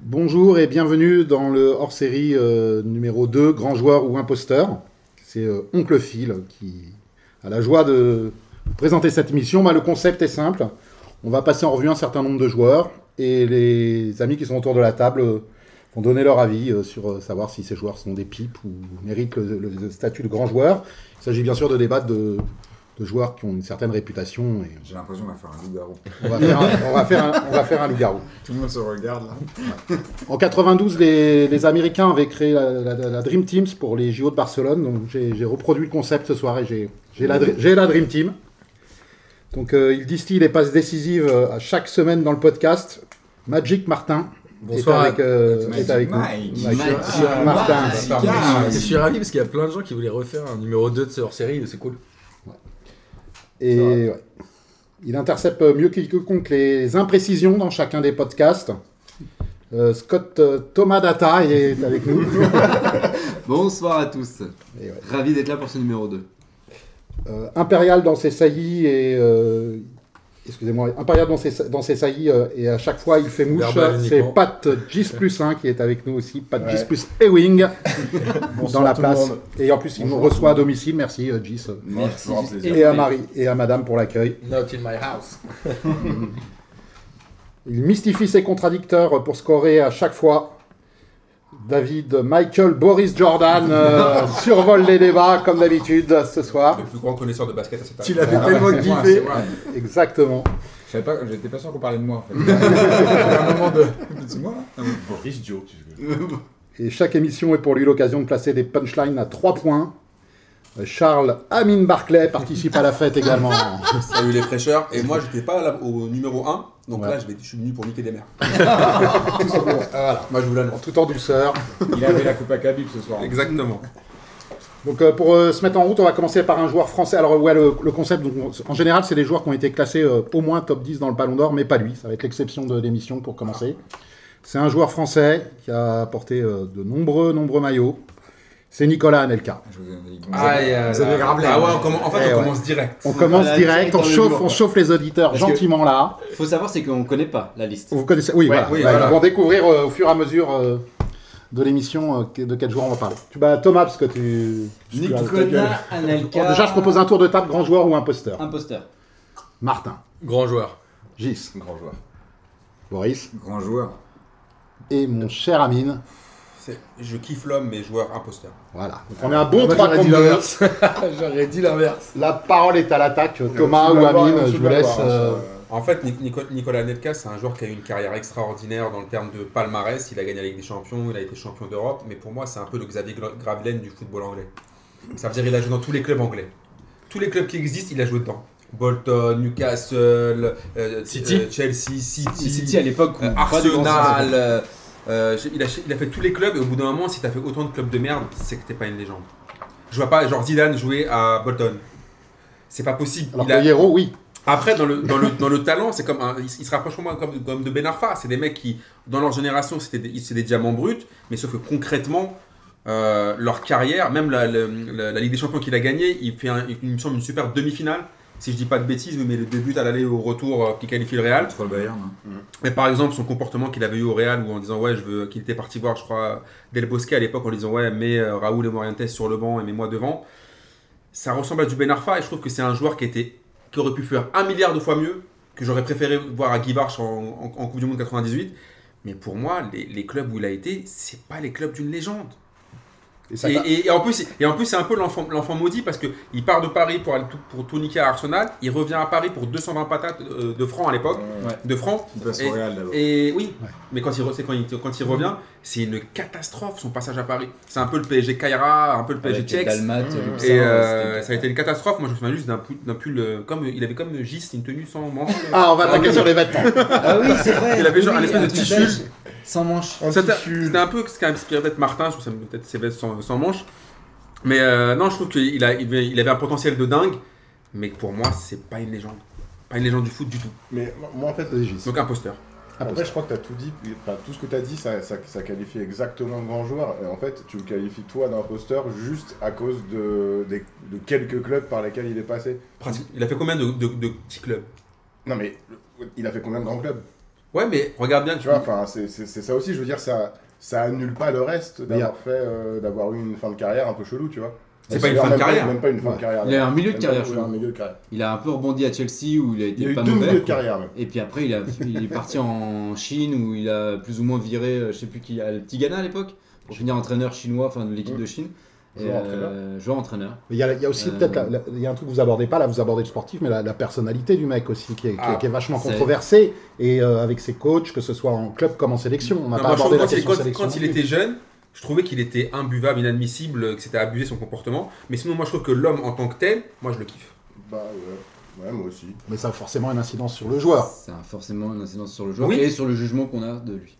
Bonjour et bienvenue dans le hors-série euh, numéro 2, Grand joueur ou imposteur. C'est euh, Oncle Phil qui a la joie de vous présenter cette émission. Bah, le concept est simple. On va passer en revue un certain nombre de joueurs et les amis qui sont autour de la table euh, vont donner leur avis euh, sur euh, savoir si ces joueurs sont des pipes ou méritent le, le- le statut de grand joueur. Il s'agit bien sûr de débattre de, de joueurs qui ont une certaine réputation et J'ai l'impression qu'on va faire un loup-garou. on va faire un- on va faire un- on va faire un loup-garou. Tout le monde se regarde là. En 92, les, les Américains avaient créé la, la- la Dream Teams pour les JO de Barcelone. Donc j'ai j'ai reproduit le concept ce soir et j'ai j'ai la, dr- j'ai la Dream Team. Donc euh, il distille les passes décisives euh, à chaque semaine dans le podcast. Magic Martin Bonsoir est avec, euh, Magic est avec nous. Mike. Magic Magic Martin. Magic. Ah, Je suis ravi parce qu'il y a plein de gens qui voulaient refaire un numéro 2 de ce hors-série et c'est cool. Et ouais. il intercepte mieux que quiconque les imprécisions dans chacun des podcasts. Euh, Scott euh, Thomas Data est avec nous. Bonsoir à tous. Et ouais. Ravi d'être là pour ce numéro 2. Euh, impérial dans ses saillies et euh, excusez-moi impérial dans ses dans ses saillies euh, et à chaque fois il fait mouche Verbal c'est uniquement. Pat Gis plus 1 qui est avec nous aussi Pat Gis plus Ewing dans la place et en plus il nous reçoit à domicile merci euh, Gis euh, Merci. toujours un plaisir. et à Marie et à Madame pour l'accueil Not in my house. il mystifie ses contradicteurs pour scorer à chaque fois David Michael Boris Jordan euh, survole les débats comme d'habitude ce soir le plus grand connaisseur de basket à cette Tu époque. l'avais tellement c'est moi, kiffé. c'est moi. exactement Je savais pas, j'étais pas sûr qu'on parlait de moi en fait. à un moment de. C'est moi là Ah Boris Joe. Et chaque émission est pour lui l'occasion de placer des punchlines à 3 points. Euh, Charles Amine Barclay participe à la fête également. Salut les fraîcheurs. Et moi, j'étais pas là au numéro 1. Donc là, je, vais, je suis venu pour niquer des mères. Voilà, Moi, je vous l'annonce. tout en douceur. Il avait la coupe à Khabib ce soir. Exactement. Donc euh, pour euh, se mettre en route, on va commencer par un joueur français. Alors euh, ouais, le, le concept, donc, on- en général, c'est des joueurs qui ont été classés euh, au moins top 10 dans le Ballon d'Or, mais pas lui. Ça va être l'exception de l'émission pour commencer. C'est un joueur français qui a porté euh, de nombreux, nombreux maillots. C'est Nicolas Anelka. Je vous ai dit. Aïe, Vous avez hein. grave l'air. Ah ouais, on commence- en fait, Eh on ouais. commence direct. On commence Voilà, direct, direct on dans le chauffe, lourd, on quoi. chauffe les auditeurs Parce que- gentiment là. Faut savoir, c'est qu'on connaît pas la liste. Vous connaissez, oui, voilà. oui, Bah, voilà. Ils vont découvrir euh, au fur et à mesure euh, de l'émission euh, que- de quel joueur on va parler. Tu bats Thomas parce que tu. tu as- tu as- Nicolas Anelka. Déjà, je propose un tour de table, grand joueur ou imposteur. Imposteur. Martin, Grand joueur. Gis, Grand joueur. Boris Grand joueur. et mon cher Amine. C'est- Je kiffe l'homme, mais joueur imposteur. Voilà. Donc, on est un bon 3 contre 2. J'aurais dit l'inverse. La parole est à l'attaque. Thomas ou Amine, je vous laisse. euh, En fait, Nic- Nico- Nicolas Nelka, c'est un joueur qui a eu une carrière extraordinaire dans le terme de palmarès. Il a gagné la Ligue des Champions, il a été champion d'Europe. Mais pour moi, c'est un peu le Xavier Gra- Gravelaine du football anglais. Ça veut dire qu'il a joué dans tous les clubs anglais. Tous les clubs qui existent, il a joué dedans. Bolton, Newcastle, euh, City. euh, Chelsea, City, City à l'époque. euh, on- pas de grands Arsenal. euh, euh, j'ai- il, a, il a fait tous les clubs et au bout d'un moment, si t'as fait autant de clubs de merde, c'est que t'es pas une légende. Je vois pas, genre Zidane jouer à Bolton. C'est pas possible. Alors, Il a- le héros, oui. après, dans le, dans le, dans le talent, c'est comme un- il, se- il se rapproche pour moi comme, comme de Ben Arfa. C'est des mecs qui, dans leur génération, c'était des, c'est des diamants bruts, mais sauf que concrètement, euh, leur carrière, même la, la- la- la Ligue des Champions qu'il a gagnée, il fait, un- il me semble, une super demi-finale. Si je dis pas de bêtises, mais le début à l'aller au retour euh, qui qualifie le Real. Contre le Bayern. hein. Mais par exemple, son comportement qu'il avait eu au Real, où en disant ouais, je veux qu'il était parti voir, je crois, Del Bosque à l'époque, en lui disant ouais, mets euh, Raoul et Morientes sur le banc et mets-moi devant. Ça ressemble à du Ben Arfa et je trouve que c'est un joueur qui était qui aurait pu faire un milliard de fois mieux que j'aurais préféré voir à Guivarch en, en- en Coupe du Monde 98. Mais pour moi, les, les clubs où il a été, c'est pas les clubs d'une légende. Et ça- Et, et- et en plus, et en plus, c'est un peu l'enfant l'enfant maudit parce que il part de Paris pour aller tout- pour tout niquer à Arsenal, il revient à Paris pour 220 patates euh, de francs à l'époque, Ouais. de francs. Il passe Et- hein. au Real d'abord. Et oui, Ouais. mais quand il, re- c'est quand, il, quand il revient, c'est une catastrophe son passage à Paris. C'est un peu le PSG Kaira, un peu le Avec PSG Tchèque. Dalmat, Luxembourg, Et euh, c'était- ça a été une catastrophe. Moi, je me souviens juste d'un pu- d'un pull, euh, comme il avait comme Gis, une tenue sans manche. Ah, on va attaquer Ah, sur les vêtements. Ah oui, c'est vrai. Il avait genre Oui, un espèce de truc tissu. beige, Sans manche. Oh, C'était c'était un peu ce qu'a inspiré peut-être Martin sur sa- peut-être ses vestes sans, sans manches. Mais euh, non, je trouve qu'il a- il avait il avait un potentiel de dingue. Mais pour moi, c'est pas une légende. Pas une légende du foot du tout. Mais moi, en fait, Vas-y, Gis. Donc imposteur. Ah, en fait, je crois que tu as tout dit. Enfin, tout ce que tu as dit, ça, ça, ça qualifie exactement le grand joueur. Et en fait, tu le qualifies toi d'imposteur juste à cause de, euh, des- de quelques clubs par lesquels il est passé. Pratique. Il a fait combien de, de- de petits clubs Non, mais il a fait combien de grands clubs Ouais, mais regarde bien, Tu Mm. vois, enfin, c'est c'est- c'est ça aussi, je veux dire, ça, ça annule pas le reste d'avoir fait, euh, d'avoir eu une fin de carrière un peu chelou, tu vois. C'est pas une fin de Même carrière. Même pas une fin de Ouais. carrière. Il a un milieu de Même carrière, pas- je oui, crois. un milieu de carrière. Il a un peu rebondi à Chelsea où il a Ah, Il y été a eu pas deux milieux mauvais. de carrière, même. Et puis après, il, a, il est parti en Chine où il a plus ou moins viré, euh, je sais plus qui, à le petit Ghana à l'époque, pour finir entraîneur chinois, enfin de Mmh. l'équipe de Chine. Joueur entraîneur. euh, joueur entraîneur. Mais Il y, a- il y a aussi Euh, peut-être, la- la- il y a un truc que vous abordez pas, là vous abordez le sportif, mais la, la personnalité du mec aussi, qui est, qui est- Ah, qui est vachement c'est- controversée, et euh, avec ses coachs, que ce soit en club comme en sélection. On n'a pas Non, moi, je trouve abordé la quand, il, question quand- sélection. quand il était jeune, je trouvais qu'il était imbuvable, inadmissible, que c'était abusé son comportement. Mais sinon, moi, je trouve que l'homme en tant que tel, moi, je le kiffe. Bah ouais. Ouais, moi aussi. Mais ça a forcément une incidence sur le joueur. Ça a forcément une incidence sur le joueur Oui. et sur le jugement qu'on a de lui.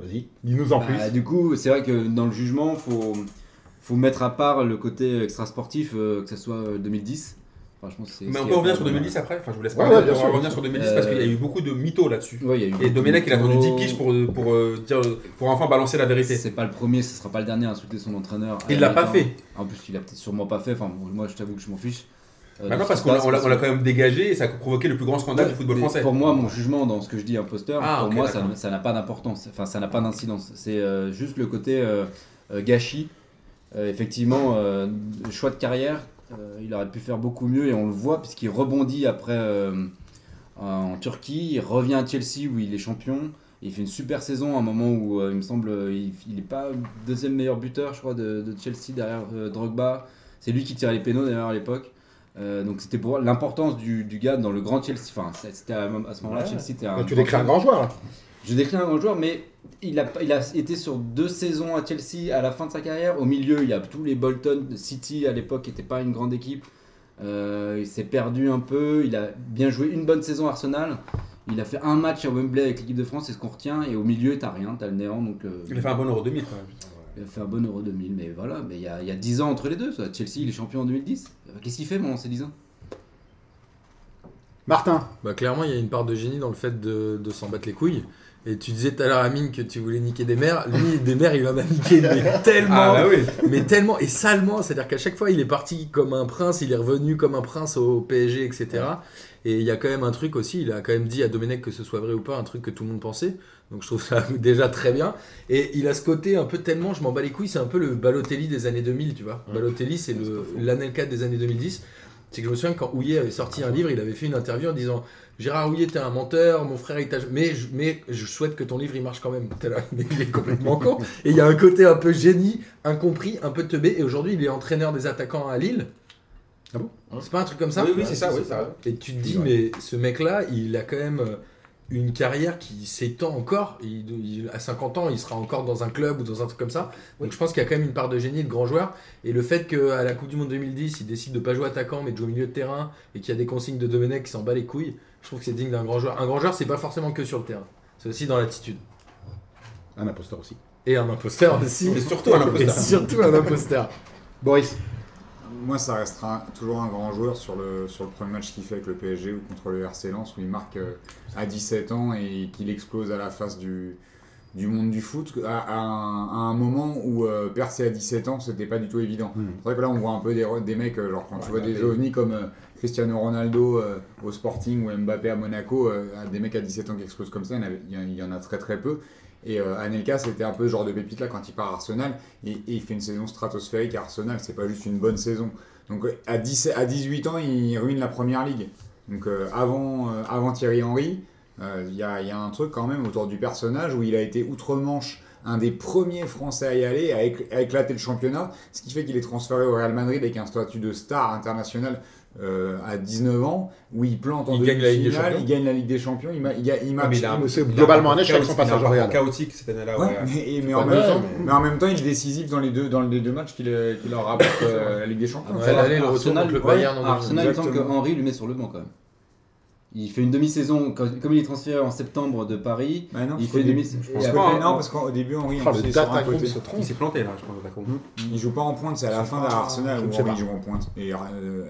Vas-y, dis-nous en Bah, du coup, c'est vrai que dans le jugement, faut faut mettre à part le côté extra sportif, que ce soit euh, 2010. Enfin, je pense que c'est- Mais on c'est- peut revenir sur 2010 après. Enfin, je vous laisse Ouais, parler. ouais, bien on va sûr. revenir sur 2010 parce qu'il y a Euh, eu beaucoup de mythos là-dessus. Ouais, il y a eu Et beaucoup Domenech, de il a attendu 10 taureaux. piges pour, euh, pour, euh, dire, pour enfin balancer la vérité. C'est pas le premier, ce sera pas le dernier à insulter son entraîneur. Euh, Il l'a pas Attends. fait. En plus, il a peut-être sûrement pas fait. Enfin, bon, moi, je t'avoue que je m'en fiche. Euh, Bah de non, ce parce qui qu'on se l'a passe, on l'a- on l'a que- quand même dégagé et ça a provoqué le plus grand scandale du football Mais français. Pour moi, mon jugement dans ce que je dis imposteur, Ah, pour ok, moi, ça, d'accord. ça n'a pas d'importance. Enfin, ça n'a pas d'incidence. C'est euh, juste le côté euh, euh, gâchis. Euh, effectivement, euh, le choix de carrière, euh, il aurait pu faire beaucoup mieux et on le voit puisqu'il rebondit après euh, en Turquie. Il revient à Chelsea où il est champion. Il fait une super saison à un moment où euh, il me semble il il est pas deuxième meilleur buteur, je crois, de, de Chelsea derrière euh, Drogba. C'est lui qui tirait les pénaux d'ailleurs à l'époque. Euh, donc c'était pour voir l'importance du, du gars dans le grand Chelsea. Enfin, c'est- c'était à, à ce moment-là, Ouais. Chelsea était un. Là, Ah, tu décris un grand joueur. là. Je décris un grand joueur, mais il a, il a été sur deux saisons à Chelsea à la fin de sa carrière. Au milieu, il y a tous les Bolton, City à l'époque qui n'était pas une grande équipe. Euh, il s'est perdu un peu. Il a bien joué une bonne saison à Arsenal. Il a fait un match à Wembley avec l'équipe de France, c'est ce qu'on retient. Et au milieu, t'as rien, t'as le néant. Donc, euh, Il a fait un bon euro 2000 quand même. il a fait un bon Euro 2000, mais voilà. Mais il y a, il y a 10 ans entre les deux. ça. Chelsea, il est champion en 2010. Qu'est-ce qu'il fait pendant ces 10 ans Martin, Bah, clairement, il y a une part de génie dans le fait de, de s'en battre les couilles. Et tu disais tout à l'heure à Mine que tu voulais niquer des mères. Lui, des mères, il en a niqué mais tellement, Ah bah oui. mais tellement et salement. C'est-à-dire qu'à chaque fois, il est parti comme un prince, il est revenu comme un prince au PSG, etc. Et il y a quand même un truc aussi. Il a quand même dit à Domenech que ce soit vrai ou pas, un truc que tout le monde pensait. Donc je trouve ça déjà très bien. Et il a ce côté un peu tellement, je m'en bats les couilles. C'est un peu le Balotelli des années 2000, tu vois. Balotelli, c'est le l'Anelka des années 2010. C'est que je me souviens quand Houillet avait sorti un livre, il avait fait une interview en disant Gérard Houillet, t'es un menteur, mon frère, il t'a. Mais, je- mais je souhaite que ton livre, il marche quand même. T'es là, mais il est complètement con. Et il y a un côté un peu génie, incompris, un peu teubé. Et aujourd'hui, il est entraîneur des attaquants à Lille. Ah bon C'est pas un truc comme ça Oui, oui, c'est ça, oui, ça. Et tu te dis, mais ce mec-là, il a quand même euh, une carrière qui s'étend encore. Il, il- à 50 ans, il sera encore dans un club ou dans un truc comme ça. Donc je pense qu'il y a quand même une part de génie de grand joueur. Et le fait qu'à la Coupe du Monde 2010, il décide de pas jouer attaquant mais de jouer au milieu de terrain et qu'il y a des consignes de Domenech qui s'en bat les couilles, je trouve que c'est digne d'un grand joueur. Un grand joueur, c'est pas forcément que sur le terrain, c'est aussi dans l'attitude. un imposteur aussi. Et un imposteur aussi. Mais surtout un imposteur. Et surtout un imposteur. Boris, Moi, ça restera toujours un grand joueur sur le, sur le premier match qu'il fait avec le PSG ou contre le RC Lens, où il marque euh, à 17 ans et qu'il explose à la face du, du monde du foot, à, à un, à un moment où euh, percer à 17 ans, c'était pas du tout évident. Mhm. C'est vrai que là, on voit un peu des, re- des mecs, euh, genre quand tu vois des ovnis comme euh, Cristiano Ronaldo euh, au Sporting ou Mbappé à Monaco, euh, des mecs à 17 ans qui explosent comme ça, il y en avait- il y en- il y en a très très peu. Et euh, Anelka, c'était un peu ce genre de pépite là quand il part à Arsenal. Et, et il fait une saison stratosphérique à Arsenal. C'est pas juste une bonne saison. Donc euh, à, 10 à 18 ans, il ruine la première ligue. Donc euh, avant, euh, avant Thierry Henry, euh, il y, a, il y a un truc quand même autour du personnage où il a été outre-Manche un des premiers Français à y aller, à, éc- à éclater le championnat, ce qui fait qu'il est transféré au Real Madrid avec un statut de star international euh, à 19 ans, où il plante en Il gagne la Ligue des demi-finale, Champions. il gagne la Ligue des Champions, il, ma- il, ga- il Ah, mais match il a un- c'est il a globalement un parcours échec son chaotique, passage il au a un Real. parcours chaotique cette année-là. Ouais, ouais. mais, mais en pas même mal, temps, mais- mais en même temps, il est décisif dans les deux, dans les deux matchs qu'il euh, qu'il leur rapporte euh, la Ligue des Ah Champions. Après, l'aller, bah, le retour Arsenal, contre le ouais, Bayern en à Arsenal, il me demi-finale. semble que Henry lui met sur le banc quand même. Il fait une demi-saison, quand- comme il est transféré en septembre de Paris, Bah non, il parce fait qu'au une début- demi-saison. parce qu'au- non, parce qu'au début, Henri, Oh, on le sait, sur data un group côté. se trompe. Il s'est planté là, je pense, attaquant. Il joue pas en pointe, c'est à la Ils fin sont de pas- Arsenal je où sais Henri pas. joue en pointe. Et euh,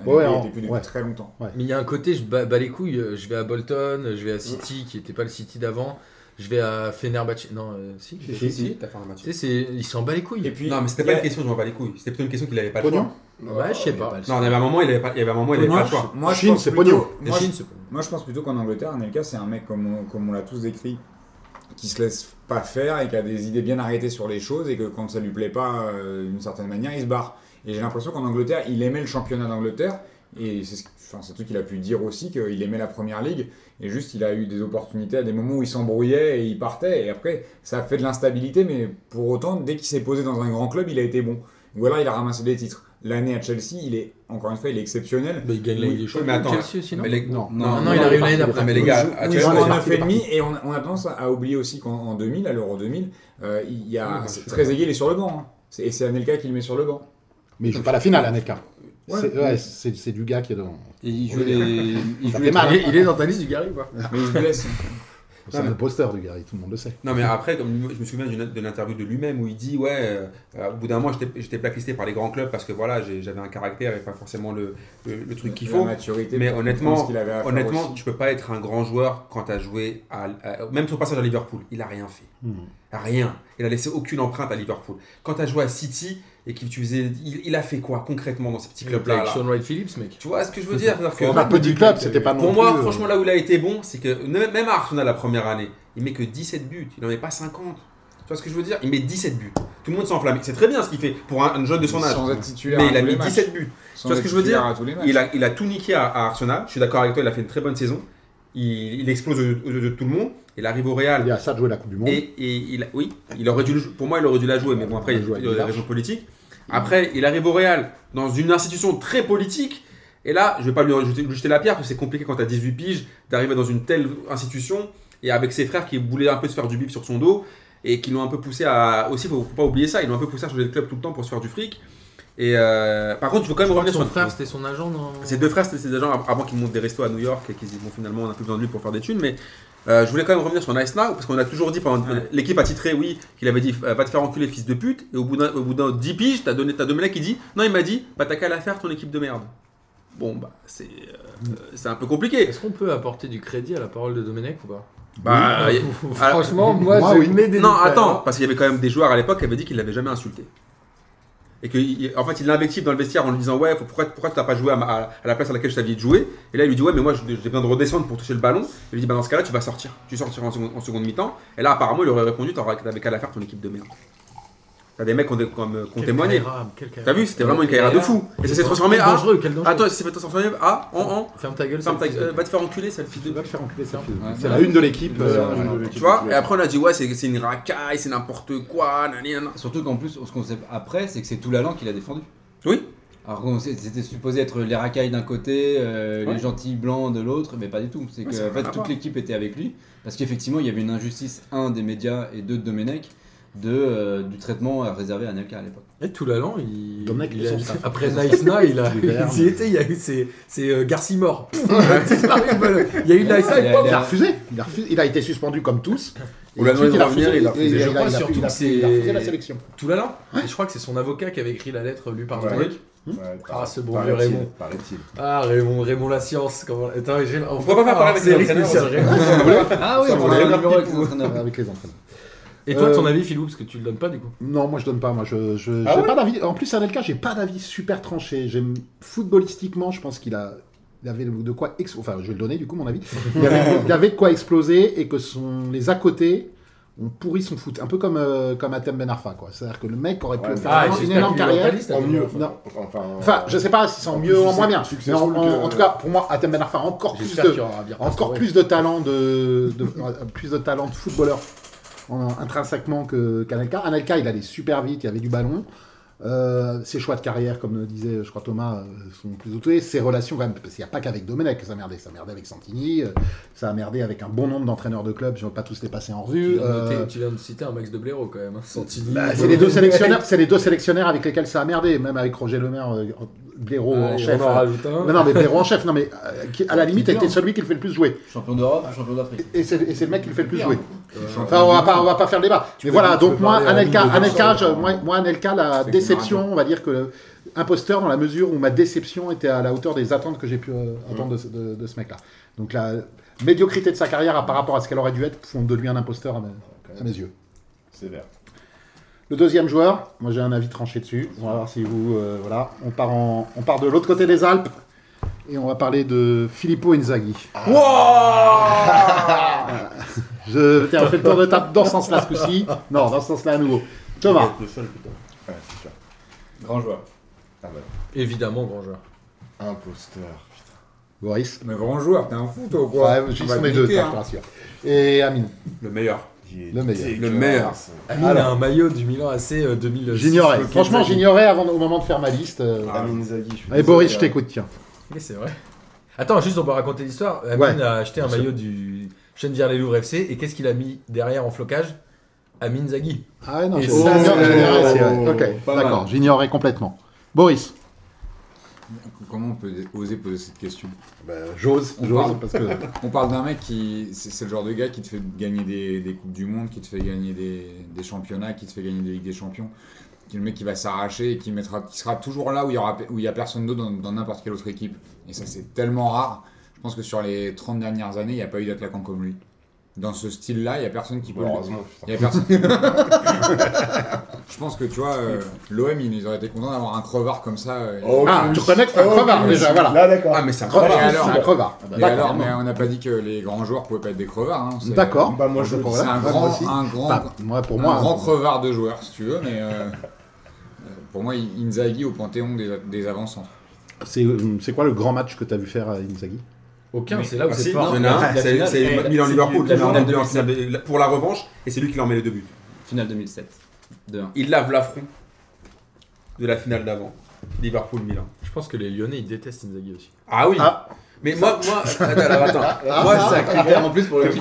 Ouais, Henry en- était plus depuis ouais. très longtemps. Mais il y a un côté, je bats, bats les couilles, euh, je vais à Bolton, je vais à City, qui n'était pas le City d'avant, je vais à Fenerbahce. Non, euh, si, Si, si, si, si. T'as fait un match. Tu sais, c'est- il s'en bat les couilles. Et puis, Non, mais c'était il pas y a- une question, je m'en bats les couilles. C'était plutôt une question qu'il avait pas le Pognon choix. Ouais, je sais Il y a pas. le Non, il y avait un moment, il avait pas, il y avait un moment, il avait pas moi, le choix. je- moi, je Chine, pense c'est plutôt- pognon. moi, je- Chine, c'est- moi, je pense plutôt qu'en Angleterre, Anelka, c'est un mec comme on, comme on l'a tous décrit, qui se laisse pas faire et qui a des idées bien arrêtées sur les choses et que quand ça lui plaît pas euh, d'une certaine manière, il se barre. Et j'ai l'impression qu'en Angleterre, il aimait le championnat d'Angleterre. Et c'est ce que- enfin, c'est tout qu'il a pu dire aussi, qu'il aimait la première ligue. Et juste, il a eu des opportunités à des moments où il s'embrouillait et il partait. Et après, ça a fait de l'instabilité, mais pour autant, dès qu'il s'est posé dans un grand club, il a été bon. Ou alors, il a ramassé des titres. L'année à Chelsea, il est, encore une fois, il est exceptionnel. Bah, il gagne la Oui, Ligue des oui, Champions. mais attends, Chelsea aussi, non Mais les- Non. Non, non, il est arrive parti, il l'année est d'après. parti. Ah, Mais les gars, à Oui, Chelsea, je on prends est un parti, 9,5 et on, on a tendance à oublier aussi qu'en en 2000, à l'Euro 2000, euh, il y a c'est très aigué, il est sur le banc. hein. C'est- Et c'est Anelka qui le met sur le banc. Mais il joue pas la finale, Anelka. Ouais. C'est ouais, c'est- c'est du gars qui est devant. Et il joue les. Il Ça joue fait les mal. Il est- il est dans ta liste du Gary, quoi. Mais il se blesse. C'est mais- un poster du gars, tout le monde le sait. Non, mais après, comme je me souviens d'une- de l'interview de lui-même où il dit Ouais, euh, euh, au bout d'un mois, j'étais- j'étais blacklisté par les grands clubs parce que voilà, j'ai- j'avais un caractère et pas forcément le, le, le truc qu'il La faut. maturité mais pour honnêtement- comprendre ce qu'il avait à faire Honnêtement, aussi. tu peux pas être un grand joueur quand tu as joué à, à- Même son passage à Liverpool, il a rien fait. Hmm. Rien. Il a laissé aucune empreinte à Liverpool. Quand tu as joué à City et qu'il tu faisais- il, il a fait quoi concrètement dans ce petit club-là Avec là Sean Wright Phillips, mec. Tu vois ce que je veux dire C'est-à-dire que- Un petit club, c'était pas non Pour moi, plus, euh, franchement, là où il a été bon, c'est que ne- même à Arsenal la première année, il met que 17 buts. Il n'en met pas 50. Tu vois ce que je veux dire Il met 17 buts. Tout le monde s'enflamme. C'est très bien ce qu'il fait pour un, un jeune de son âge. Sans être titulaire Mais à il a tous les mis matchs. 17 buts. Sans vois ce être que je veux dire titulaire à tous les matchs. Il a, il a tout niqué à, à Arsenal. Je suis d'accord avec toi, il a fait une très bonne saison. Il, il explose aux aux yeux de tout le monde. Il arrive au Real. Il y a ça de jouer la Coupe du Monde. Et, et il, oui, il aurait dû, le jou- pour moi, il aurait dû la jouer, mais bon, après, Il il y joue à a des Villars. raisons politiques. Après, il arrive au Real, dans une institution très politique, et là, je vais pas lui jeter, lui jeter la pierre, parce que c'est compliqué quand t'as 18 piges, d'arriver dans une telle institution, et avec ses frères qui voulaient un peu se faire du bif sur son dos, et qui l'ont un peu poussé à. Aussi, faut, faut pas oublier ça, ils l'ont un peu poussé à changer de club tout le temps pour se faire du fric. Et euh, par contre, il faut quand même revenir sur Son frère, c'était son agent dans. ces deux frères, c'était ces gens avant qu'ils montent des restos à New York et qu'ils disent bon finalement on a plus besoin de lui pour faire des thunes. Mais euh, je voulais quand même revenir sur Nice Now parce qu'on a toujours dit pendant Ouais. l'équipe a titré oui qu'il avait dit euh, va te faire enculer fils de pute et au bout d'un au bout d'un 10 piges t'as donné t'as deux mecs qui dit non il m'a dit bah t'as qu'à la faire ton équipe de merde. Bon bah c'est euh, c'est un peu compliqué. Est-ce qu'on peut apporter du crédit à la parole de Domenech ou pas Bah, euh, Franchement, moi, je mets Non, attends, parce qu'il y avait quand même des joueurs à l'époque qui avaient dit qu'ils l'avaient jamais insulté. Et que, il- en fait, il l'invective dans le vestiaire en lui disant Ouais, faut- pourquoi, pourquoi tu n'as pas joué à, ma- à- à la place à laquelle je t'avais dit de jouer Et là, il lui dit Ouais, mais moi, je- j'ai besoin de redescendre pour toucher le ballon. Il lui dit Bah, dans ce cas-là, tu vas sortir. Tu sortiras en seconde, en seconde mi-temps. Et là, apparemment, il aurait répondu T'aurais- T'avais qu'à la faire ton équipe de merde. T'as des mecs qui ont, dé- qui ont, euh, qui ont témoigné. T'as vu, c'était vraiment une carrière de fou. Et ça s'est transformé Quel à. dangereux, quel dangereux. Attends, ça s'est transformé à. En, en. Ferme ta gueule, Ferme ta- c'est- euh, va te faire enculer, c'est le fils de. Il va le faire enculer, ça. Ouais. C'est la une de l'équipe. Ouais, euh, ouais, ouais. Tu vois Et après, on a dit Ouais, c'est c'est une racaille, c'est n'importe quoi, nan, nan, nan. Surtout qu'en plus, ce qu'on sait après, c'est que c'est Toulalan qui l'a défendu. Oui. Alors qu'on sait- c'était supposé être les racailles d'un côté, euh, Ouais. les gentils blancs de l'autre, mais pas du tout. C'est Ouais, que ça n'a en rien fait, à voir. toute l'équipe était avec lui, parce qu'effectivement, il y avait une injustice, un des médias et deux de Domenech, de, euh, du traitement réservé à Nelka à l'époque. Et tout l'allant, il... Domenech, il a- ils sont ça. après Nice Now, il a Du verre, il y était, il y a eu ses, ses euh, Garci morts. Pouf, il a disparu, voilà. Il y a eu Nice Now, Il a- et Il a il a- refusé. Il a refusé. Il a été suspendu comme tous. On lui a demandé ensuite, de revenir, il a refusé. et Je crois il a- surtout il a- que il a c'est- refusé la sélection. tout l'allant. Et je crois que c'est son avocat qui avait écrit la lettre lue par Ouais. Domenech. Ouais, Ah, ce bon vieux paraît-il, Raymond. Paraît-il. Ah, Raymond, Raymond la science. Comment... Attends, j'ai... On pourrait pas faire parler avec les entraîneurs aussi. Euh, Ah oui, Ça, on on a est un numéro avec avec les entraîneurs. Avec les entraîneurs. Et toi, Euh, ton avis, Philou, parce que tu le donnes pas du coup. Non, moi je donne pas. Moi, je, je Ah j'ai ouais pas d'avis. En plus, Anelka, j'ai pas d'avis super tranché. J'aime footballistiquement, je pense qu'il a, il avait de quoi. ex- Enfin, je vais le donner du coup mon avis. Il avait, il avait de quoi exploser et que son les à côté ont pourri son foot. Un peu comme euh, comme Atem Ben Arfa, quoi. C'est-à-dire que le mec aurait pu Ouais, faire ah, vraiment une énorme carrière. En mieux. Non. Enfin, euh, Enfin, je sais pas si c'est en En mieux plus, ou en moins succès- bien. Mais en, successful en- que- en tout cas, pour moi, Atem Ben Arfa a encore plus J'espère qu'il y de, aura bien. encore plus de talent de, de- euh, plus de talent de footballeur en- intrinsèquement que qu'Anelka. Anelka, il allait super vite, il avait du ballon. Euh, ses choix de carrière, comme le disait, je crois Thomas, euh, sont plus autres. Ses relations, quand même, parce qu'il n'y a pas qu'avec Domenech que ça merdait. Ça merdait avec Santini, euh, ça a merdé avec un bon nombre d'entraîneurs de clubs. Je ne vais pas tous les passer en Tu revue. viens, de Euh, noter- tu viens de citer un Max de Blaireau quand même. hein. Santini. bah, Domenech. c'est les deux sélectionneurs, c'est les deux sélectionneurs avec lesquels ça a merdé, même avec Roger Lemaire, euh, Blaireau en Allez, chef. On en rajoute un. Non, non, mais Blaireau en chef, non, mais euh, qui, à la limite, a été Bien. celui qui le fait le plus jouer. Champion d'Europe, champion d'Afrique. Et c'est et c'est le mec qui le fait le plus Bien. jouer. Champion Enfin, on va pas, on va pas faire le débat. mais peux- voilà, Euh, tu peux donc moi, parler à Anelka, Lille de Anelka, je- Barcelone. moi, moi, Anelka, la C'est déception, général. on va dire que imposteur dans la mesure où ma déception était à la hauteur des attentes que j'ai pu euh, attendre de, ce- de- de ce mec-là. Donc la médiocrité de sa carrière par rapport à ce qu'elle aurait dû être font de lui un imposteur à mes, à mes yeux. Sévère. Le deuxième joueur, moi j'ai un avis tranché dessus. On va voir si vous. euh, voilà, on part, en- on part de l'autre côté des Alpes et on va parler de Filippo Inzaghi. Je tiens, on fait le tour de table dans ce sens-là ce coup-ci. Non, dans ce sens-là à nouveau. Thomas, Le seul, putain. Ouais, c'est sûr. Grand joueur. Ah bah, Évidemment, grand joueur. imposteur. putain. Boris. Mais grand joueur, t'es un fou toi ou quoi Ouais, j'y On va sont te les deux, niquer, tiens, je te hein. rassure. Et Amine. Le meilleur. Il est Le meilleur. dégueulasse. Le meilleur. Amine Ah, Alors. a un maillot du Milan AC euh, 2006. J'ignorais. Ok, Franchement, Zaghi. j'ignorais avant au moment de faire ma liste. euh. Ah. Amine Zaghi, je suis Et désolé, Boris, je hein. t'écoute, tiens. Oui, c'est vrai. Attends, juste on peut raconter l'histoire. Amine Ouais. a acheté un Bien sûr. maillot du Chenvière les Louvres FC et qu'est-ce qu'il a mis derrière en flocage Amine Zaghi. Ah ouais, non, Et je- ça, Oh, c'est- j'ignorais, c'est vrai. Oh, Ok, pas mal. d'accord, j'ignorais complètement. Boris. Comment on peut oser poser cette question hein. Bah, J'ose, on j'ose, parle. parce que. On parle d'un mec qui. C'est c'est le genre de gars qui te fait gagner des, des Coupes du Monde, qui te fait gagner des, des championnats, qui te fait gagner des Ligues des Champions. Qui est le mec qui va s'arracher et qui, mettra, qui sera toujours là où il y, aura, où il y a personne d'autre dans- dans n'importe quelle autre équipe. Et ça, c'est tellement rare. Je pense que sur les 30 dernières années, il n'y a pas eu d'attaquant comme lui. Dans ce style-là, il n'y a personne qui peut. le- Heureusement, putain. Il y a personne. Je pense que tu vois, euh, l'OM, ils auraient été contents d'avoir un crevard comme ça. euh, Oh, Ah, oui. tu reconnais que c'est un Oh, crevard, oui. déjà, voilà. Là, d'accord. Ah, mais c'est un Crevard, Et alors, c'est un crevard. et alors, mais on n'a pas dit que les grands joueurs pouvaient pas être des crevards. hein, c'est- D'accord. Bah, moi, je- D'accord, C'est voilà. un Ouais, moi grand, aussi. un grand, Bah, moi, pour un moi, grand crevard de joueur, si tu veux, mais euh, euh, pour moi, Inzaghi au panthéon des, des avant-centres. c'est euh, c'est quoi le grand match que tu as vu faire à Inzaghi Aucun, Mais- c'est là où Ah, c'est si, fort. il y en a un, La c'est- finale, c'est elle- Milan-Liverpool. c'est- Milan- la Milan- finale Milan- Pour la revanche, et c'est lui qui leur met les deux buts. Finale 2007. 2-1. Il lave l'affront de la finale d'avant. Liverpool-Milan. Je pense que les Lyonnais ils détestent Inzaghi aussi. Ah oui Ah. Mais moi, moi, attends, attends, attends. moi, c'est un critère. En plus pour le Moi,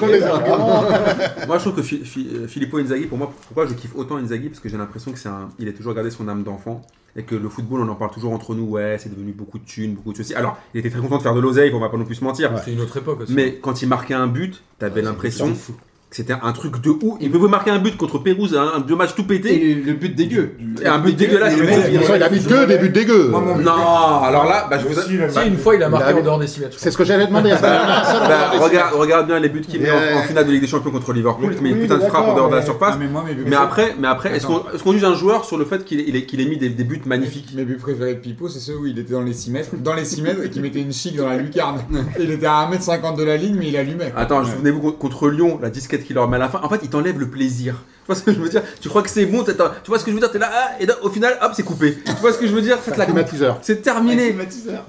je trouve que Fi- Fi- euh, Filippo Inzaghi, pour moi, pourquoi je kiffe autant Inzaghi Parce que j'ai l'impression que c'est un, il a toujours gardé son âme d'enfant et que le football, on en parle toujours entre nous. Ouais, c'est devenu beaucoup de thunes, beaucoup de ceci. Alors, il était très content de faire de l'oseille, on va pas non plus se mentir. C'est une autre époque aussi. Mais quand il marquait un but, t'avais Ouais, l'impression c'est que c'était un truc de ouf. Il pouvait marquer un but contre Pérouse, un, deux matchs tout pété. Et le, le but dégueu. Et un but dégueulasse. le le mec, mec, Il a mis deux débuts dégueux. Moi, mon- il- Non, alors là, bah, je vous Si, le Si, mec- une fois il a marqué Il a- en dehors des 6 matchs. C'est ce que j'allais demander. Est-ce qu'il y en a un seul en Bah, dehors des regarde, regarde bien les buts qu'il met en, en finale de Ligue des Champions contre Liverpool, Oui, qui met une oui, putain de frappe en dehors de la d'accord, surface. Ah, mais moi, mes buts, Mais après, mais après est-ce qu'on est-ce qu'on juge un joueur sur le fait qu'il ait- il ait, qu'il ait mis des, des buts magnifiques mes buts préférés de Pipo, c'est ceux où il était dans les 6 mètres, dans les 6 mètres et qu'il mettait une chic dans la lucarne. Il était à 1m50 de la ligne, mais il allumait. Attends, Ouais. souvenez-vous con- contre Lyon, la disquette qu'il leur met à la fin. En fait, il t'enlève le plaisir. Tu vois ce que je veux dire Tu crois que c'est bon, t'as- t'as- tu vois ce que je veux dire T'es là, ah, et là, au final, hop, c'est coupé. Tu vois ce que je veux dire Ça te la matchs Climatiseur. C'est terminé.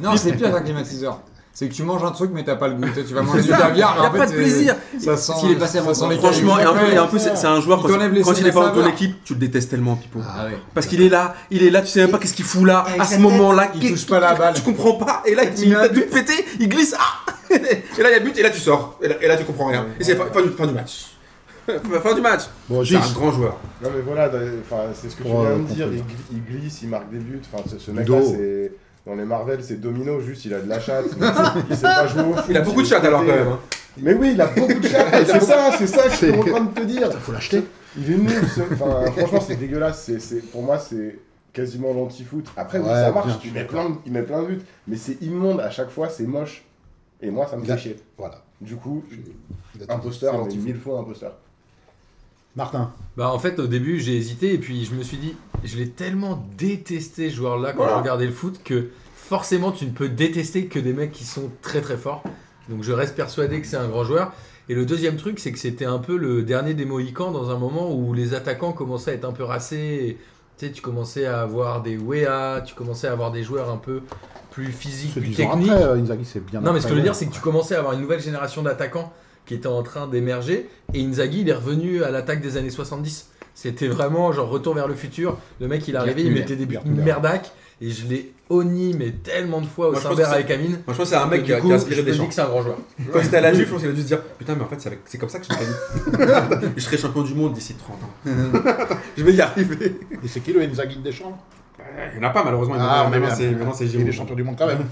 Non, c'est pire qu'un climatiseur. C'est que tu manges un truc, mais t'as pas le goût. Tu sais, tu vas manger du caviar, Il mais n'y a en fait, pas de c'est- plaisir. Ça sent, S'il est passé ça avant- sent les Franchement, et en caviar. plus, et en plus, c'est c'est un joueur, Il quand, t'enlève les quand il est pas dans ton saveurs. équipe, tu le détestes tellement, Pipo. Ah ouais. Parce qu'il est là, il est là, tu sais même pas qu'est-ce qu'il fout là, à ce moment-là, il qu'est- touche pas la balle. Tu comprends pas, et là il, Il met un t'a tout pété, il glisse, ah Et là il y a but, et là tu sors, et là, et là, tu comprends rien. Et c'est fin, fin du, fin du match. fin du match. Bon, C'est un juste. grand joueur. Non, mais voilà, dans- enfin, c'est ce que tu Pour, viens euh, de dire. contre- Il, gl- il glisse, il marque des buts. Enfin, ce, ce mec-là, Dos. c'est. Dans les Marvel, c'est Domino, juste il a de la chatte. il il sait pas jouer au foot, Il a beaucoup de est chat alors quand pété. même. hein. Mais oui, il a beaucoup de chat. c'est ça, c'est ça que je suis en train de te dire. Faut l'acheter. Il est nul. ce- Enfin, franchement, c'est dégueulasse. C'est, c'est- pour moi, c'est quasiment l'anti-foot. Après, oui, Ouais, ça bien, marche. je Il suis met, d'accord. plein de, il met plein de buts. Mais c'est immonde à chaque fois. C'est moche. Et moi, ça me fait Là- chier. Voilà. Du coup, C'est imposteur, mais l'anti-foot. mille fois imposteur. Martin. Bah en fait au début j'ai hésité et puis je me suis dit je l'ai tellement détesté ce joueur là quand je regardais le foot que forcément tu ne peux détester que des mecs qui sont très très forts. Donc je reste persuadé que c'est un grand joueur. Et le deuxième truc c'est que c'était un peu le dernier des Mohicans dans un moment où les attaquants commençaient à être un peu racés. Et, tu sais tu commençais à avoir des Wea, tu commençais à avoir des joueurs un peu plus physiques, Ce plus dix ans techniques. après, euh, Inzaghi, c'est bien. Non, mais ce que je veux après, dire, c'est que tu commençais à avoir une nouvelle génération d'attaquants qui était en train d'émerger. Et Inzaghi, il est revenu à l'attaque des années 70. C'était vraiment genre retour vers le futur. Le mec, il arrivait, il Gerd mettait des buts Gerd Müller. merdac. Et je l'ai honni, mais tellement de fois au Moi, je pense Saint-Bert que avec Amine. Moi je pense que c'est un que mec du qui a, coup, qui a inspiré je me des dis gens. que c'est un grand joueur. Quand j'étais à la Juve, je pense qu'il a dû se dire Putain, mais en fait c'est avec- c'est comme ça que je suis gagné. je serai champion du monde d'ici 30 ans. je vais y arriver. ouais. Et c'est qui le Inzaghi de Deschamps Il n'y en a pas malheureusement. Ah, maintenant, mais maintenant, merde. c'est- maintenant c'est Il est Giroud. champion du monde quand même.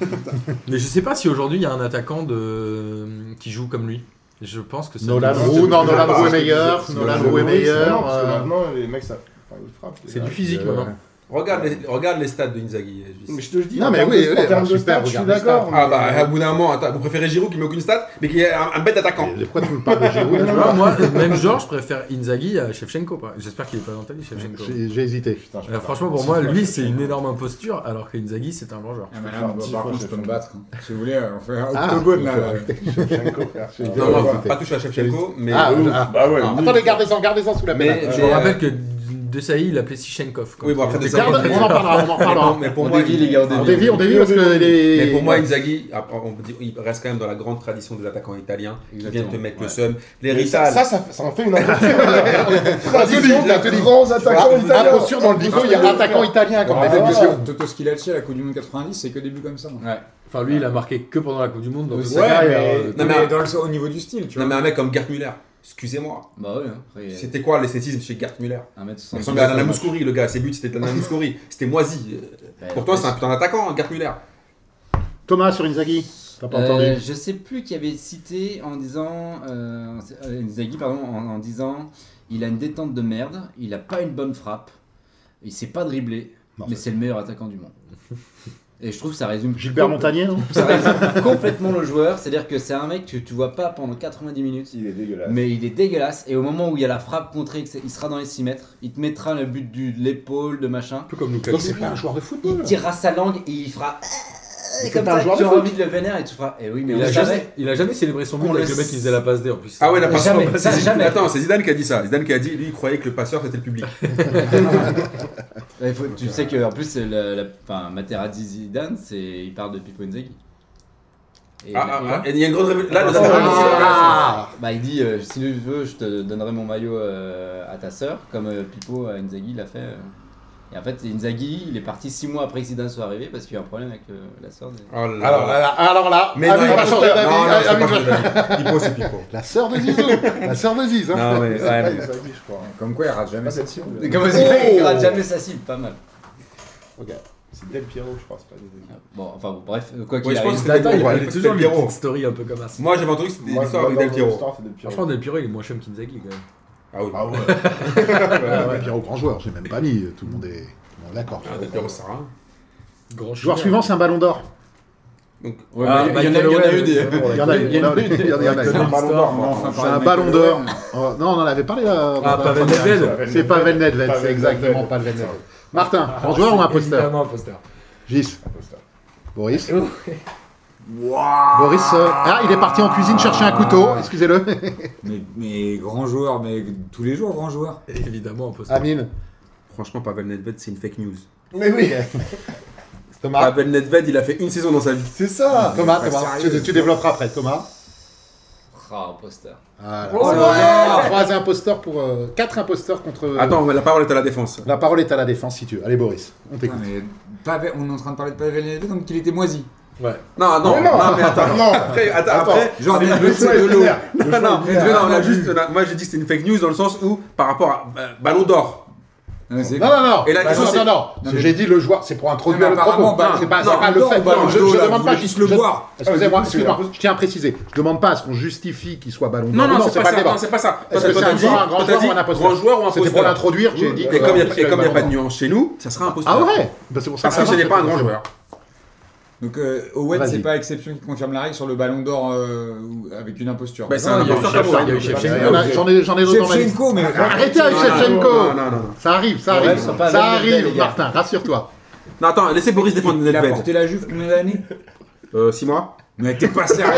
Mais je sais pas si aujourd'hui il y a un attaquant de... qui joue comme lui. Je pense que c'est. Nolan Non, Roux, c'est- non, Nolan c'est- c'est- Roux est c'est- meilleur. c'est- Nolan c'est- Roux est c'est- c'est- c'est- meilleur. Parce que euh, maintenant, les mecs, ça. Enfin, ils frappent. C'est les du gars. physique euh, maintenant. Regarde les, regarde les stats de Inzaghi. je dis. Mais je te le dis, Non, en mais termes oui, de- oui, en termes alors, de super, stats, je suis regarde les d'accord. stats. Ah mais- bah, au bout d'un moment, attends, vous préférez Giroud qui met aucune stat, mais qui est un, un bête attaquant. Mais Pourquoi tu me parles de Giroud Tu là vois, moi, même genre, je préfère Inzaghi à Shevchenko. par exemple. J'espère qu'il est pas dans ta vie, Shevchenko. J'ai j'ai hésité. Putain, je Euh, préfère franchement, pour dix moi, fois lui, que- c'est une énorme imposture, alors que Inzaghi, c'est un grand joueur. Ah, mais là, faire bah, dix par fois contre, je peux me Shevchenko. battre. hein. Si vous voulez, on fait un Ah, octogone là. là. Shevchenko, frère. Non, non, Ouais. pas toucher à Shevchenko, mais. Ah, oui, ah. Bah ouais. Ah, lui- Attendez, gardez-en, gardez-en sous la Mais- pénale. mais, Je euh, me rappelle que Desailly, il l'appelait Sichenkov. Oui, bon, après, C'était Desailly, quand Garde- même- on en parlera, on en mais parlera. non, mais pour On moi, dévie, il- les gars, on On dévie. dévie, on dévie parce que les. Mais pour moi, Inzaghi, après, on peut dire, il reste quand même dans la grande tradition des attaquants italiens qui viennent te Exactement, mettre ouais. le seum. Les Mais Ça, Rital. ça, ça, ça en fait une aventure. Tradition dit, des t'as dit. grands attaquants Ah, italiens. imposture dans le bigot, il y a Ah, attaquant italien quand Ah, même. ouais. Parce que Toto Scilacci à la Coupe du Monde 90, c'est que des buts comme ça. hein. Ouais. Enfin, lui, il a marqué que pendant la Coupe du Monde. donc Ouais, sa carrière, mais- euh, Non, Non, mais- mais dans le, au niveau du style, tu Non, vois. mais un mec comme Gert Müller, excusez-moi. Bah ouais, hein. Après, il y a C'était quoi l'esthétisme chez Gert Müller Il 1m70. ressemblait à Nana Mouskouri, le gars. Ses buts, c'était de la Nana Mouskouri. C'était moisi. Ouais, Pourtant, ouais. c'est un putain d'attaquant, hein, Gert Müller. Thomas sur Inzaghi, t'as pas Euh, entendu je sais plus qui avait cité en disant euh, euh, Inzaghi, pardon en, en disant il a une détente de merde il a pas une bonne frappe il sait pas dribbler Non, mais ça- c'est le meilleur attaquant du monde et je trouve que ça résume Gilbert compl- Montagnier, non ça résume complètement le joueur c'est à dire que c'est un mec que tu vois pas pendant 90 minutes Il est dégueulasse. mais il est dégueulasse et au moment où il y a la frappe contrée et que c'est- il sera dans les 6 mètres il te mettra le but du- de l'épaule de machin Un peu comme Lucas. Donc c'est pas un joueur de il football. tirera sa langue et il fera euh, Mais c'est comme pas un ça joueur tu de auras foot. envie de le vénérer et tu feras eh oui mais Il on a, savait. jamais, il a jamais célébré son but On avec le le mec qui faisait la passe D en plus. Euh, Ah ouais, la Mais passe jamais, ça, jamais. Attends, c'est Zidane qui a dit ça. Zidane qui a dit, lui, il croyait que le passeur, c'était le public. Ah, Ouais, il faut- tu sais que en plus c'est la, la, enfin, Materazzi Zidane, c'est il parle de Pipo Inzaghi. Et, Ah, ah, et- ah, et il y a une grande révélation. Là, le Ah Bah il dit euh, si tu veux je te donnerai mon maillot euh, à ta sœur comme euh, Pipo à Inzaghi l'a fait. euh. Et en fait Inzaghi il est parti six mois après que Zidane soit arrivé parce qu'il y a eu un problème avec euh, la sœur. de- Oh là Alors là. là, alors là, Mais ah, non, mais il pas faut changer faire- d'avis, non, non, ah, c'est mais pas je- changer d'avis. Pipo, c'est Pipo. La sœur de Zizou, la sœur de Ziz. hein. Non, mais, C'est pas ouais, mais- Inzaghi, je crois. Comme quoi, il rate jamais cette cible. Et Comme Zidane, il rate jamais sa cible, Oh pas mal. C'est Del Piero, je crois. C'est pas Inzaghi. Bon enfin bon, bref quoi qu'il Ouais, je arrive. pense que Zlatan, il Ouais, avait c'était toujours les Pierrot. petites stories un peu comme ça. Moi, j'avais entendu que c'était Moi, l'histoire je avec vois Del dans Piero. l'histoire, c'est Del Piero. Franchement, Del Piero, il est moins chum qu'Inzaghi quand même. Ah oui. Ah ouais. Ah ouais, Pierrot, grand joueur, j'ai même pas mis, tout le monde est tout le monde est d'accord. Ah, Del Piero, ça sert à rien. Grand Joueur suivant, c'est un ballon d'or. Ouais, Ah, mais il y- il y en a- Michael il y en a Owen, eu des. c'est bon, Il y en a eu, il y en a eu, il y en a eu. C'est un ballon d'or, moi. Enfin, C'est parler un de ballon Michael d'or. Owen. Oh, Non, on en avait parlé là. dans Ah, la Pavel première Nedved. émission. C'est Pavel Nedved, c'est exactement Pavel Nedved. Martin, grand joueur ou un Ah, imposteur Évidemment, imposteur. Gis, Imposteur. Boris. Boris, euh, ah, il est parti en cuisine chercher un couteau, excusez-le. Mais, mais grand joueur, mais tous les jours, grand joueur. Évidemment, imposteur. Amine. Franchement, Pavel Nedved, c'est une fake news. Mais oui. Thomas. Pavel Nedved, il a fait une saison dans sa vie. Bah. C'est ça. Thomas, Pas Thomas. sérieux. Tu, tu développeras après, Thomas. Ah, poster. Voilà. Oh là là. Trois imposteurs pour euh, quatre imposteurs contre. euh, Attends, mais la parole est à la défense. La parole est à la défense si tu veux. Allez Boris, on Non, t'écoute. mais Pavel- on est en train de parler de Pavel Nedved, donc qu'il était moisi. Ouais. Non, non, Mais non. non, mais attends. Non. Après, attends, Attends. après. Genre des Le bleus choix est de l'eau. clair. Le Non, choix non, est mais clair. non, on a juste, on a- moi j'ai dit que c'était une fake news dans le sens où, par rapport à euh, Ballon d'Or, Non, mais c'est- Non, non, non. Et la Bah, question, non, c'est- non, non. C'est- mais- J'ai dit le joueur, c'est pour introduire Non, le mais propos. apparemment, bah, c'est pas, non, c'est pas le non, fait. bah, non, non, je, non, je là, demande vous pas. voulez juste le je- boire. Excusez-moi, Ah, excusez-moi. Je tiens à préciser. Je demande pas à ce qu'on justifie qu'il soit ballon. Non, d'or. non, c'est pas, le ça. débat. Non, c'est pas ça. Est-ce que Toi, c'est t'as un dit- joueur, un grand toi, t'as joueur dit ou un imposteur grand joueur ou C'était pour imposteur l'introduire. J'ai dit. Et comme il euh, n'y a pas de ballon d'or. nuance chez nous, ça sera imposteur. Ah ouais. Bah, c'est pour ça. Parce que ce n'est pas un grand joueur. Donc euh, Owen, Vas-y. c'est pas exception qui confirme la règle sur le ballon d'or euh, ou- avec une imposture. Bah, c'est un il y a eu imposteur comme Shevchenko, il y a eu Owen. J'en Shevchenko. ai, j'en ai, j'en ai d'autres dans la liste. Shevchenko, mais Arrêtez avec Non, non, Shevchenko. non, non, non. Ça arrive, ça Ouais, arrive. ils sont pas Ça avec Nedved, les arrive, gars. Martin. Rassure-toi. Non, attends, laissez Boris défendre il a Nedved. porté la juve combien d'années 6 mois Mais t'es pas sérieux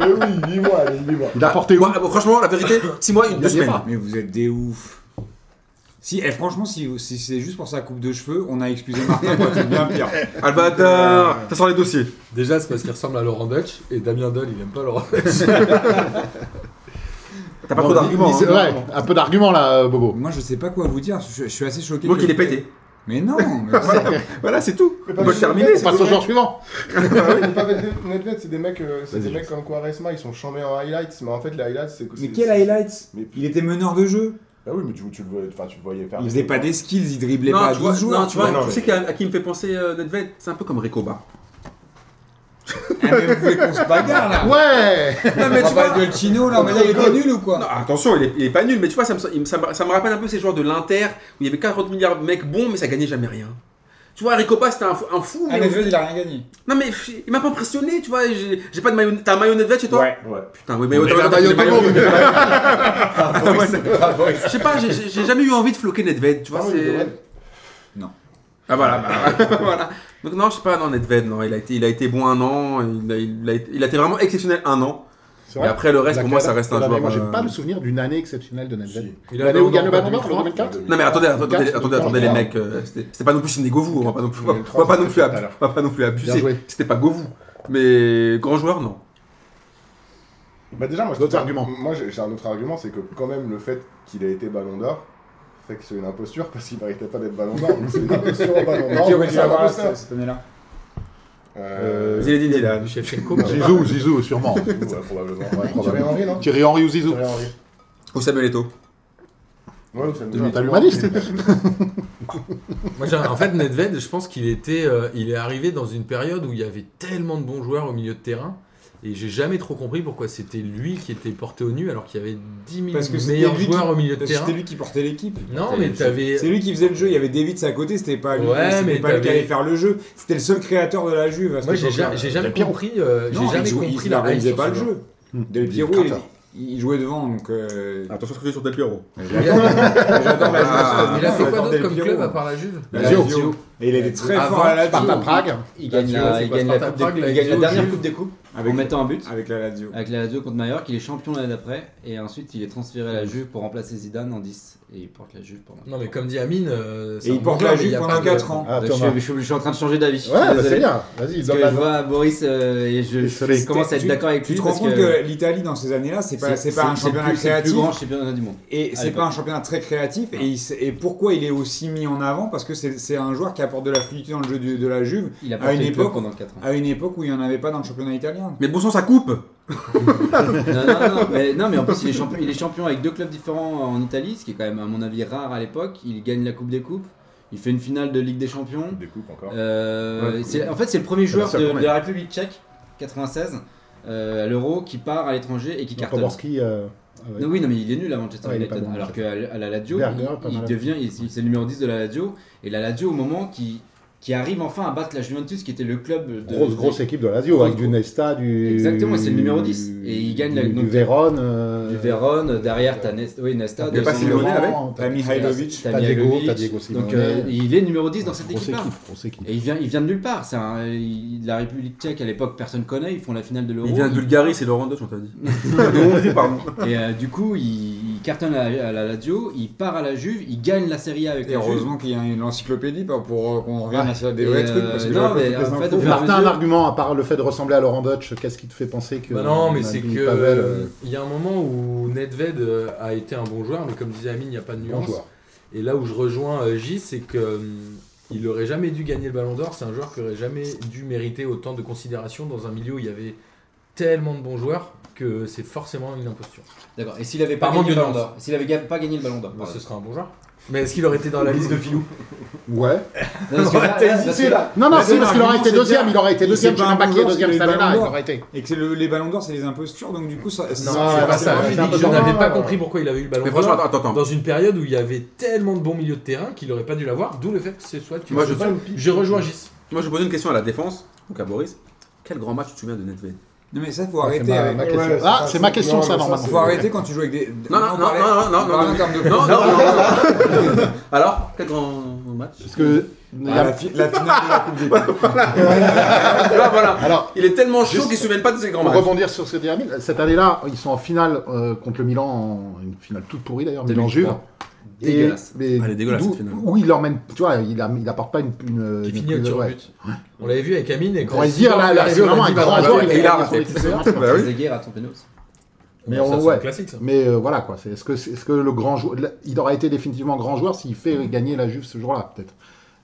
Mais oui, dis-moi, allez, dis-moi. Il a porté où Moi, franchement, la vérité, 6 mois, une deux avait semaines. pas. Mais vous êtes des oufs. Si, eh, franchement, si, si c'est juste pour sa coupe de cheveux, on a excusé Martin, quoi, c'est bien pire. Albatar, ça sort les dossiers. Déjà, c'est parce qu'il ressemble à Laurent Dutch et Damien Doll, il aime pas Laurent Dutch. T'as pas Bon, trop mais d'arguments. c'est- hein. Ouais, un peu d'argument là, euh, Bobo. Moi, je sais pas quoi vous dire, je, je suis assez choqué. Moi que- qu'il est pété. Mais non, mais Voilà, c'est tout. On pas peut le de terminer. On passe au joueur suivant. Mais pas Nedved, Nedved, c'est des mecs, euh, c'est des Vas-y. mecs comme Quaresma, ils sont chambés en highlights, mais en fait les highlights c'est. Mais c'est- quel highlight Mais- Il était meneur de jeu. Bah oui, mais tu, tu le voyais, enfin, tu le voyais faire. Il faisait pas des skills, il driblait Non, pas tu vois, 12 joueurs. non, tu vois, non, tu mais- sais qu'à- à qui me fait penser euh, Nedved C'est un peu comme Recoba. Ah, mais vous voulez qu'on se bagarre là Ouais Non, mais tu parles de Chino là, mais là il était nul ou quoi Non, attention, il est, il est pas nul, mais tu vois, ça me, il me- ça me- ça me rappelle un peu ces joueurs de l'Inter où il y avait 40 milliards de mecs bons, mais ça gagnait jamais rien. Tu vois, Ricopa, c'était un, fou- un fou. Ah, mais- mais je il a rien gagné. Non, mais pff, il m'a pas impressionné, tu vois. J'ai j'ai pas de maillot. T'as un maillot Nedved chez toi ouais. Putain, oui, maillot Mais la maillot Nedved, t'as des de maillots. monde. Bravo, Je sais pas, j'ai- j'ai j'ai jamais eu envie de floquer Nedved, tu vois. Ah oui, c'est- Nedved. Non. Ah voilà, bah, voilà. Donc non, je sais pas, non, Nedved, non, il a été, il a été bon un an, il a, il a- il a été vraiment exceptionnel un an. C'est Et vrai. après, le reste, pour moi, ça D'accord. reste un Voilà, mais joueur. Moi, j'ai euh, pas le souvenir d'une année exceptionnelle de Nedved. Si. Il L'année avait où il gagne le ballon en d'or, en 2004 Non mais attendez, attendez, attendez, attendez les Quatre, mecs, euh, c'était c'était pas non plus Sidney Govou, on va pas non plus, on va- on va Trois, pas non plus, tout à app- l'heure. on va pas non plus Bien appuyer, joué. c'était pas Govou, mais grand joueur non. Bah déjà, moi, je- D'autres arguments. Moi, j'ai j'ai un autre argument, c'est que quand même le fait qu'il ait été Ballon d'Or fait que c'est une imposture parce qu'il méritait pas d'être Ballon d'or. donc c'est une imposture au Ballon d'Or. Qui aurait dû c'est un avoir imposteur. ça cette année-là Euh, Zinedine Zidane. Shevchenko. Zizou, Zizou, sûrement. ouais, probablement. Ouais, Thierry probablement. Henry, non Thierry Henry ou Zizou Thierry Henry. Ou Samuel Eto'o. Ouais, ça me dit un T'as truc. lu ma liste Moi, j'ai- en fait, Nedved, je pense qu'il était, euh, il est arrivé dans une période où il y avait tellement de bons joueurs au milieu de terrain. Et j'ai jamais trop compris pourquoi c'était lui qui était porté au nu alors qu'il y avait 10 000 Parce que c'était meilleurs lui qui- joueurs au milieu de Parce que terrain. C'était lui qui portait l'équipe. Non, mais t'avais. C'est lui qui faisait le jeu, il y avait Davids à côté, c'était pas lui, Ouais, c'était mais pas lui qui t'avais- allait faire le jeu. C'était le seul créateur de la Juve. à cette Moi, j'ai époque-là. jamais, j'ai jamais Pierre- compris, euh, Non, j'ai jamais il jouait- compris il la organisait réalisation pas le sur ce jeu. Hmm. Del Piero, Carter. il, il jouait devant, donc. euh, Ah Attention ce que tu dis sur Del Piero. J'adore j'adore la Ah. Il a fait quoi J'adore d'autre Del comme Piero. club à part la Juve La Lazio. Lazio. Et il était très Avant, fort à la Sparta Lazio. Prague. Il gagne gagne la- la, il gagne la Coupe des- il gagne la dernière dernière Coupe des Coupes en Avec, mettant un but avec la Lazio. avec la Lazio contre Mallorca. Il est champion l'année d'après et ensuite il est transféré à la Juve pour remplacer Zidane en 10 et il porte la Juve pendant. Non, mais comme dit Amine, euh, c'est Et un il porte bon la joueur, mais il y Juve a pendant pas de- 4 ans. Ah, Euh, je, Thomas. suis, je suis- je suis en train de changer d'avis. Ouais, bah, c'est Désolé. bien. Vas-y, Parce donne que la je vois Boris euh, et je, Et je Soleil. commence à être Tu- d'accord avec Tu lui. te rends parce compte que que l'Italie dans ces années-là, c'est pas, c'est pas un c'est le championnat plus- C'est le plus créatif. grand Ah, championnat du monde. Et À c'est l'époque. pas un championnat très créatif. Et, il s- et pourquoi il est aussi mis en avant Parce que c'est c'est un joueur qui apporte de la fluidité dans le jeu de, de la Juve Il a À porté une le club époque- pendant 4 ans. à une époque où il n'y en avait pas dans le championnat italien. Mais bon sang ça coupe non, non, non, mais, non, mais en plus, il est, champion, il est champion avec deux clubs différents en Italie, ce qui est quand même, à mon avis, rare à l'époque. Il gagne la Coupe des Coupes, il fait une finale de Ligue des Champions. Des coupes encore. Euh, Ouais. c'est- en fait, c'est le premier joueur seule de, promesse. de la République tchèque, 96, euh, à l'Euro, qui part à l'étranger et qui Donc, cartonne. Poborski, euh, Non, oui, non, mais il est nul à Manchester Ouais, il est United. pas bon, alors Manchester. qu'à l- à la Lazio, Berger, il- pas il, mal. devient, il- il- c'est le numéro 10 de la Lazio. Et la Lazio, au moment qui, qui arrive enfin à battre la Juventus, qui était le club de. Grosse, grosse équipe de l'Asio, Grosse, avec du grosse. Nesta, du. Exactement, et c'est le numéro 10. Et il gagne la- Du, du donc- Vérone. euh, Du Vérone, derrière t'as Nesta, oui, Nesta, Mais pas Dejan Simeone Laurent, avec T'as Mihailovic. t'as T'as Diego, Mialovic. t'as Diego Donc Simeone. euh, il est numéro 10 dans cette Grosse équipe-là. équipe. Grosse équipe. Et il vient, il vient de nulle part. C'est un- il- la République tchèque à l'époque, personne connaît. Ils font la finale de l'Euro. Il vient de Bulgarie, c'est Laurent Deutsch on t'a dit. Non, pardon. Et euh, du coup, il, il cartonne à, à la Lazio, il part à la Juve, il gagne la Série A avec Et la Juve. heureusement qu'il y a une encyclopédie pour, pour, euh, qu'on revienne Ouais. à ça, des Et, vrais euh, trucs. Parce que non, j'aurais pas mais toutes les en fait, infos. au fur et à Martin, un mesure- argument, à part le fait de ressembler à Laurent Dutch, qu'est-ce qui te fait penser que. Bah non, mais Manu c'est que Pavel, euh, euh, il y a un moment où Nedved euh, a été un bon joueur, mais comme disait Amine, il n'y a pas de bon nuance. joueur. Et là où je rejoins euh, J, c'est que hum, il aurait jamais dû gagner le Ballon d'Or. C'est un joueur qui aurait jamais dû mériter autant de considération dans un milieu où il y avait tellement de bons joueurs que c'est forcément une imposture. D'accord. Et s'il avait Par pas gagné manque le de Ballon chance. d'Or, s'il avait ga- pas gagné le Ballon d'Or. Bah, pardon. ce serait un bon joueur. Mais est-ce qu'il aurait été dans la liste de Filou Ouais. Non, parce que là- là, parce que là- Non, non, Mais c'est non, parce qu'il mais aurait non, été c'est deuxième. bien. Il aurait été Il deuxième. s'est Je sais pas même pas qui est imposé, deuxième c'est cette le année-là. Il Ballon d'Or. aurait été. Et que c'est le- les ballons d'or, c'est les impostures, donc du coup, ça. Non, ça- ouais, c'est ouais, pas c'est ça. vrai, bah, J'ai c'est un dit peu que je normal, n'avais pas ouais. compris pourquoi il avait eu le Mais Ballon franchement d'Or. attends, attends, attends. Dans une période où il y avait tellement de bons milieux de terrain qu'il aurait pas dû l'avoir, d'où le fait que ce soit. Moi, je- J'ai rejoint Gis. Moi je pose une question à la défense, donc à Boris. Quel grand match tu te souviens de Nedved Non, mais ça, faut C'est arrêter. ma- avec- ma ouais, question. c'est Ah, pas- c'est ma question, ça, mais normalement. Faut arrêter quand tu joues avec des. Non, non, on non, parlait- non, non, on non, parlait non. en termes de- Non, non, non, non, non. Alors, quel grand match Parce que. il y Ah, a- la, fi- la finale de la Coupe des Coupes. Là voilà. Alors, Il est tellement chaud Juste- qu'il se souvienne pas de ses grands pour matchs. rebondir sur ce dernier, cette année-là, ils sont en finale euh, contre le Milan, en- une finale toute pourrie d'ailleurs, Milan-Juve. Et, Dégueulasse. mais Elle est dégueulasse, d'où- cette finale. où il leur mène, tu vois, il, a- il apporte pas une. une Qui une- finit au une- tir au Euh, ouais. but. On l'avait vu avec Amine et On quand. va se dire, là, Zidane est là, arrivé, c'est on a vraiment dit, un bah, grand bravo, joueur, il il a a raté. raté. Bah oui. Trezeguet rate son penalty. Mais Ça, on- c'est ouais. un classique, ça. Mais euh, voilà quoi, c'est est-ce que c'est- est-ce que le grand joueur là, il aura été définitivement grand joueur s'il fait gagner la Juve ce jour-là peut-être.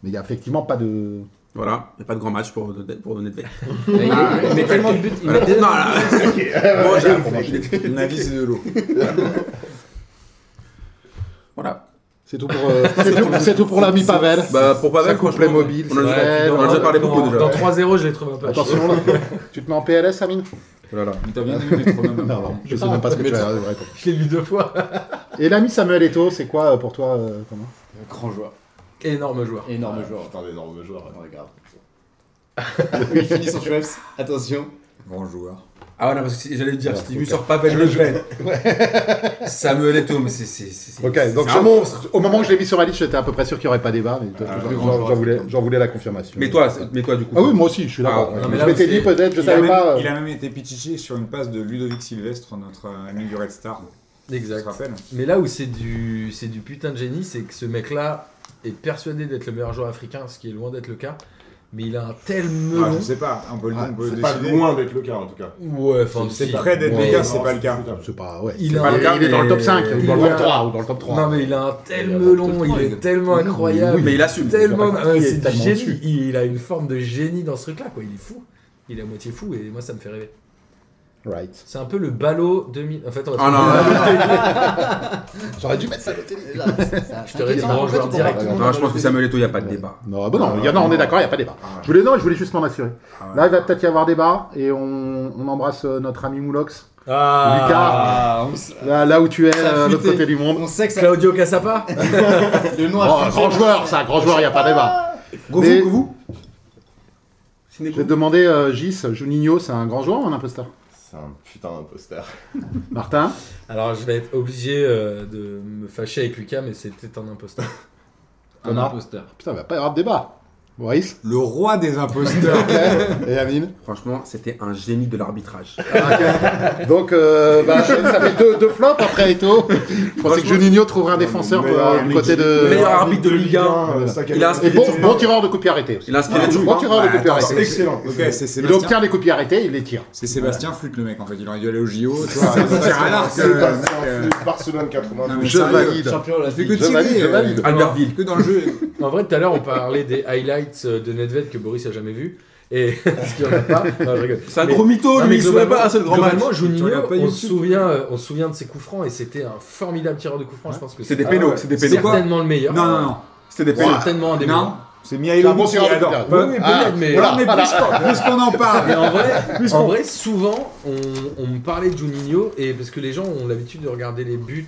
Mais il y a effectivement pas de Voilà, il n'y a pas de grand match pour, pour Nedved. Il- il- Il met tellement de buts. il met Non, tellement- là. Bon, j'ai- Mon avis, c'est de l'eau. Voilà. C'est C'est tout pour, euh, c'est tout, c'est tout pour l'ami Pavel. Bah, pour Pavel, Ça coupe franchement, Playmobil, on en a- c'est vrai, on en a déjà dans- parlé beaucoup hein. Dans, déjà. dans 3-0, je les trouve un peu à chier. Attention, là. tu te mets en PLS, Amine Voilà. Mais t'as bien aimé Métronome Non, je sais même pas ce que tu as répondre. Je l'ai lu deux fois. Et l'ami Samuel Eto, c'est quoi euh, pour toi euh, comment Grand joueur. Énorme joueur. Énorme Ah, joueur. Putain, d'énorme joueur. Regarde. Il finit son Schweppes. Attention. Grand joueur. Ah ouais, non, parce que si- j'allais le dire, si tu me sors Pavel Le Pen, Samuel Eto'o, mais c'est c'est- c'est- c'est- Ok, donc c'est un je- monstre. Au moment que je l'ai mis sur ma liste, j'étais à peu près sûr qu'il n'y aurait pas débat, mais Ah, j'en- grand j'en joueur. voulais, j'en voulais la confirmation. Mais toi, c'est- mais toi du coup. Ah oui, moi aussi, je suis d'accord. Ah, Ouais. non, mais je là, m'étais dit c'est- peut-être, je il, a savais même, pas. euh, il a même été pitchiché sur une passe de Ludovic Silvestre, notre euh, ami du Red Star. Tu te Exact. rappelles Mais là où c'est du, c'est du putain de génie, c'est que ce mec-là est persuadé d'être le meilleur joueur africain, ce qui est loin d'être le cas. Mais il a un tel Ah, melon. Je sais pas, on peut, le- Ah, on peut c'est pas décider. loin d'être le cas en tout cas. ouais, enfin, C'est si. près d'être Mais- le cas, c'est pas le cas. C'est pas, ouais. Il c'est a- pas le cas, il il est dans le est- top 5, ou il dans le a- top 3, ou dans le top 3. Non, mais il a un tel Il a un melon, top il trois, est il a- tellement incroyable. Mais il assume. tellement. Il a pas compris, euh, il est c'est du tellement génie. dessus. Il, il a une forme de génie dans ce truc-là, quoi. Il est fou. Il est à moitié fou et moi ça me fait rêver. Right. C'est un peu le ballot 2000. En fait, on va Ah non, non, non, J'aurais dû mettre ça. Je te réponds, grand joueur direct. non, non, je pense que Samuel Eto'o, il n'y a pas de débat. Non, bah non, il y en a, on est d'accord, il n'y a pas débat. Ah ouais. Je voulais, non, je voulais juste m'en assurer. Ah ouais. Là, il va peut-être y avoir débat, et on, on embrasse euh, notre ami Moulox. Ah, on, s- Là, là où tu es, Ça a euh, de l'autre fuité. côté du monde. on sait que ça. Claudio Cassapa Le nom Oh, a grand joueur, ça, grand joueur, il n'y a pas débat. Ah. Mais- Govou, Govou Ciné Je vais te Govou. demander, euh, Gis, Juninho, c'est un grand joueur ou un imposteur C'est un putain d'imposteur. Martin Alors je vais être obligé euh, de me fâcher avec Lucas, mais c'était un imposteur. Un imposteur. Putain, il va pas y avoir de débat. Boris Le roi des imposteurs. Et Amine Franchement, c'était un génie de l'arbitrage. Donc, euh, bah, ça fait deux, deux flops après Eto. Je pensais que Juninho trouverait un défenseur euh, du côté de. meilleur arbitre de Ligue un. Voilà. Sakala- Il a inspiré Et bon, du- bon tireur de coups pieds arrêtés aussi. Il a inspiré Ah, du bon tireur de coups pieds attends, arrêtés. Excellent. ok, c'est Il Sébastien. obtient les coups pieds arrêtés, il les tire. C'est Sébastien Flûte le mec en fait, il aurait dû aller au JO. Tu vois, il tire à l'arc, C'est euh, pas- mec, c'est un euh, flux de Barcelone Non, 92. mais Je sérieux, valide. Champion de la il fait que FIDE. Je valide, tirer. je valide. euh, Albertville. Que dans le jeu. En vrai, tout à l'heure, on parlait des highlights euh, de Nedved que Boris a jamais vu. Et ce qu'il en a pas. Non, je rigole. C'est un Mais- gros mytho, Non, mais Oh, lui, il se souvient globalement- pas un seul grand match. Globalement, Juninho, Tu regardes pas on YouTube, se souvient, euh, on se souvient de ses coups francs et c'était un formidable tireur de coups francs. Je pense que C'est des un- pénaux, c'est des C'est pénaux. certainement le meilleur. Non, non, non. C'est des pénaux. Certainement un des Non, meilleurs. c'est C'est un Mihailo bon qui tireur de adore. coups Oui, pieds arrêtés. oui, peut-être, Ah, mais- voilà. Mais plus qu'on- plus qu'on en Mais parle. en vrai, en vrai, souvent, on, on me parlait de Juninho et parce que les gens ont l'habitude de regarder les buts,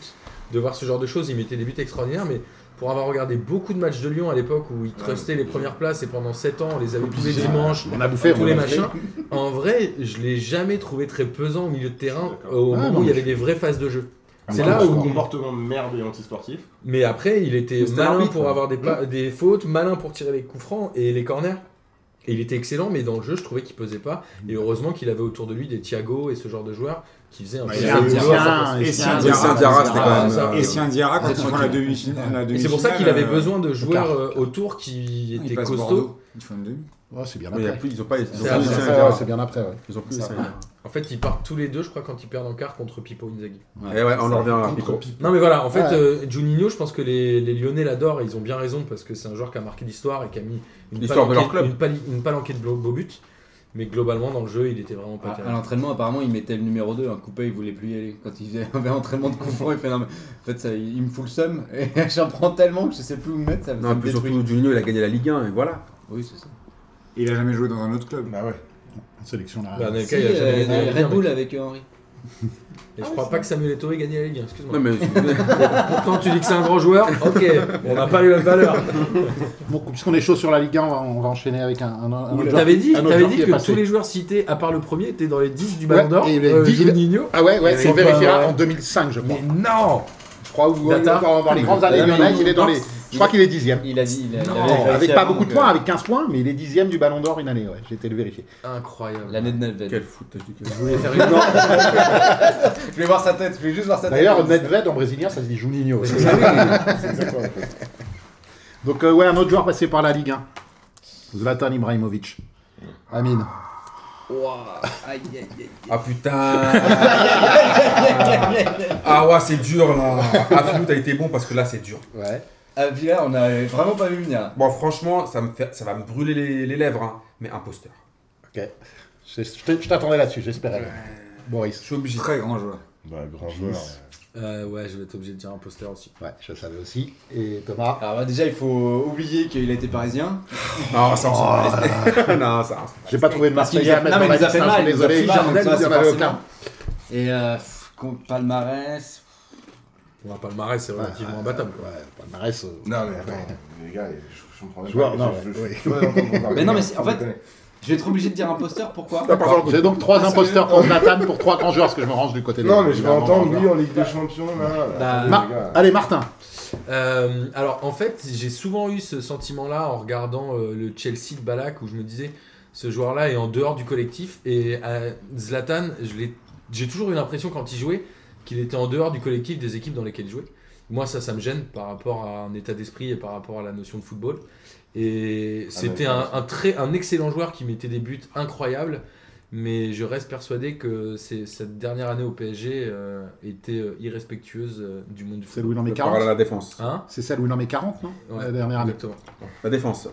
de voir ce genre de choses. Ils mettaient des buts extraordinaires, mais pour avoir regardé beaucoup de matchs de Lyon à l'époque où ils trustaient les premières places et pendant 7 ans, on les avait tous les dimanches. On a bouffé, tous on les a bouffé. machins. En vrai, je l'ai jamais trouvé très pesant au milieu de terrain Je suis d'accord. au Ah, moment non, où il y mais avait des vraies phases de jeu. C'est Ah, là bon, Son où. comportement de merde et antisportif. Mais après, il était Mais c'était malin l'arbitre, pour hein. avoir des, pa- des fautes, malin pour tirer les coups francs et les corners. Et il était excellent, mais dans le jeu, je trouvais qu'il pesait pas. Et heureusement qu'il avait autour de lui des Thiago et ce genre de joueurs qui faisaient un Bah, peu. il y Et a ça. un tien, et Et un Sien tien. Le Saint Diarra, c'était quand même. Ah, euh, Et si un Diarra, quand ils font la demi-finale. la Et c'est pour ça qu'il demi-finale, avait euh, besoin de joueurs euh, autour il qui étaient passe costauds. Bordeaux. Ils font une demi. Ouais, Oh, c'est bien mais il y a après. plus- Ils ont pas ils ont C'est pas un- les Ouais, Saint ouais, Diarra. c'est bien après, ouais. Ils ont plus C'est les ça. Saint Diarra. En fait, ils partent tous les deux, je crois, quand ils perdent en quart contre Pipo Inzaghi. Et ouais, on en revient à l'arbitre. Contre Pipo. Non mais voilà, en fait, Ouais. euh, Juninho, je pense que les, les Lyonnais l'adorent et ils ont bien raison parce que c'est un joueur qui a marqué l'histoire et qui a mis une L'histoire de leur palanquée club. une pali- une palanquée de beaux beaux buts. Mais globalement, dans le jeu, il était vraiment Ah, pas À, Ah, à terrible. l'entraînement, apparemment, il mettait le numéro 2. Un coupé, il voulait plus y aller. Quand il faisait un entraînement de coup franc, il fait non, mais en fait, ça, il me fout le seum. Et j'en prends tellement que je sais plus où me mettre. Ça, ça Non, me plus détruit. surtout, Juninho, il a gagné la Ligue 1, et voilà. Oui, c'est ça. Et il a jamais joué dans un autre club. Bah ouais. En sélection là. Bah, Anelka, Si, il a jamais euh, gagné la Ligue Red un, Bull mec. avec euh, Henry. Et je crois pas que Samuel Eto'o ait gagné la Ligue, 1, excuse-moi. Non, mais. Pourtant, tu dis que c'est un grand joueur, ok, on n'a pas les mêmes valeurs. Bon, puisqu'on est chaud sur la Ligue 1, on va, on va enchaîner avec un, un, un autre T'avais joueur- dit, un autre t'avais joueur dit qui est que passé. tous les joueurs cités, à part le premier, étaient dans les 10 du Ballon Ouais, d'Or. et les euh, 10 Juninho. Ah ouais, ouais, Mais c'est pas- vérifié en 2005, je crois. Mais non Je crois où Data. dans, dans les grandes années Non, lyonnaises, non, il est dans les. Je crois qu'il est dixième. Il a dit. Il a, il Non, avait vérifié Avec pas avant, beaucoup de donc, points, avec 15 points, mais il est dixième du Ballon d'Or une année. Ouais, j'ai été le vérifier. euh, Incroyable. L'année de Nedved. Quel foot, Je voulais faire une Je voulais voir sa tête. Je voulais juste voir sa tête. D'ailleurs, Nedved en brésilien, ça se dit Juninho. C'est exactement la même chose. Donc euh, ouais, un autre joueur passé par la Ligue 1. Zlatan Ibrahimovic. Amine. Ouah, aïe, aïe, aïe. Ah putain Ah ouais, c'est dur là Ah Filou, t'as été bon parce que là, c'est dur. Ouais. Ah, puis là, on n'avait vraiment pas vu venir. Bon, franchement, ça, me fait- ça va me brûler les, les lèvres, hein. mais imposteur. Ok. Je, je t'ai- je t'attendais là-dessus, j'espérais. Boris. Je suis obligé. Très grand joueur. Bah, grand joueur. Euh, ouais, je vais être obligé de dire imposteur aussi. Ouais, je le savais aussi. Et Thomas Alors bah, déjà, il faut oublier qu'il a été parisien. Non, ça, on s'en fout. Non, ça, on s'en fout. J'ai pas trouvé de Parce qu'il Marseillais à a- mettre non, mais dans la il nous a liste, fait hein, je suis mal, il nous désolé. a Jardin, fait mal, donc ça, il y en avait forcément. aucun. Et euh, pff, contre palmarès. On va pas le marrer, c'est relativement imbattable. quoi. Ouais, palmarès. euh, Non, mais attends, ouais. les gars, je, je comprends même Joueur, pas. non, je, je- ouais, je suis pas d'accord pour parler. Mais non, mais c'est- en Sans fait- déconner. Je vais être obligé de dire imposteur, pourquoi J'ai donc trois imposteurs contre Nathan pour trois grands joueurs, parce que je me range du côté des Non, mais je vais évidemment, entendre, grands lui, en Ligue des Champions, là. euh, Bah, Attendez, Ma- les gars. Allez, Martin. Euh, alors en fait, j'ai souvent eu ce sentiment-là en regardant euh, le Chelsea de Balak où je me disais ce joueur-là est en dehors du collectif et euh, Zlatan, je l'ai- j'ai toujours eu l'impression quand il jouait qu'il était en dehors du collectif des équipes dans lesquelles il jouait. Moi ça, ça me gêne par rapport à un état d'esprit et par rapport à la notion de football. Et c'était un, un très, un excellent joueur qui mettait des buts incroyables, mais je reste persuadé que c'est- cette dernière année au PSG euh, était euh, irrespectueuse euh, du monde du C'est football. Louis en met Par 40. la défense. Hein C'est celle où il en met 40, non Ouais, La dernière année. Exactement. La défense.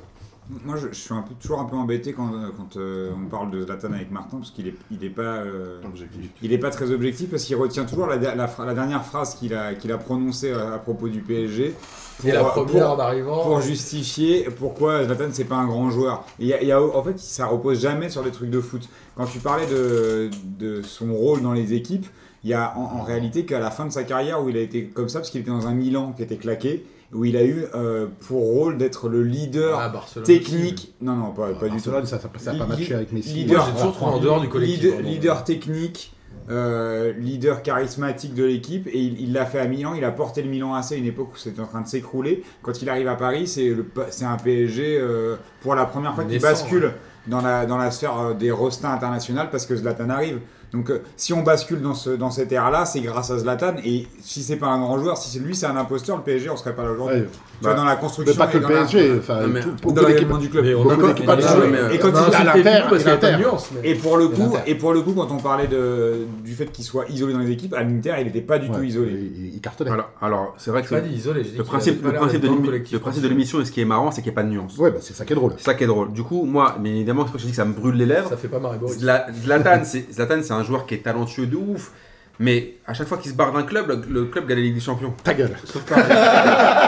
Moi, je, je suis un peu, toujours un peu embêté quand, euh, quand euh, on parle de Zlatan avec Martin, parce qu'il est, il est pas. euh, Objectif. il n'est pas très objectif parce qu'il retient toujours la, la phra- la dernière phrase qu'il a, qu'il a prononcée euh, à, à propos du PSG pour, Et la pour- première en arrivant. pour justifier pourquoi Zlatan c'est pas un grand joueur. Il y a- il y a- en fait, ça repose jamais sur des trucs de foot. Quand tu parlais de, de son rôle dans les équipes, il y a en, en réalité qu'à la fin de sa carrière où il a été comme ça parce qu'il était dans un Milan qui était claqué, où il a eu euh, pour rôle d'être le leader Ah, Barcelone aussi, technique. Non, non, pas, pas du tout. Barcelone, ça n'a pas Li- matché avec Messi. mais- leader, Moi, j'ai toujours trouvé en dehors du collectif. Leader, vraiment. leader technique, euh, leader charismatique de l'équipe, et il il l'a fait à Milan. Il a porté le Milan AC à une époque où c'était en train de s'écrouler. Quand il arrive à Paris, c'est le pa- c'est un PSG euh, pour la première fois qui Naissant, bascule dans la dans la sphère euh, des rostins internationales parce que Zlatan arrive. Donc euh, si on bascule dans ce dans cette ère là, c'est grâce à Zlatan. Et si c'est pas un grand joueur, si c'est lui c'est un imposteur, le PSG on serait pas là aujourd'hui. Ouais. Tu vois, Bah, dans la Mais construction, pas que et le dans la- PSG, enfin, Non, mais- tout- dans beaucoup d'équipes. l'élément du club. Mais on Beaucoup a pas- d'équipes à mais- jouer, mais- euh, mais- Et quand non, il a c'était la venu terre, il parce a qu'il y a la pas de terre. nuance, mais- Et pour le Et coup, l'Inter. et pour le coup, quand on parlait de, du fait qu'il soit isolé dans les équipes, à l'Inter, il n'était pas du tout Ouais, isolé. Il il cartonnait. Alors, alors, c'est vrai que J'ai pas le- dit isolé, j'ai dit le qu'il principe, avait pas le l'air principe de d'être dans le l'émi- collectif. le principe de l'émission et ce qui est marrant, c'est qu'il n'y a pas de nuance. Ouais, bah, c'est ça qui est drôle. C'est ça qui est drôle. Du coup, moi, mais évidemment, c'est pour ça que je dis que ça me brûle les lèvres. Ça fait pas marrer Boris. Zla- Zlatan, c'est Zlatan, c'est un joueur qui est talentueux de ouf, mais à chaque fois qu'il se barre d'un club, le- le club gagne la Ligue des Champions. Ta gueule. Sauf par-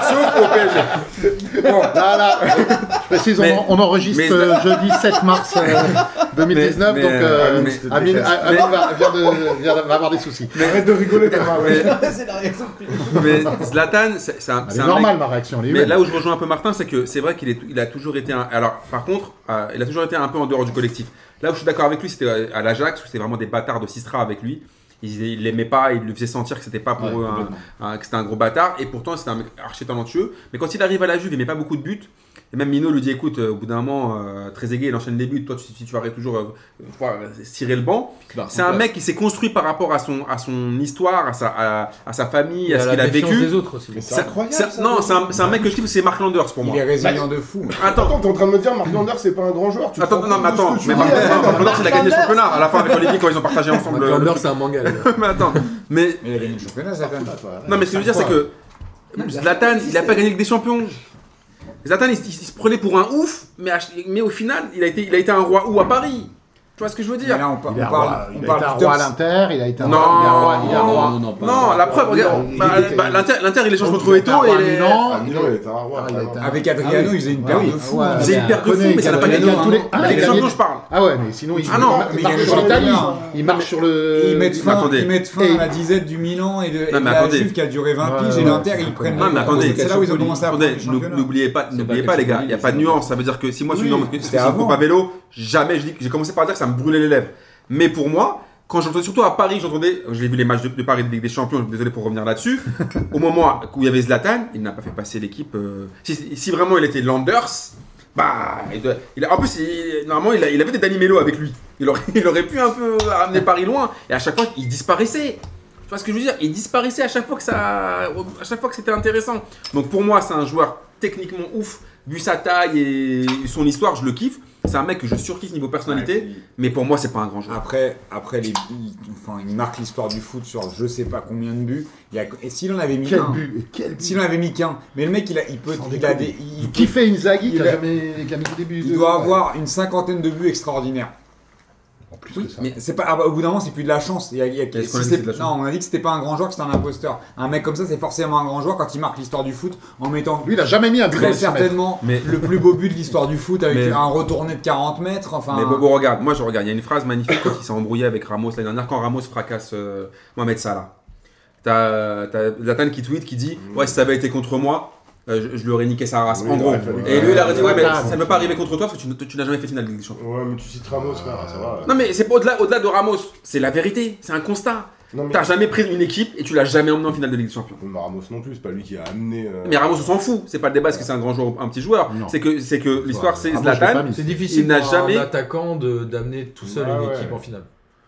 Sauf au PSG. Là, là, je précise, on- Mais- on, enregistre mais- euh, jeudi 7 mars euh, 2019, Mais- donc mais, euh, mais- Amine, Amine va, vient, de, vient d'avoir des soucis. Arrête de rigoler, Thomas. ouais. c'est la réaction que tu- Mais Zlatan, c'est c'est un, Ah, c'est C'est un normal mec- ma réaction. elle est Mais humaine. là où je rejoins un peu Martin, c'est que c'est vrai qu'il est, il a toujours été un. Alors, par contre, euh, il a toujours été un peu en dehors du collectif. Là où je suis d'accord avec lui, c'était euh, à l'Ajax, où c'était vraiment des bâtards de Sistra avec lui. Ils il l'aimaient pas, il lui faisait sentir que c'était pas pour Ouais, eux un, complètement. un- que c'était un gros bâtard. Et pourtant, c'était un mec archi talentueux. Mais quand il arrive à la Juve, il met pas beaucoup de buts. Et même Mino lui dit écoute, euh, au bout d'un moment, euh, Trezeguet, il enchaîne des buts. Toi, tu, tu, tu arrêtes toujours euh, euh, pouvoir, euh, cirer le banc. Bah, C'est un ouais. mec qui s'est construit par rapport à son, à son histoire, à sa, à, à sa famille, à Il ce a qu'il la a défiance vécu. des autres aussi. Mais Ça- c'est incroyable. ça- ça, non, quoi. c'est un, c'est un mec que je kiffe, c'est Mark Landers pour Il moi. est résilient de fou. Attends, Attends, t'es en train de me dire, Marc Lander, c'est pas un grand joueur. Tu te attends, rends non, compte mais de ce attends, que tu mais dis, Mark attends, Landers, Mark attends. Landers, il a gagné le championnat à la fin avec Olivier quand ils ont partagé ensemble. Mark le- Lander, c'est un manga. là. Mais attends, mais Il a gagné le championnat, Zlatan. non, mais ce que je veux dire, c'est que Zlatan, il a pas gagné que des champions. Zlatan, il, il- il se prenait pour un ouf, mais, à- mais au final, il a été, il a été un roi ou à Paris. Tu vois ce que je veux Mais dire Là, on, par- Il a, on parle, on il a parle été un du top roi à l'Inter, il a été un Non. roi, il a un roi, il a un roi. Non, non, non, pas- Non, la preuve, regarde, il bah, était- Oh, bah, l'Inter, l'Inter, il échange contre Il a été un Eto roi à et. Milan, Ah, Milan, il était un roi. Ah, il a été un- Avec Adriano, Ah oui. il faisait une Ah paire oui. de fou. Ah ouais. Vous avez une paire de fou, mais ça n'a pas gagné. Tous les- hein. Ah, La Ligue il des a champions, gagné- je parle. Ah ouais, mais sinon il, Ah non, il mais marche il a sur joué l'Italie, bien. il marche sur le. Ils mettent fin, attendez. ils mettent fin Et- à la disette du Milan et de, et mais de la attendez. Juve qui a duré 20 Ouais, piges et ouais. l'Inter ils prennent Non, Ah, mais le- attendez, c'est là où ils ont commencé à prendre Attendez, le n'ou- championnat. n'oubliez pas, n'oubliez pas pas les quelque gars, chose il n'y a pas de de nuance. Ça veut dire que si moi je suis Oui, dans mon parce que c'était c'est avant. coupe à vélo, jamais je dis que j'ai commencé par dire que ça me brûlait les lèvres. Mais pour moi, quand j'entendais surtout à Paris, j'entendais, je l'ai vu les matchs de, de Paris de Ligue des Champions, désolé pour revenir là-dessus. au moment où il y avait Zlatan, il n'a pas fait passer l'équipe. euh, si, si vraiment il était Landers, bah, il doit- il a- en plus, il- normalement, il, a- il avait des Danny Mello avec lui. Il aurait, il aurait pu un peu ramener Paris loin. Et à chaque fois, il disparaissait. Tu vois ce que je veux dire Il disparaissait à chaque fois que ça, à chaque fois que c'était intéressant. Donc pour moi, c'est un joueur techniquement ouf. Vu sa taille et son histoire, je le kiffe. C'est un mec que je surkiffe niveau personnalité. Ouais, Mais pour moi, c'est pas un grand joueur. Après, après les, il, enfin, il marque l'histoire du foot sur je sais pas combien de buts. Il y a, et s'il en avait mis Quel un, but et quel but s'il en avait mis qu'un, mais le mec il, a, il peut, Sans il a déconner. des, il- Qui fait Inzaghi qui il a a- jamais qui a mis au début Il de- doit Ouais. avoir une cinquantaine de buts extraordinaires. En plus Oui, que ça. mais c'est pas, ah bah, au bout d'un moment, c'est plus de la chance. Il y a- il y a- Est-ce si qu'on a dit c'est- que c'est de la non, on a dit que c'était pas un grand joueur, que c'était un imposteur. Un mec comme ça, c'est forcément un grand joueur quand il marque l'histoire du foot en mettant Lui, il a jamais mis un but dans très le 100 mètres. certainement Mais- le plus beau but de l'histoire du foot avec Mais- un retourné de 40 mètres. Enfin, Mais Bobo, regarde, moi je regarde. Il y a une phrase magnifique quand il s'est embrouillé avec Ramos l'année dernière, quand Ramos fracasse euh, Mohamed Salah. T'as euh, t'as Zlatan qui tweet, qui dit Ouais, si ça avait été contre moi, euh, je, je lui aurais niqué sa race. Oui, en il gros. aurait fallu- Et lui, il a dit Ouais, mais Zlatan. ça ne peut pas arriver contre toi parce que tu, ne- tu n'as jamais fait finale de Ligue des Champions. Ouais, mais tu cites Ramos, frère, ça va. Non, mais c'est pas au-delà au-delà de Ramos, c'est la vérité, c'est un constat. Non, mais- T'as jamais pris une équipe et tu l'as jamais emmené en finale de Ligue des Champions. Non, mais Ramos non plus, c'est pas lui qui a amené. euh, Mais Ramos, on s'en fout, c'est pas le débat, est-ce que c'est un grand joueur ou un petit joueur Non. C'est que, c'est que l'histoire, c'est Ah, moi, je l'ai pas Zlatan. mis. C'est difficile Il n'a pour jamais- un attaquant de- d'amener tout seul Ah une ouais. équipe en finale.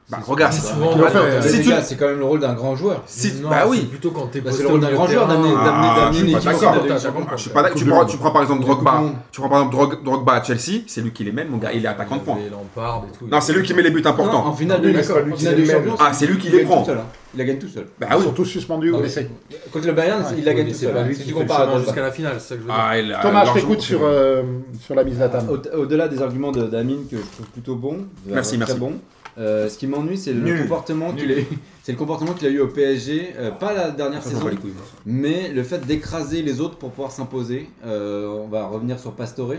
Bah, C'est- regarde, c'est c'est- souvent tu l'as fait, euh, t'as Si c'est- dit. les tu- gars, c'est quand même le rôle d'un grand joueur. Si- non, bah c'est oui. plutôt quand t'es Bah, c'est posté le au rôle d'un milieu grand de joueur terrain. d'amener Ah, d'amener- d'amener je suis une pas équipe en d'accord. finale de Ligue des Je Champions. Je suis pas d'accord. tu, prends, tu prends par exemple Drogba, tu prends par exemple Drog- Drogba à Chelsea, c'est lui qui les mène, mon gars, il est attaquant de points. Les Lampard et tout. Non, c'est lui qui met les buts Non, importants. En finale Oui, de mais c'est pas lui d'accord, en qui finale les de mène. Champions. Ah, c'est lui qui il les gagne prend. tout seul, hein. Il la gagne tout seul. Bah Ils oui. sont tous suspendus Non, ou mais- blessés. Contre le Bayern, il la a gagne tout C'est pas seul. lui Si qui tu fait le compares à chemin Drogba. jusqu'à la finale, c'est ça que je veux dire. Ah, il a- Thomas, je largement- t'écoute sur, euh, sur la mise de la table. Au- Au-delà des arguments de- d'Amine que je trouve plutôt bon, Merci, très merci. bon. euh, ce qui m'ennuie, c'est le Nul. comportement qu'il a eu. C'est le comportement qu'il a eu au PSG, euh, pas la dernière Ça, j'en saison, bats les couilles, moi. mais le fait d'écraser les autres pour pouvoir s'imposer. Euh, on va revenir sur Pastore.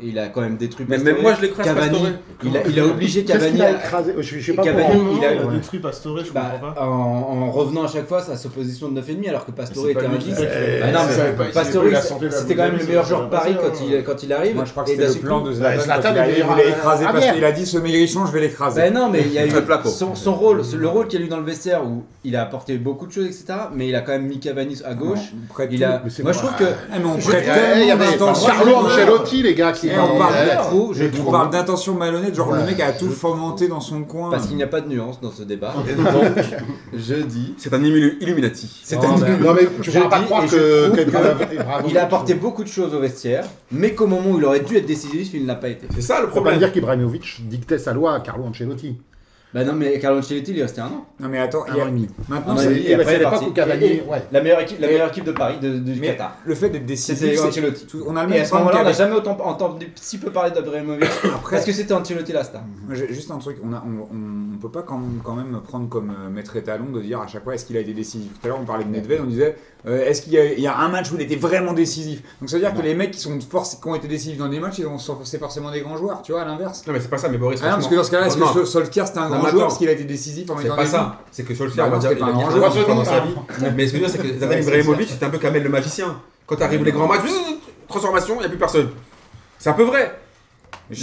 Il a quand même détruit Mais Pastore. même moi, je l'écrase, Cavani, Pastore. il a, il a obligé Qu'est-ce Cavani qu'il a à- écrasé Je je sais pas Cavani, pourquoi. il a- a détruit Pastore, je bah, comprends en, pas. en revenant à chaque fois à sa position de 9,5 alors que Pastore Mais c'est était pas un lui qui 10. fait Ah non, mais ça avait pas- s'il Pastore, avait pas eu la santé de la c'était quand même Bundesliga, le meilleur ça joueur de aurait pas Paris passé, quand hein. il, quand il arrive. Moi, je crois que Et c'était d'un le seul plan coup- de Bah, Zlatan. Zlatan, quand il il a- est- il voulait écraser Ah, parce merde. qu'il a dit ce maigrichon, je vais l'écraser. Ben non, mais il y a eu Faites la peau. son, son rôle, le rôle qu'il y a eu dans le vestiaire où il a apporté beaucoup de choses, etc. Mais il a quand même mis Cavani à gauche. Près de Il a... mais c'est Moi, je moi. trouve que Ah, mais on Je- prête Eh, Il y tellement avait d'intention. Carlo Ancelotti, les gars, qui Et on parle parlait. de trop, je Et trouve, trop. on parle d'intention malhonnête, genre le Ouais, mec a tout je- fomenté dans son coin. parce qu'il n'y a pas de nuance dans ce débat. Donc, je dis, C'est un illu- Illuminati. c'est un- Non, mais- Non, mais tu Je ne pas dis croire et je que trouve quelqu'un que l'a- Ah, bravo. il a apporté beaucoup de choses au vestiaire, mais qu'au moment où il aurait dû être décisif, il n'a pas été. C'est ça le Faut pas problème. dire qu'Ibrahimovic dictait sa loi à Carlo Ancelotti. Bah non, mais Carlo Ancelotti, il est resté un an. Non mais attends, il Un y an a- et demi. maintenant Un an et c'est- demi, Et bah, après, c'est il est l'époque parti. où Cavani. Et- Ouais. La meilleure équipe, la Et- meilleure équipe de Paris, de- du mais Qatar. le fait d'être décisif, C'était c'est- Ancelotti. tout- on a le Et même Ah, à ce problème moment-là, on n'a qu'avec- jamais autant entendu si peu parler d'Abrahimovic. Parce que c'était Ancelotti la star. Moi, j'ai Juste un truc, on, a- on- on- on peut pas quand, quand même prendre comme euh, maître étalon de dire à chaque fois est-ce qu'il a été décisif. Tout à l'heure on parlait de Nedved, on disait euh, est-ce qu'il y, a- il y a un match où il était vraiment décisif. Donc ça veut dire que les mecs qui sont forc- qui ont été décisifs dans des matchs, ils ont- sont- c'est forcément des grands joueurs, tu vois, à l'inverse. Non, mais c'est pas ça, mais Boris. Ah non, parce que dans ce cas-là, est-ce que franchement. Sol- Solskjaer c'était un Non, grand mais joueur attends. parce qu'il a été décisif en C'est mettant pas des buts ça, c'est que Solskjaer, Bah on va non, dire, c'est il pas a un gagné enjeu, trois fois non, dans sa ça. vie. Mais ce que je veux dire, c'est que Zlatan Ouais, c'est Ibrahimovic, c'était un peu Kamel le magicien. Quand t'arrives les grands matchs, zzzz, transformation, il n'y a plus personne. C'est un peu vrai.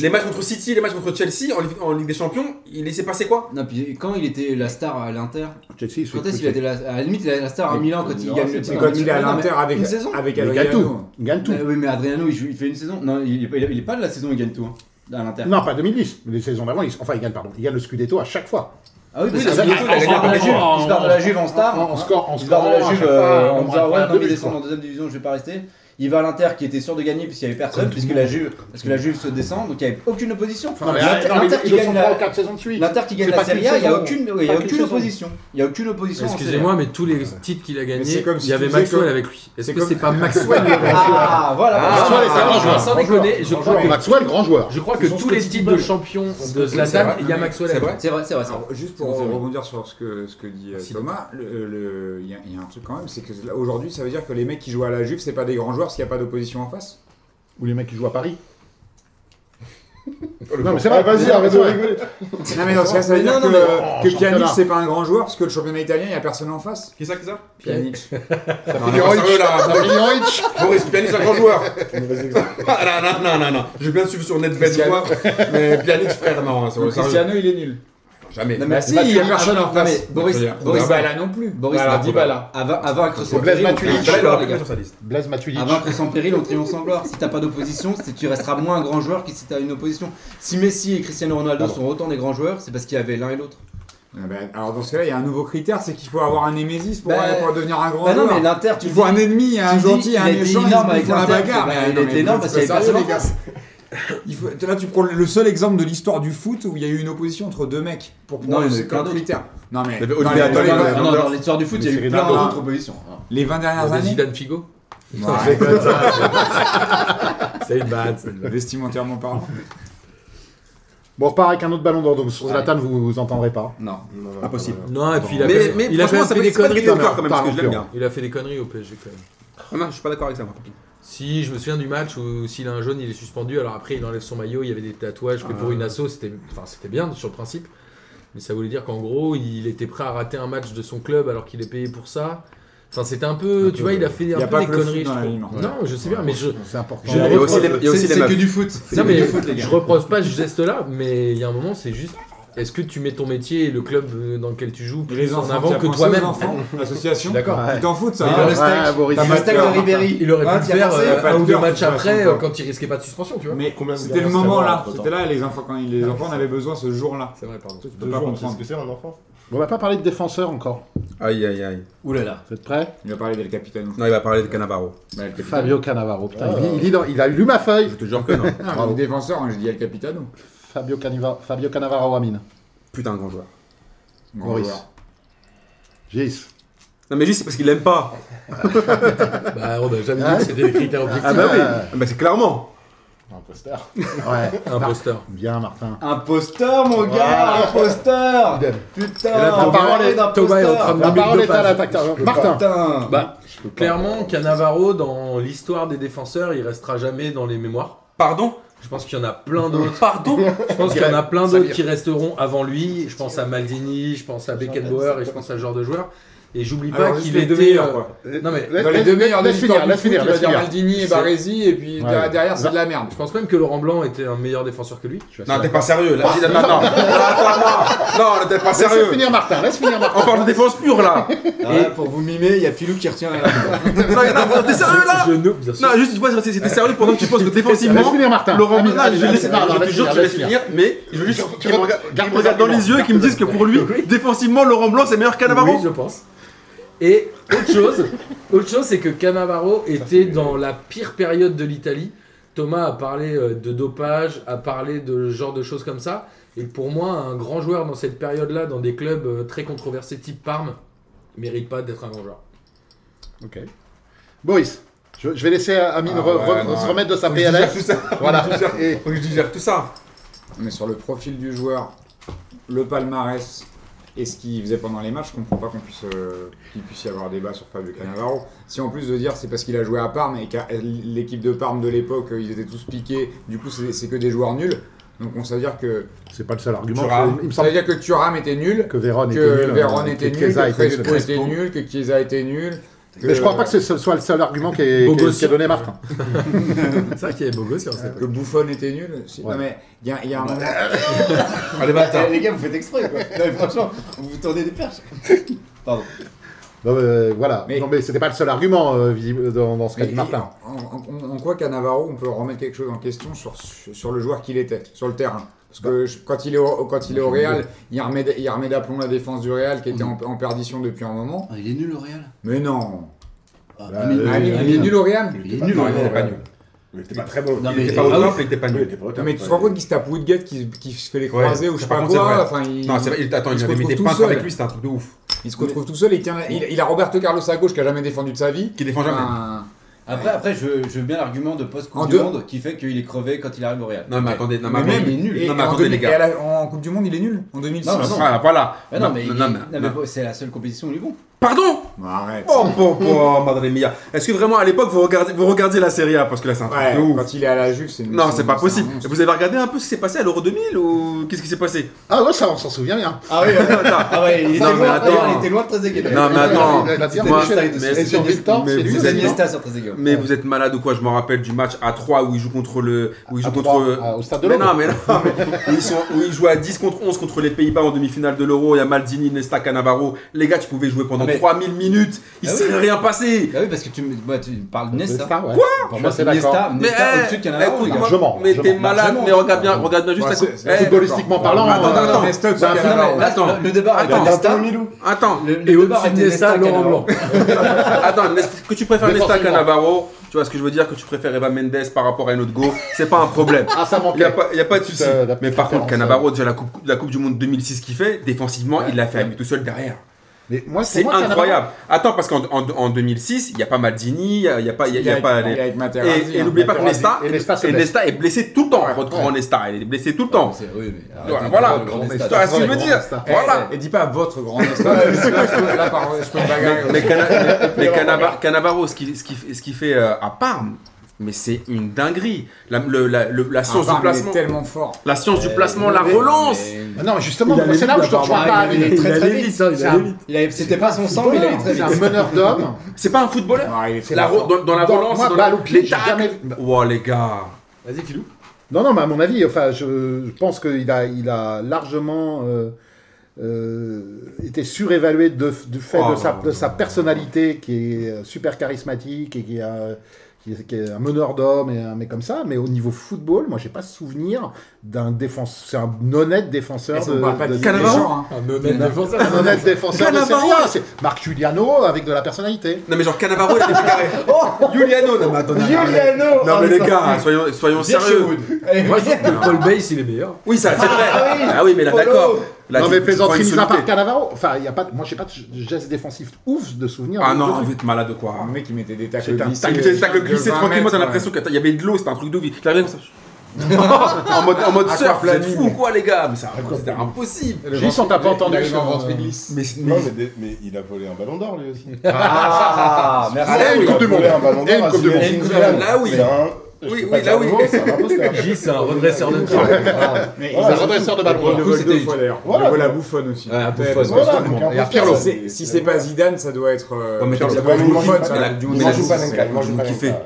Les matchs contre City, les matchs contre Chelsea, en Ligue, en Ligue des Champions, il laissait passer quoi Non, puis quand il était la star à l'Inter, Chelsea, ils sont quand est-ce écoutés. qu'il a été la, à la limite il a été la star à Mais- Milan quand mais il non, gagne c'est le pas- titre Et en quand il est à 2000, l'Inter avec, une saison. avec Il gagne tout. Adriano. Il gagne tout. Mais Ah, oui, mais Adriano, il, joue- il fait une saison. Non, il, est pas- il est pas de la saison, où il gagne tout hein, à l'Inter. Non, pas 2010. Les saisons d'avant, ils- enfin, il gagne, pardon. Il gagne le Scudetto à chaque fois. Ah oui, Oui, parce la qu'il Scudetto, il a gagné part de par la les Juve, Juifs. il se part de la Juve en star. En- en score- en il se part de scorant la à Juve chaque euh, fois, en on disant prend ouais, un non, but, mais descendre quoi. en deuxième division, je vais pas rester. Il va à l'Inter qui était sûr de gagner puisqu'il y avait personne, puisque la Juve, parce que la Juve se descend, donc il n'y avait aucune opposition. Non, mais, L'Inter- non, mais L'Inter ils qui le sont gagne trois ou la- quatre saisons de suite. l'l'Inter qui gagne C'est la pas qu'une Serie A, il n'y a saison. aucune ouais, il y Pas a qu'une aucune saison. opposition. Il n'y a aucune opposition. en Excusez-moi, mais tous les titres qu'il a Mais c'est gagnés, comme si il y avait tu disais Maxwell que- avec lui. Est-ce c'est que comme- c'est pas Maxwell Serie A. Ah, voilà. Maxwell est un grand joueur. Sans déconner, je Je crois crois que que Maxwell, grand joueur. je crois que tous les titres de champion de C'est Zlatan, vrai. il y a Maxwell. C'est avec. vrai. C'est vrai, c'est vrai. c'est vrai. Alors, juste pour Confirmé. rebondir sur ce que, ce que dit euh, Merci Thomas, le- euh, le- il y, a- il y a un truc quand même, c'est que là, aujourd'hui, ça veut dire que les mecs qui jouent à la Juve, c'est pas des grands joueurs parce qu'il n'y a pas d'opposition en face. Ou les mecs qui jouent à Paris. Oh, le Non, mais c'est Ah, vrai. vas-y, c'est arrête de vrai. rigoler. Non, mais dans ce cas, ça veut Mais dire non, que, non, euh, mais- que Oh, championnat. Pjanic, c'est pas un grand joueur parce que le championnat italien, il n'y a personne en face. Qui ça, qui ça Pjanic. Ça Non, fait du non, Roy- sérieux, là. ça fait du Roy- Boris Pjanic, c'est un grand joueur. Mauvais exemple. Ah, non, non, non, non, non. Je veux bien suivre sur Nedved, Christian. quoi. Mais Pjanic, frère, non, hein, sérieux, sérieux. Cristiano, il est nul. Jamais. Non, mais Bah si, il n'y a personne en Non, mais face. Boris, Il y a- Boris, Dybala. Dybala Bah, non plus. Boris, Voilà, Dybala. Dybala. À va- à vaincre son Blaise péril, on Matulic. triomphe, Là, Ah, il aura les plus gars. sur sa liste. Blaise Matulic. Ah, À bah. vaincre sans péril, on triomphe sans gloire. Si t'as pas d'opposition, c'est- tu resteras moins un grand joueur que si t'as une opposition. Si Messi et Cristiano Ronaldo Pardon. sont autant des grands joueurs, c'est parce qu'il y avait l'un et l'autre. Ah bah, alors dans ce cas-là, il y a un nouveau critère, c'est qu'il faut avoir un némésis pour, euh, Bah, pour devenir un grand Bah non, joueur. mais l'Inter, tu il faut dis- un ennemi, tu un dis, gentil, il un a été méchant, énorme ils avec font la l'Inter, bagarre. bah, Mais il non, a mais été énorme parce qu'il y c'est avait sérieux, personne les en gars. Il faut- Là, tu prends le seul exemple de l'histoire du foot où il y a eu une opposition entre deux mecs pour Non, pouvoir il y en a c'est plein comme d'autres. critère. Non, mais Il y avait dans Olivier les- dans les- Attali, Ah mais- non, dans l'histoire du foot, il y a eu Mais plein Ronaldo. Ah. d'autres oppositions. les 20 dernières Il y a des années. Zidane Figo. Non, j'écoute ça, C'est une bad. Vestimentairement parlant. Bon, on repart avec un autre ballon d'or, donc sur Zlatan, vous, vous entendrez pas. Non. Non, non, Impossible. non, non. Non, et puis il a, Mais- quand même- mais il a quand franchement, même ça fait des peut- ça peut conneries. être Non, mais quand même, parce que je l'aime on bien. parle, Il a fait des conneries au PSG quand même. Ah non, je suis pas d'accord avec ça. moi. Si, je me souviens du match où s'il a un jaune, il est suspendu. Alors après, il enlève son maillot. Il y avait des tatouages que Ah. pour une asso, c'était, enfin, c'était bien sur le principe. Mais ça voulait dire qu'en gros, il était prêt à rater un match de son club alors qu'il est payé pour ça. Enfin, c'était un peu, Un tu peu, vois, il a ouais. fait Il y un a peu pas des que le foot conneries. dans je la trouve. vie, non. Non, je sais bien, mais je, C'est important. Il Je- y a aussi les- il y a aussi C'est les c'est meufs. que du foot. Non, mais gars. je reproche pas ce geste-là, mais il y a un moment, c'est juste. Est-ce que tu mets ton métier et le club euh, dans lequel tu joues Et plus les en enfants, avant t'as que pensé aux toi-même enfants, Je L'association. suis D'accord. Ouais. Ils t'en foutent, Ouais, ça. hein. ouais, Boris. T'as Le pas de stack de cœur. Ribéry. Il aurait Ah, pu t'y le as faire pensé, euh, t'as pas un de ou deux cœur, matchs t'as pas après de euh, cœur. quand il risquait pas de suspension, tu vois. Mais Combien de c'était le gars ça moment va, là. entre-temps C'était là, les enfants, quand ils- les enfants en avaient besoin ce jour-là. C'est vrai, pardon. peux Je peux pas pas comprendre comprendre. ce que c'est un enfant. On va pas parler de défenseur encore. Aïe, aïe, aïe. Ouh là là. Vous êtes prêts Il a parlé d'El Capitano. Non, il va parler de Canavaro. Bah, El Capitano. Fabio Cannavaro. Putain, Ah. il, lit- il lit dans- il a lu ma feuille. Je te jure que non. Ah, mais le défenseur, hein, je dis El Capitano. Fabio, Caniva- Fabio Cannavaro, Amine. Putain, grand joueur. Grand Maurice. joueur. Gis. Non, mais juste c'est parce qu'il l'aime pas. Bah, on a jamais dit que c'était des critères objectifs. Ah bah oui. Euh. Ah Bah c'est clairement. Imposteur. Ouais. Imposteur. Bien, Martin. Imposteur, mon gars, imposteur. Idem. Putain, Et là, on Thomas- parlait Thomas est en train d'imposteur. de- La mille parole deux est à pages. l'attaquant. Martin. Putain. Bah, Je peux pas. clairement, Cannavaro, dans l'histoire des défenseurs, il restera jamais dans les mémoires. Pardon Je pense qu'il y en a plein d'autres. Pardon Je pense qu'il y en a plein d'autres qui resteront avant lui. Je pense à Maldini, je pense à Beckenbauer et je pense à ce genre de joueurs. Et j'oublie pas Alors, juste qu'il les était. deux meilleurs, euh, quoi. Non mais Bah, Laisse- Dans les deux laisse- meilleurs de laisse finir, l'histoire du laisse foot, finir, il va laisse dire finir. Maldini et C'est- Barési, et puis Ouais. derrière, derrière, c'est Non. de la merde. je pense même que Laurent Blanc était un meilleur défenseur que lui. Je suis assez Non, t'es d'accord. pas sérieux. Là. Attends, non. Attends, non. Non, t'es pas Laisse sérieux. finir, Martin. Laisse finir, Martin. On parle de défense pure là. Ah ouais, pour vous mimer, il y a Philou qui retient. la- Non, y en a- vous- t'es sérieux là Je nope, bien sûr. Non, juste tu vois, c'est- c'était sérieux pendant que tu penses que Laisse défensivement. finir, Martin. Laurent Amine, Blanc, allez, je allez, laisse- non, non, je te laisse jure que je finir, laisse laisse finir, mais je veux juste Tu- tu qu'il me regardes- regarde- qu'il garde me regarde tes dans les yeux et qu'il me dise que pour lui, défensivement, Laurent Blanc, c'est meilleur que Oui, Cannavaro. je pense. Et autre chose, autre chose, c'est que Cannavaro était dans la pire période de l'Italie. Thomas a parlé euh, de dopage, a parlé de ce genre de choses comme ça. Et pour moi, un grand joueur dans cette période-là, dans des clubs euh, très controversés type Parme, mérite pas d'être un grand joueur. Ok. Boris. Je, je vais laisser Amine Ah re- ouais, re- non. se remettre de sa Faut que je digère PLS. tout ça. Voilà. Et Faut que je digère tout ça. Mais sur le profil du joueur, le palmarès et ce qu'il faisait pendant les matchs, je comprends pas qu'on puisse, euh, qu'il puisse y avoir débat sur Fabio Cannavaro. Si en plus de dire c'est parce qu'il a joué à Parme et que l'équipe de Parme de l'époque, euh, ils étaient tous piqués, du coup c'est c'est que des joueurs nuls. Donc on sait dire que c'est pas le seul argument. Tu rames. Il me ça veut semble dire que Thuram était nul, que Véron était que nul. Véron euh, était que nul, Chiesa que était nul. Crespo était nul, que Chiesa était nul. Mais je crois pas que ce soit le seul argument qui est, qui est- qui est donné Martin. C'est vrai qu'il y avait beau gosse, que Buffon était nul. Si- Ouais. Non mais il y a, il y a un moment. Allez, va, attends. Eh, Les gars, vous faites exprès quoi. Non, mais franchement, vous vous tournez des perches. Pardon. Non, mais, euh, voilà. Mais- Non, mais c'était pas le seul argument euh, visible dans, dans ce cas Mais de Martin. En, en- en quoi Cannavaro, on peut remettre quelque chose en question sur, sur le joueur qu'il était, sur le terrain Parce que je- quand il est au, quand il est au Real, il remet, d- il remet d'aplomb la défense du Real qui était en, en perdition depuis un moment. Ah, il est nul au Real. Mais non Ah, Bah, Amine, euh, Ah, Il Amine, il est Amine. nul au Real Il est nul au Non, il était Real. pas nul. Mais t'es pas très bon. Non, Il mais- était pas au Ah, top, il était pas eh, Oui, nul. t'es pas au Non, top, mais tu te ouais. rends compte qu'il se tape Woodgate qui, qui se fait les Ouais. croisés ou je sais Par pas contre, c'est quoi vrai. enfin, il, Non, c'est vrai, il- attends, il il se avait mis retrouve des tout pinces seul. avec lui, c'était un truc de ouf. il se retrouve tout seul, il, tient la- il, il a Roberto Carlos à gauche qui a jamais défendu de sa vie. Qui défend jamais. Enfin, Après, après, je, veux- je veux bien l'argument de En post-Coupe du deux- Monde qui fait qu'il est crevé quand il arrive au Real. Non, mais Ok. attendez, non, mais mais même, attendez. et- Non, et mais en attendez, les demi- et à gars. la- en Coupe du Monde, il est nul en 2006. Non, non, non. Voilà, voilà. Ah non, mais, il est- non, non, mais non. bon, c'est la seule compétition où il est bon. Pardon Bah, arrête. Oh, oh, oh, madre mia. Est-ce que vraiment à l'époque vous regardez, vous regardiez la Serie A Parce que là c'est un truc Ouais, de ouf. quand il est à la Juve, c'est hein. une- Non, c'est pas un possible. monstre. Vous avez regardé un peu ce qui s'est passé à l'Euro 2000 ou qu'est-ce qui s'est passé Ah ouais, ça on s'en souvient bien. Ah oui, ouais. Attends. ah ouais, il était Non, mais loin, attends. il était loin de Trezeguet. Non, mais attends. Il a- il a tiré Moi, des chaînes, mais c'est- c'est sur du- Victor, mais c'est vous lui Vous êtes- aussi, non Iniesta sur Trezeguet. Mais vous êtes malade ou quoi Je me rappelle du match à 3 où ils jouent contre le. Où ils jouent À contre. trois, à- euh, au stade de mais l'Euro. non, mais non, mais où, ils sont, où ils jouent à 10 contre 11 contre les Pays-Bas en demi-finale de l'Euro. Il y a Maldini, Nesta, Cannavaro. Les gars, tu pouvais jouer pendant Ah, mais- 3000 minutes. Il Ah s'est rien passé. Ah oui, parce que tu, me- bah, tu parles de Nesta. Quoi Pour Je moi, suis c'est d'accord. Nesta, Nesta eh, au-dessus de Cannavaro, les gars. écoute-moi, Largement, mais t'es largement. malade, mais regarde bien, regarde bien juste Ouais, à c'est- côté. Eh, c'est- Footballistiquement parlant. Ah, Attends, euh, attends. Nestoc, Bah, c'est non, Cannavaro. mais Attends. Le, le débat arrête Attends. à Nesta. Milou. Attends, Le, le Et débat au-dessus arrête de à Nesta, Nesta, Laurent Cannavaro. Blanc. attends, Nest- que tu préfères Nesta Défensivement. Cannavaro, tu vois ce que je veux dire, que tu préfères Eva Mendes par rapport à une autre go, c'est pas un problème. Ah, ça Il n'y a, manquait. pas- il y a pas de souci. Euh, la petite Mais par contre, différence, Cannavaro, déjà la coupe, la coupe du Monde 2006 qu'il fait, défensivement, il l'a fait à lui tout seul derrière. Mais moi, pour C'est moi, Cannavaro- incroyable. Attends, parce qu'en en- en 2006, il n'y a pas Maldini, il n'y a, il y a pas. il y a- il y a pas les- avec Materazzi, Et et hein. n'oubliez pas que Materazzi. Nesta, Et Nesta se et blesse. Nesta est blessé tout le temps. Ouais, Votre ouais. grand Nesta, il est blessé tout le temps. C'est- oui, mais arrêtez Voilà, de voilà. faire le grand Tu Nesta. vois ce que je veux grand dire Nesta. Voilà. Et, et Eh, dis pas votre grand espoir, parce que là, je peux- là, par- je peux me bagarrer. Mais, Cana- mais Cannava- Cannavaro, ce qu'il ce qu'il- ce qu'il fait euh, à Parme, mais c'est une dinguerie. La, le- la- le- la science Ah, Varane est du placement, tellement fort. la science du Euh, placement, mais- la relance. Ah Non, justement, Il moi, allait c'est là où vite, je te Ah, rejoins apparemment. pas. Il allait- Ah, Il est très il très allait vite. vite, hein, il C'est allait un- vite. Il avait- C'était pas son sang, mais il allait très C'est un vite. meneur d'hommes. C'est pas un footballeur. Ah, il est La fort. re- dans, dans la Dans- relance, moi, dans balle la- au pied, les j'ai tacles. jamais- Wow, les gars. Vas-y, Philou. Non, non, mais à mon avis, enfin, je, je pense qu'il a, il a largement euh, euh, été surévalué de, du fait Oh, de, sa, non, de sa non, personnalité qui est euh, super charismatique et qui est, euh, qui est- qui est un meneur d'hommes et un mec comme ça. Mais au niveau football, moi, j'ai pas souvenir d'un défenseur. C'est un honnête défenseur Et ça, de. on parle pas de- de Cannavaro Deschamps, hein. Un honnête défenseur. un honnête défenseur de Cannavaro. Serie A. C'est Marc Giuliano avec de la personnalité. Non mais genre Cannavaro, il a déjà carré. Juliano, non mais attendez. Giuliano Non mais les gars, soyons, soyons sérieux. Moi, je trouve que Paul Bass, il est meilleur. Oui, ça, c'est vrai. Ah oui, mais là, d'accord. Là, non tu- mais tu plaisanterie prends une mise à part solité. Cannavaro, enfin il y a pas, de- moi j'ai pas de geste défensif ouf de souvenir. Ah de- non, de- vous êtes malade de quoi. Un mec, il mettait des tacles C'était un glissés. hein. hein. T'as glissé, t'as glissé tranquillement, t'as l'impression qu'il y avait de l'eau, c'était un truc de vie. Il arrive comme ça. en mode, en mode surf, vous êtes Aquaplaning. fous ou quoi les gars Mais c'est c'était impossible. J'y sens, t'as pas entendu, Il a ça. un ventre qui glisse. Mais, mais- Non, mais, des- mais il a volé un ballon d'or lui aussi. Ah, merci. Allez, une Il a Coupe du volé Monde. un ballon Et une d'or à Coupe du Monde. Zinedine Et une Coupe du Zidane. Monde. Là, oui. C'est un- Oui, je sais oui, pas là, quel oui. mot, c'est un imposteur. J, c'est un redresseur de corps. Mais C'est un redresseur de ballon. Il le vole deux fois d'ailleurs. Il Voilà. le vole à bouffonne aussi. Ouais, à Buffon, Ouais, parce que voilà, c'est- donc monde. Et à imposteur, Pirlo. c'est- c'est- Si c'est pas Zidane, ça doit être. euh, Ouais, mais ça t'as- doit t'as- être t'as- Buffon, t'as- ça. Mais la- Il mais mange la- ou pas Nenka, il mange ou vous pas kiffez. Nenka.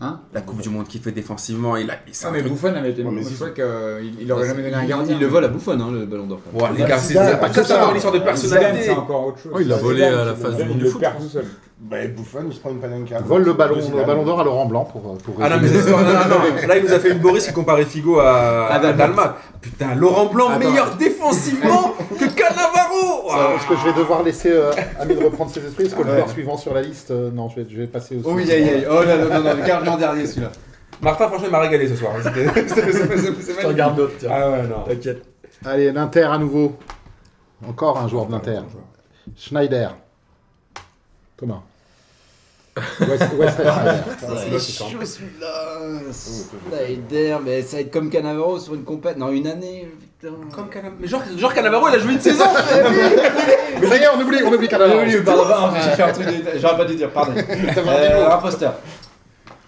Hein La Coupe du Monde qu'il fait défensivement, il a. c'est Ah, un mais truc- Buffon avec les Ouais, mais mains, si, je crois c'est- qu'il il aurait jamais donné un Il- gardien. Il le vole à Bouffon, hein, le ballon d'or. quand même. Ouah, les gars, c'est Zidane, c'est pas c'est que ça ça. dans l'histoire de Zidane, c'est personnalité. encore autre chose. Oh, il l'a volé à la phase du Zidane, monde il du le foot. perd tout seul. Bah, Bouffon, il se prend une panenka. Vole le ballon, Zidane. le ballon d'or à Laurent Blanc pour. euh, pour Ah non, mais résumer. c'est- non, non, non. Là, il nous a fait une Boris qui comparait Figo à, à Dalmat. Putain, Laurent Blanc, Attends. meilleur défensivement que Cannavaro Euh, Est-ce que je vais devoir laisser euh, Amine reprendre ses esprits Est-ce que le père suivant sur la liste euh, Non, je vais, je vais passer au. Oh oui, suivant. aïe, aïe. Oh là là, non, non, non, carrément dernier celui-là. Martin, franchement, il m'a régalé ce soir. C'était- c'était- c'était- c'était- c'était- Je c'était te regarde d'autres, tiens. Ah ouais, non. T'inquiète. Allez, l'Inter à nouveau. Encore un joueur de l'Inter. Schneider. Thomas. West- West- Schneider. Ah, C'est chaud celui-là. Snyder, mais ça va être comme Canavaro sur une compète. Non, une année, putain. Comme Cannavaro. Mais genre, genre Cannavaro, il a joué une saison Mais ça y est, on oublie, on oublie Cannavaro. Pardon, pardon, pardon, j'ai fait un truc de- J'aurais pas dû dire, pardon. Euh, imposteur.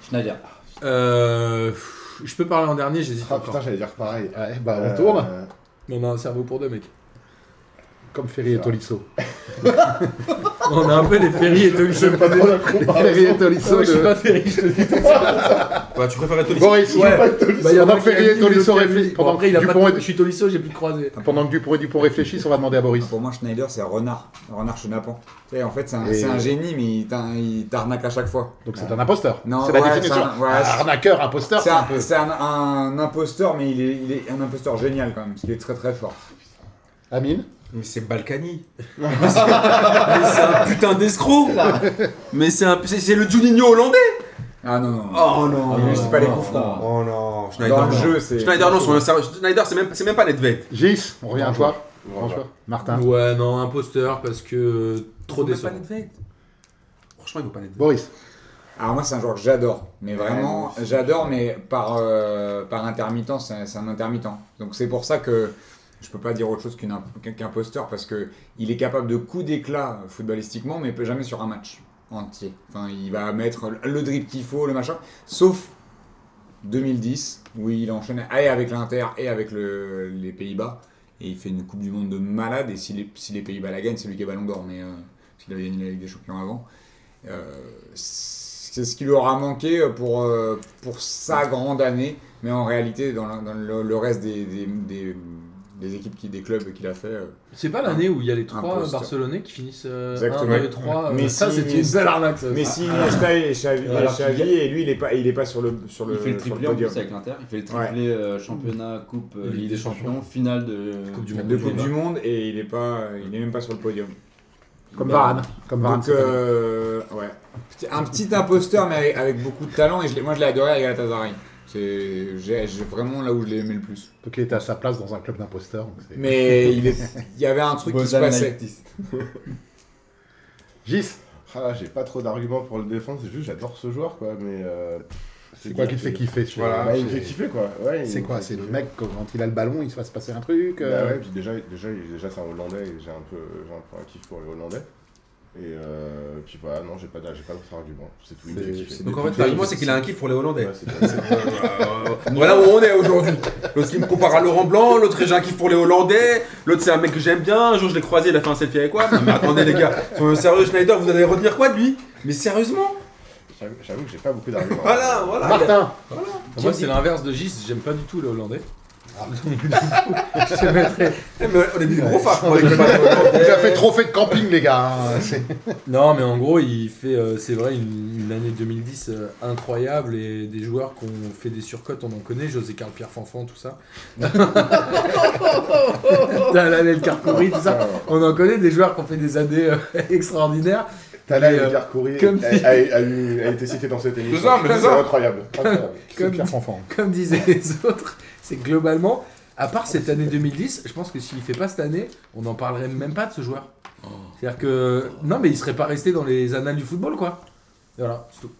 Schneider. Euh, pff, Je peux parler en dernier, j'hésite Ah putain, encore. j'allais dire pareil. Ouais, bah on Euh, tourne. On a un cerveau pour deux, mecs. Comme Ferry et Tolisso. On a un peu les Ferry et Tolisso. Pas de la Ferry et comparaison. Tolisso. Je suis de- pas Ferry, je te dis. Bah, tu préférais Tolisso Boris, Ouais. Bah, y en a Pendant un que qui a Ferry et dit, Tolisso l'autre qui a réfléchissent- dit. Bon, pendant après, il que a pas Dupont de- et- Je suis Tolisso, j'ai plus de croisé. Pendant que Dupont et Dupont réfléchissent, on va demander à Boris. Pour moi, Schneider, c'est un renard. Un renard chenapan. Tu sais, en fait, c'est un, Et- c'est un génie, mais il t'in- il t'arnaque à chaque fois. Donc c'est un imposteur. Non, c'est la ouais, définition. c'est Ah. un- ouais, Un c'est- arnaqueur, imposteur, C'est c'est un un, peu. c'est un- un imposteur, mais il est, il est un imposteur génial quand même, parce qu'il est très très fort. Amine Mais c'est Balkany. mais c'est mais c'est un putain d'escroc. Mais c'est un, c'est, c'est le Juninho hollandais. Ah non, non. Oh non. lui, c'est pas les coups francs. Oh non. Schneider. Dans le non. jeu, c'est. Schneider, non, soyons sérieux. Schneider, c'est même, c'est même pas Nedved. Gis, on revient à toi. Bonjour. Bonjour. Martin. Ouais, non, imposteur parce que euh, trop Même pas décevant. Nedved. Franchement, il vaut pas Nedved. Boris. Alors moi, c'est un joueur que j'adore, mais vraiment, j'adore, mais par, euh, par intermittent, c'est un, c'est un intermittent. Donc c'est pour ça que je peux pas dire autre chose qu'une imp- qu'un qu'un imposteur, parce que il est capable de coups d'éclat footballistiquement, mais jamais sur un match entier. Enfin, il va mettre le- le drip qu'il faut, le machin, sauf 2010, où il enchaîne et avec l'Inter et avec le- les Pays-Bas, et il fait une Coupe du Monde de malade, et si les, si les Pays-Bas la gagnent, c'est lui qui a Ballon d'Or, mais euh, parce qu'il avait gagné la Ligue des Champions avant. Euh, c'est ce qui lui aura manqué pour, euh, pour sa grande année, mais en réalité, dans, la- dans le, le reste des, des, des- des équipes, qui, des clubs qu'il a fait, euh, C'est pas l'année où il y a les trois Imposteur. Barcelonais qui finissent euh, Exactement. 1, 2, 3. Mais ça, si, c'était mais une belle arnaque. Euh, ça. Messi, Iniesta et Xavi, ah, Alors et Xavi, qu'il et lui, il est pas, il est pas sur le sur le, Il fait le sur triplé en plus podium. avec l'Inter. Il fait le Ouais. triplé euh, championnat, coupe, euh, Ligue des champions, finale de Coupe du Monde. de Coupe du Monde et il est pas, il est même pas sur le podium. Bah, Comme Varane. Comme Varane. Donc, cette année. euh, ouais. Petit- Un petit imposteur, mais avec, avec beaucoup de talent. Et je l'ai- moi, je l'ai adoré avec Galatasaray. C'est j'ai- j'ai vraiment là où je l'ai aimé le plus. Donc il était à sa place dans un club d'imposteurs. donc c'est- Mais il, est- il y avait un truc qui se Bozan passait. Leipzig. Gis, Ah, j'ai pas trop d'arguments pour le défendre, c'est juste j'adore ce joueur quoi, mais. euh, c'est quoi qui te fait kiffer tu vois, Voilà, Bah, il me c'est- fait kiffer quoi. Ouais, il C'est me quoi fait C'est le kiffer. mec, quand il a le ballon, il se passe passer un truc Bah euh, ouais, puis déjà, déjà, il- déjà c'est un Hollandais et j'ai un peu, j'ai un peu un kiff pour les Hollandais. Et euh, puis voilà, non, j'ai pas, d'a- j'ai pas d'autres arguments. C'est tout. il me fait C'est- kiffer. c'est- Donc en fait, l'argument, c'est qu'il a un kiff pour les Hollandais. Ouais, c'est pas- c'est- Euh, voilà où on est aujourd'hui. L'autre qui me compare à Laurent Blanc, l'autre j'ai un kiff pour les Hollandais, l'autre c'est un mec que j'aime bien, un jour je l'ai croisé, il a fait un selfie avec moi. Non, mais attendez les gars, soyons sérieux Schneider, vous allez retenir quoi de lui Mais sérieusement j'avoue- J'avoue que j'ai pas beaucoup d'arguments. Voilà, voilà. Martin Moi, c'est l'inverse de Gis, j'aime pas du tout les Hollandais. Je te mettrai. Eh, mais on est mis des gros fards. Moi, Vous j'aime pas les Hollandais. avez fait trophée de camping, les gars. hein, c'est- Non, mais en gros, il fait, euh, c'est vrai, une, une année 2010 euh, incroyable et des joueurs qu'on fait des surcotes, on en connaît, José Carl Pierre Fanfan, tout ça. Talal El Karkouri, tout Ah ça. On en connaît des joueurs qui ont fait des années euh, extraordinaires. Talal Et, euh, El Karkouri comme- a, a- a eu- a été cité dans cette émission. ça, mais c'est c'est ça. incroyable. incroyable. C'est Pierre Fanfan. Comme disaient les autres, c'est globalement, à part cette année 2010, je pense que s'il fait pas cette année, on n'en parlerait même pas de ce joueur. Oh. C'est-à-dire que, non, mais il serait pas resté dans les annales du football, quoi. Voilà, c'est tout.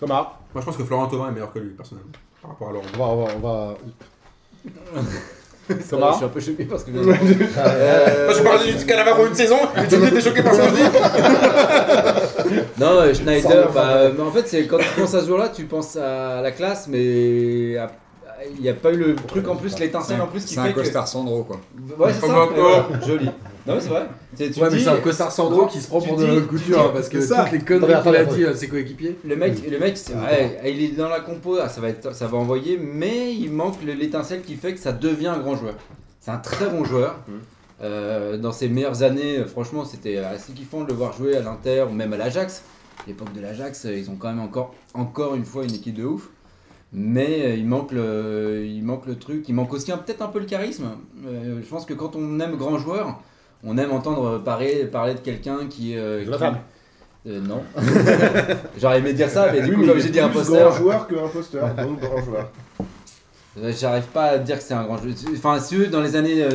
Thomas, Moi, je pense que Florent Thauvin est meilleur que lui, personnellement, par rapport à Laurent. on va. On va, on va... Je Thomas suis un peu choqué parce que. je- Toi, Euh, tu parlais du Canavaro une saison, et tu étais choqué par ce que je dis Non, euh, Schneider, Sans- bah, euh, mais en fait, c'est quand tu penses à ce jour-là, tu penses à la classe, mais à- à- il n'y a pas eu le truc en plus, l'étincelle en plus qui C'est un fait que. costard Sandro quoi. Ouais, c'est ça. Encore. Voilà, Joli. Non, mais c'est vrai. C'est- tu ouais, mais dis- c'est un costard Sandro qui se prend tu pour dis- de la haute couture hein, parce que C'est ça. toutes les conneries Attends, qu'il a attends, dit à ses coéquipiers. Le mec, le mec c'est- ouais, il est dans la compo, ah, ça va, être, ça va envoyer, mais il manque le- l'étincelle qui fait que ça devient un grand joueur. C'est un très bon joueur. Mm. Euh, dans ses meilleures années, euh, franchement, c'était assez kiffant de le voir jouer à l'Inter ou même à l'Ajax. L'époque de l'Ajax, euh, ils ont quand même encore, encore une fois une équipe de ouf. Mais euh, il manque le, il manque le truc, il manque aussi un- peut-être un peu le charisme. Euh, je pense que quand on aime grand joueur, on aime entendre parler, parler de quelqu'un qui, euh, qui- Zlatan. euh, non. J'aurais aimé dire ça, mais du Oui, coup, j'ai mais il est obligé de dire plus grand imposteur. joueur que imposteur, donc grand joueur. Euh, J'arrive pas à dire que c'est un grand jeu. Enfin, si tu veux, dans les années euh,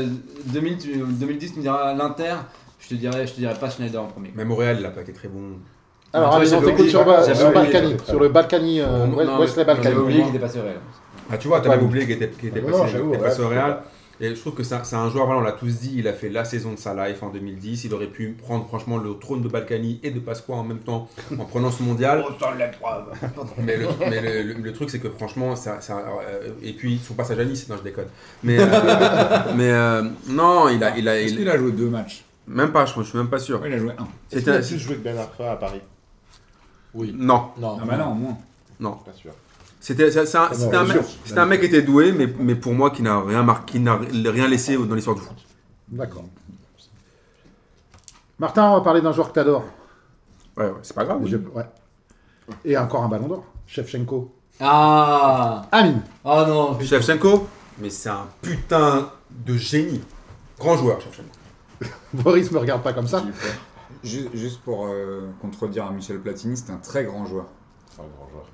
2000, tu- 2010, tu me diras l'Inter, je te dirais, je te dirais pas Schneider en premier. Même au Real, il a pas été très bon. Alors, Toi, allez, on Ah, j'avais t'écoute oublié. sur, Ba- J'avais sur oublié. Balkany, sur le Balkany, euh, Non, West- mais- Wesley Balkany. J'avais oublié qu'il était passé au Real. Ah, tu vois, t'as Ouais. même oublié qu'il était, qu'il était Non, passé, j'avoue, qu'il était passé ouais. au Real. Et je trouve que c'est un- c'est un joueur, voilà, on l'a tous dit, il a fait la saison de sa life en 2010. Il aurait pu prendre franchement le trône de Balkany et de Pasqua en même temps en prenant ce mondial. mais le, mais le- le- le truc, c'est que franchement, ça, ça- euh, et puis son passage à Nice, non, je déconne. Mais, euh, mais euh, non, il a, il a, Est-ce il- qu'il a joué deux matchs même pas, je, crois, je suis même pas sûr. Ouais, il a joué un. Est-ce C'était- qu'il a plus joué que Ben Arfa à Paris Oui. Non, Non, Ah bah non, au moins. Pas sûr. c'était c'est- c'est un, Ah non, c'était un bien mec, sûr. c'était un mec qui était doué, mais, mais pour moi qui n'a rien marqué, qui n'a rien laissé dans l'histoire du foot. D'accord. Martin, on va parler d'un joueur que t'adores. Ouais, ouais, c'est pas Ah grave. Je- ouais. Et encore un ballon d'or. Shevchenko. Ah Amine. Oh non putain. Shevchenko, mais c'est un putain de génie. Grand joueur, Shevchenko. Boris me regarde pas comme ça. Ju- Juste pour euh, contredire à Michel Platini, c'est un très grand joueur. C'est un grand joueur.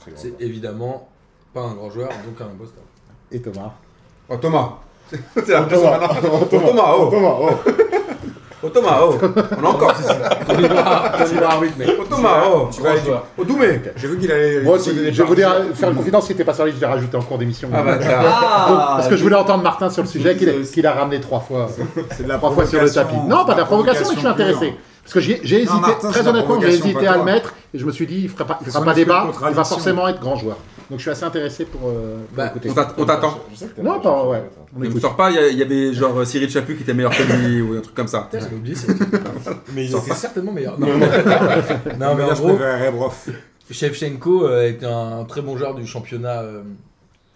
Très grand c'est joueur. évidemment pas un grand joueur, donc un imposteur. Et Thomas. Oh, Thomas. c'est la pression Thomas, maintenant. oh, Oh, Thomas, oh. Thomas, oh. Oh, Thomas, oh. On a encore, si, si. Tony Barr- Tony Barwick, mec. Oh, Thomas, oh. Grand joueur. Oh, Doumé. J'ai vu qu'il allait. Moi aussi, je vais vous dire, faire une confidence, c'était pas ça, je l'ai rajouté en cours d'émission. Ah, bah, t'as- Donc, Ah parce que je voulais entendre Martin sur le sujet qu'il c'est- qu'il a ramené trois fois, C'est de la trois fois sur le tapis. Non, pas de la provocation, mais je suis intéressé. Parce que j'ai j'ai Non, hésité, Martin, c'est très la honnêtement, j'ai provocation, hésité pas à le toi. mettre et je me suis dit, il fera pas, il C'est fera son pas esprit de débat, il va contradiction. forcément être grand joueur. Donc je suis assez intéressé pour, euh, pour Bah, écouter. On t'a- on t'attend. Je- je sais que t'aimes Non, pas, pas, je- ouais. je- On Ne me écoute. sort pas, il y a- il y, avait genre euh, Cyril Chaput qui était meilleur que lui ou un truc comme ça. Putain, j'avais oublié ça. Mais il était certainement meilleur. Non, non, mais en Je gros, préférerais Broff. Shevchenko euh, est un très bon joueur du championnat euh,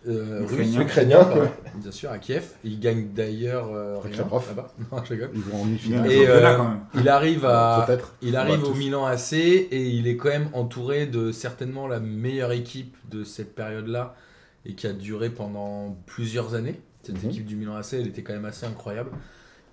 euh, russe, Ukrainien. ukrainien, pardon, bien sûr, à Kiev. Il gagne d'ailleurs euh, rien Shaprof. là-bas. Non, je rigole. Ils vont en demi-finale. Et Et, euh, quand même. Il arrive à, Peut-être. Il On arrive va au tous. Milan AC et il est quand même entouré de certainement la meilleure équipe de cette période-là et qui a duré pendant plusieurs années. Cette Mhm. équipe du Milan AC, elle était quand même assez incroyable.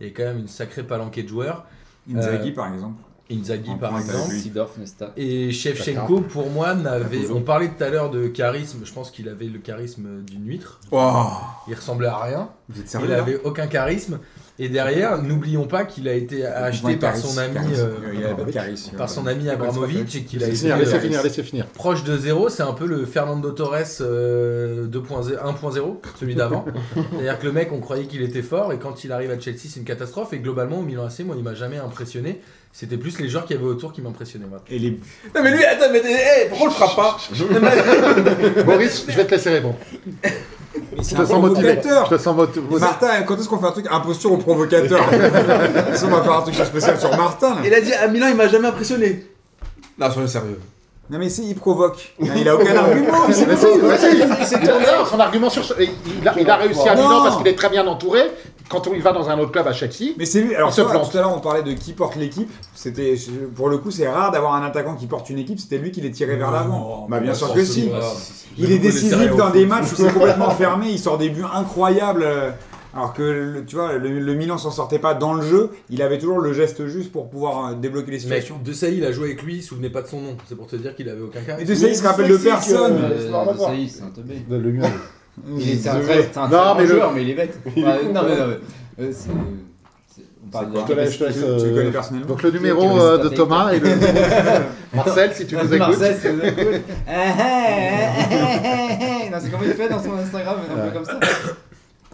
Il y a quand même une sacrée palanquée de joueurs. Inzaghi euh, par exemple. Inzaghi On par prend Inzaghi. exemple. Sidorf, Nesta. Et Shevchenko, pour moi, n'avait. On parlait tout à l'heure de charisme. Je pense qu'il avait le charisme d'une huître. Oh. Il ressemblait à rien. Vous êtes Il sérieux là avait aucun charisme. Et derrière, n'oublions pas qu'il a été acheté par son ami, euh, Il y a pas de charisme. par son ami Abramovich et qu'il a Laissez été finir, laissez euh, finir, laissez finir. proche de zéro. C'est un peu le Fernando Torres euh, 2.0 1.0, celui d'avant. C'est-à-dire que le mec, on croyait qu'il était fort et quand il arrive à Chelsea, c'est une catastrophe. Et globalement, au Milan AC, moi, il m'a jamais impressionné. C'était plus les joueurs qu'il y avait autour qui m'impressionnaient. moi. Et les Non mais lui, attends, mais hey, pourquoi on le frappe pas Boris, je vais te laisser répondre. Mais Je c'est te un sens motivé. provocateur. Je te sens moti- motivé. Martin, quand est-ce qu'on fait un truc imposture au provocateur Ça, On va faire un truc spécial sur Martin. Il a dit à Milan, il m'a jamais impressionné. Non, soyez sérieux. Non mais si, il provoque. Non, Il a aucun argument. Mais c'est- si, mais si, il s'est tourné, son argument sur il, il a, il a réussi à Non. Milan parce qu'il est très bien entouré. Quand on il va dans un autre club à Chelsea, Mais c'est lui. Alors Il se toi, plante. tout à l'heure, on parlait de qui porte l'équipe. C'était pour le coup, c'est rare d'avoir un attaquant qui porte une équipe. C'était lui qui les tirait vers l'avant. Bah bien sûr que si. Il est décisif dans des matchs où c'est complètement fermé, il sort des buts incroyables. euh, Alors que le- tu vois, le, le Milan s'en sortait pas dans le jeu, il avait toujours le geste juste pour pouvoir euh, débloquer les Mec, situations. De Sailly, il a joué avec lui, il se souvenait pas de son nom. C'est pour te dire qu'il avait aucun Mais charisme. de ça, il se rappelle de personne. Euh, non, d'accord. Ça y est, c'est un teubé. le mieux. Il est, c'est un The très, c'est un très Non, bon mais le- joueur, mais il est bête. Il est Ouais, con, non, quoi. mais non, mais, euh, c'est- c'est- on parle Je te de laisse, je te laisse, Tu euh, le connais personnellement Donc le Qui- qui numéro nous euh, a de tapé. Thomas et le Marcel, si tu nous écoutes. Marseille, c'est cool. Ah, ah, ah, ah, ah. Non, C'est comment il fait dans son Instagram, un peu comme ça.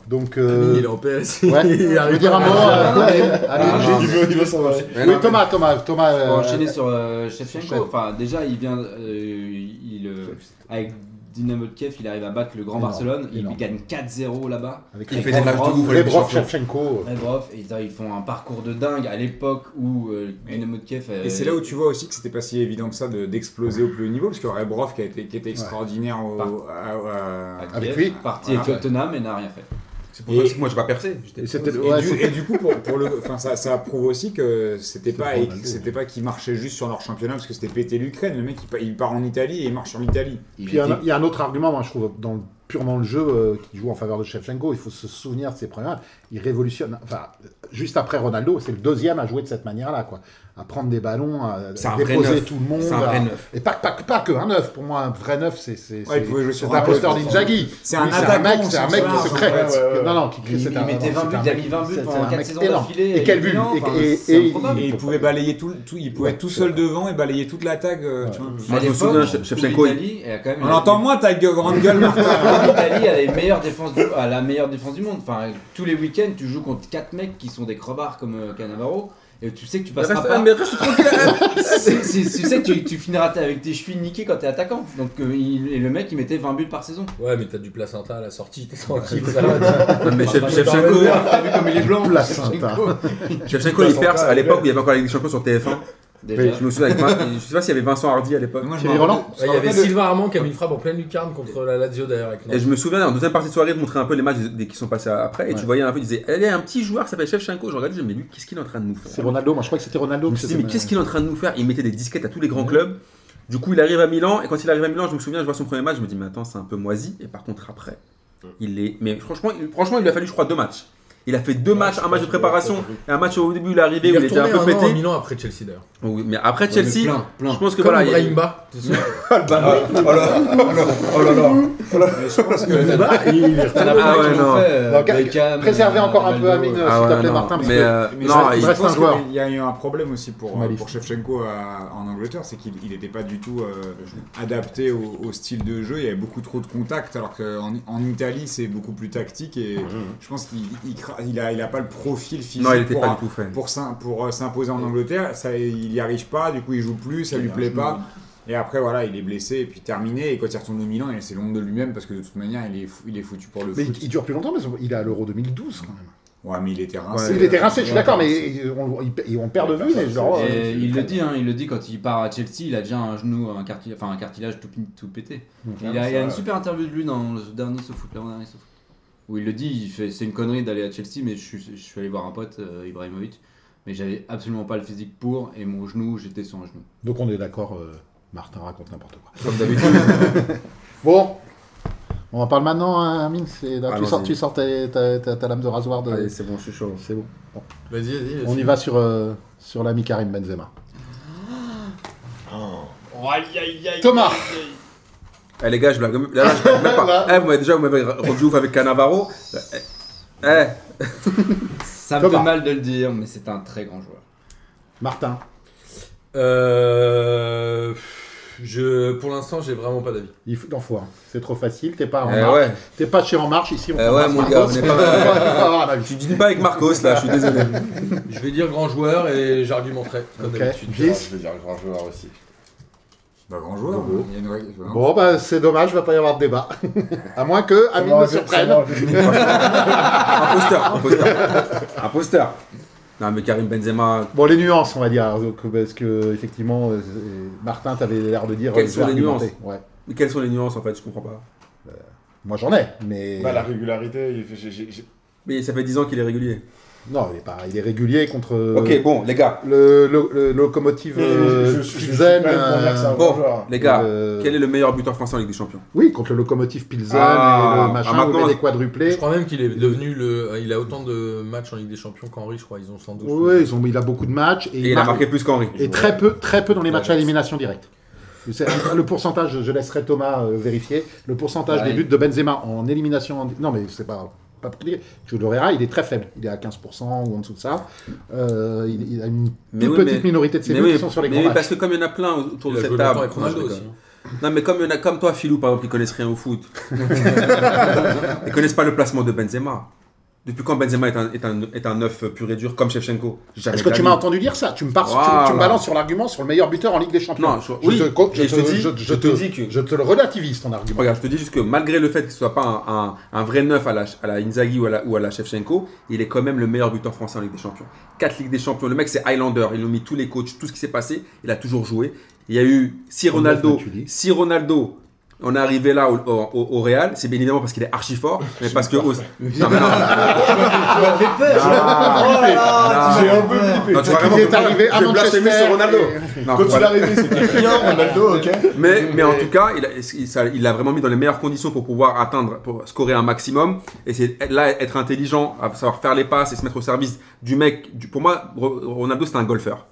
Donc Amine, Il est euh, en PS. ouais, il je veux arrive dire un pas. mot. Ah, non, euh, mais- allez, Ah, j'ai- non, Il veut, il veut s'en aller. Mais non, Oui, mais- Thomas, Thomas, Thomas. Pour euh, enchaîner sur euh, Shevchenko, Shevchenko. enfin déjà il vient, euh, il, euh, avec Dynamo de Kiev, il arrive à battre le Grand Énorme, Barcelone, il énorme. gagne 4-0 là-bas. avec Il Avec fait des matchs de Rebrov, ouf. avec Rebrov, les champions. Shevchenko. Rebrov, et ils font un parcours de dingue à l'époque où euh, le Dynamo de Kiev. euh, Et c'est là où tu vois aussi que c'était pas si évident que ça de- d'exploser au plus haut niveau, parce que Rebrov qui, a été- qui était extraordinaire au, à- à- à Kiev, Avec lui. Parti avec Voilà. Tottenham et n'a rien fait. C'est pour ça Et- aussi que moi j'ai pas percé. J'étais- Et c'était Et, ouais, du, c'était- et du coup, pour, pour le, enfin, ça, ça prouve aussi que c'était pas, Ronaldo. c'était pas qu'ils marchaient juste sur leur championnat parce que c'était pété l'Ukraine. Le mec, il, pa- il part en Italie et il marche en Italie. Il Puis il y, a était- un- il y a un autre argument, moi, je trouve, dans le- purement le jeu euh, qui joue en faveur de Shevchenko. Il faut se souvenir de ses premiers matchs. Il révolutionne. Enfin, juste après Ronaldo, c'est le deuxième à jouer de cette manière-là, quoi. À prendre des ballons, à C'est un vrai déposer neuf. tout le monde. C'est un vrai à- neuf. Et pas, pas, pas que un neuf. Pour moi, un vrai neuf, c'est c'est Ouais, il c'est- pouvait jouer c'est sur un un poster poste. d'Inzaghi. C'est un Oui, attaquant, mec, c'est un c'est mec ça, qui se c'est crée. vrai, ouais, ouais. Non, non, qui crée. Il- c'est il un- mettait c'est 20 un buts, mec- il a mis 20 buts c'est pendant un quatre mec saisons énorme. d'affilée Et avec quel but Milan, Et- enfin, et- c'est et- improbable. Et il pouvait balayer tout, le- tout il pouvait Ouais. tout seul devant et balayer toute l'attaque. euh, tu vois. Moi, À je me l'époque, souviens, Che- Shevchenko, il- l'Italie, elle a quand même. On entend moins ta gueule- grande gueule, Martin. L'Italie a les meilleures défenses du, a la meilleure défense du monde. Enfin, tous les week-ends, tu joues contre 4 mecs qui sont des crevards comme euh, Cannavaro. Et tu sais que tu Mais passeras reste- pas. Ah, mais reste tranquille. C'est- c'est- tu sais que tu, tu finiras t- avec tes chevilles niquées quand t'es attaquant. Donc, euh, il- et le mec, il mettait 20 buts par saison. Ouais, mais t'as du placenta à la sortie, t'es tranquille, ça va. Non, mais Chev- Enfin, Shevchenko, T'as vu comme il est blanc Placenta. Shevchenko, il perce à l'époque où il y avait encore la Ligue des Champions sur TF1. Déjà. Je me souviens avec Vin- je sais pas s'il y avait Vincent Hardy à l'époque. Moi, je Thierry me rappelle- Roland je Ouais, me il y avait rappelle de- Sylvain Armand qui a mis une frappe en pleine lucarne contre la Lazio d'ailleurs avec Et Nantes. je me souviens en deuxième partie de soirée de montrer un peu les matchs des- qui sont passés après. Et tu voyais un peu, il disait Il y a un petit joueur qui s'appelle Shevchenko. Je regardais, je me disais Mais lui, qu'est-ce qu'il est en train de nous C'est faire Ronaldo. Moi, je crois que c'était Ronaldo. Je me que suis dit, c'était- mais qu'est-ce qu'il est en train de nous faire Il mettait des disquettes à tous les grands clubs. Du coup, il arrive à Milan, et quand il arrive à Milan, je me souviens, je vois son premier match, je me dis, mais attends, c'est un peu moisi. Et par contre, après, il est. Mais franchement, il, franchement, il lui a fallu, je crois, deux matchs. Il a fait deux matchs, un match de préparation et un match au début, il est arrivé Il où est il était retourné un peu un an à pété. Milan après Chelsea d'ailleurs. Oui, mais après Chelsea, Plein, plein. je pense que Comme voilà. il y a- Brahimba, tu te souviens Mais je pense que- T'en as plein Ah ouais, qui l'ont non. fait, euh, Donc, Beckham, Préservez euh, encore un peu Ronaldo, Amine, euh, s'il Ah ouais, te plaît, non. Martin. parce Mais, que- euh, Mais non, ça, il- je reste pense un joueur. qu'il y a eu un problème aussi pour, Malif. pour Shevchenko à- en Angleterre, c'est qu'il n'était pas du tout euh, adapté au, au style de jeu. Il y avait beaucoup trop de contacts, alors qu'en en Italie, c'est beaucoup plus tactique. Et je pense qu'il il cra- il a, il a pas le profil physique non, il était pour, pas un- du tout fait. pour s'im- pour, euh, s'imposer en Angleterre. Ça, il n'y arrive pas, du coup, il joue plus, ça lui plaît pas. Et après, voilà, il est blessé et puis terminé. Et quand il retourne au Milan, et c'est l'ombre de lui-même parce que de toute manière, il est, fou- il est foutu pour le Mais foot. il, il dure plus longtemps, mais il est à l'Euro 2012 quand même. Ouais, mais il était rincé. Ouais. il était rincé, je suis Ouais, d'accord, rincé. mais on, il- on perd de vue, mais genre. Et euh, il le dit, hein, il le dit quand il part à Chelsea, il a déjà un genou, un cartilage, enfin un cartilage tout, pin- tout pété. Il, a, il y a une super interview de lui dans le dernier sauf foot, dernier Sauf Foot, où il le dit, il fait, c'est une connerie d'aller à Chelsea, mais je suis, je suis allé voir un pote, euh, Ibrahimovic, mais j'avais absolument pas le physique pour et mon genou, j'étais sur un genou. Donc on est d'accord, euh, Martin raconte n'importe quoi. Comme d'habitude. Bon, on en parle maintenant, hein, Amine. c'est- là, tu Allons-y. sors, tu sors tes- ta, ta- ta lame de rasoir de. Allez, c'est bon, je suis chaud. C'est bon. Bon. Vas-y, vas-y. On y va sur, euh, sur l'ami Karim Benzema. Oh, Thomas Eh les gars, je blague même, là, là, je blague même pas. Eh, vous m'avez déjà vous m'avez rendu ouf avec Cannavaro. Eh, Eh. Ça me Thomas. fait mal de le dire, mais c'est un très grand joueur. Martin. Euh, je, pour l'instant, j'ai vraiment pas d'avis. Il faut d'en foire. C'est trop facile. T'es pas en Eh marche. ouais. T'es pas chez En Marche ici. On Eh peut ouais, pas se mon faire gars, d'autres. on est pas- Il faut avoir un avis. Tu dis pas avec Marcos là, je suis désolé. Je vais dire grand joueur et j'argumenterai comme Ok. d'habitude. Yes. Je vais dire grand joueur aussi. Bah, grand joueur. Bon. Il y a une vraie- non. Bon, bah, c'est dommage, va pas y avoir de débat. à moins que Amine me surprenne. Imposteur, imposteur. Imposteur. Non mais Karim Benzema, Bon, les nuances, on va dire. donc, parce que, effectivement, euh, Martin, t'avais l'air de dire. Quelles euh, je sont vais les argumenter. Ouais. mais quelles sont les nuances en fait Je comprends pas. Moi, j'en ai, mais. Bah, la régularité, il fait- j'ai- j'ai- j'ai- Mais ça fait 10 ans qu'il est régulier. Non, il est, pas... il est régulier contre. Ok, bon, les gars, Le, le- le locomotive je- je- euh, je- je suis Pilsen, pas le premier à euh, savoir. bon, Bonjour. les gars, Euh, quel est le meilleur buteur français en Ligue des Champions oui, contre le locomotive Pilsen Ah, et le machin, ah, maintenant- on met des Je quadruplés. crois même qu'il est devenu le. Il a autant de matchs en Ligue des Champions qu'Henri, je crois. Ils ont 112. Oui, ils ont- il a beaucoup de matchs et, Et il il a marque- marqué plus qu'Henri. et très peu, très peu dans les Ouais, matchs à c'est- élimination directe. C'est- Le pourcentage, je laisserai Thomas euh, vérifier. Le pourcentage Ouais. des buts de Benzema en élimination, en- non mais c'est pas pas privé. Tu le verras, il est très faible. Il est à 15% ou en dessous de ça. Euh, il, il a une Mais toute oui, petite mais- minorité de ses Mais buts oui, qui sont sur les mais grands oui, matchs. parce que comme il y en a plein autour Il de a cette joué longtemps table, avec Ronaldo Non, je aussi. déconne. Non, mais comme il y en a comme toi, Philou, par exemple, ils connaissent rien au foot. ils connaissent pas le placement de Benzema. Depuis quand Benzema est un, est un, est un neuf pur et dur comme Shevchenko Jamais Est-ce que de tu la m'as vie. entendu dire ça Tu me pars, tu- tu, Voilà. me balances sur l'argument sur le meilleur buteur en Ligue des Champions. Non, je- oui, te, co- je et je te- te dis- je- je je te te- dis que- je te le relativise ton argument. Regarde, je te dis juste que malgré le fait que ce soit pas un, un- un vrai neuf à la, à la Inzaghi ou à la, ou à la Shevchenko, il est quand même le meilleur buteur français en Ligue des Champions. 4 Ligues des Champions, le mec c'est Highlander, ils l'ont mis tous les coachs, tout ce qui s'est passé, il a toujours joué. Il y a eu, si Comme neuf, Ronaldo, tu dis. si Ronaldo, on est arrivé là au, au, au- au Real, c'est bien évidemment parce qu'il est archi fort, mais parce que... au- Non, mais non. Ah, J'ai un peu flippé. Non, tu vas Il vraiment est arrivé à je vais Manchester blasphémer sur Ronaldo. et- Non, Quand il est voilà. arrivé, c'était client, Ronaldo, ok Mais, mais en tout cas, il a- il ça- il l'a vraiment mis dans les meilleures conditions pour pouvoir atteindre, pour scorer un maximum. Et c'est là être intelligent, à savoir faire les passes et se mettre au service du mec. Du, pour moi, Ro- Ronaldo, c'était un golfeur.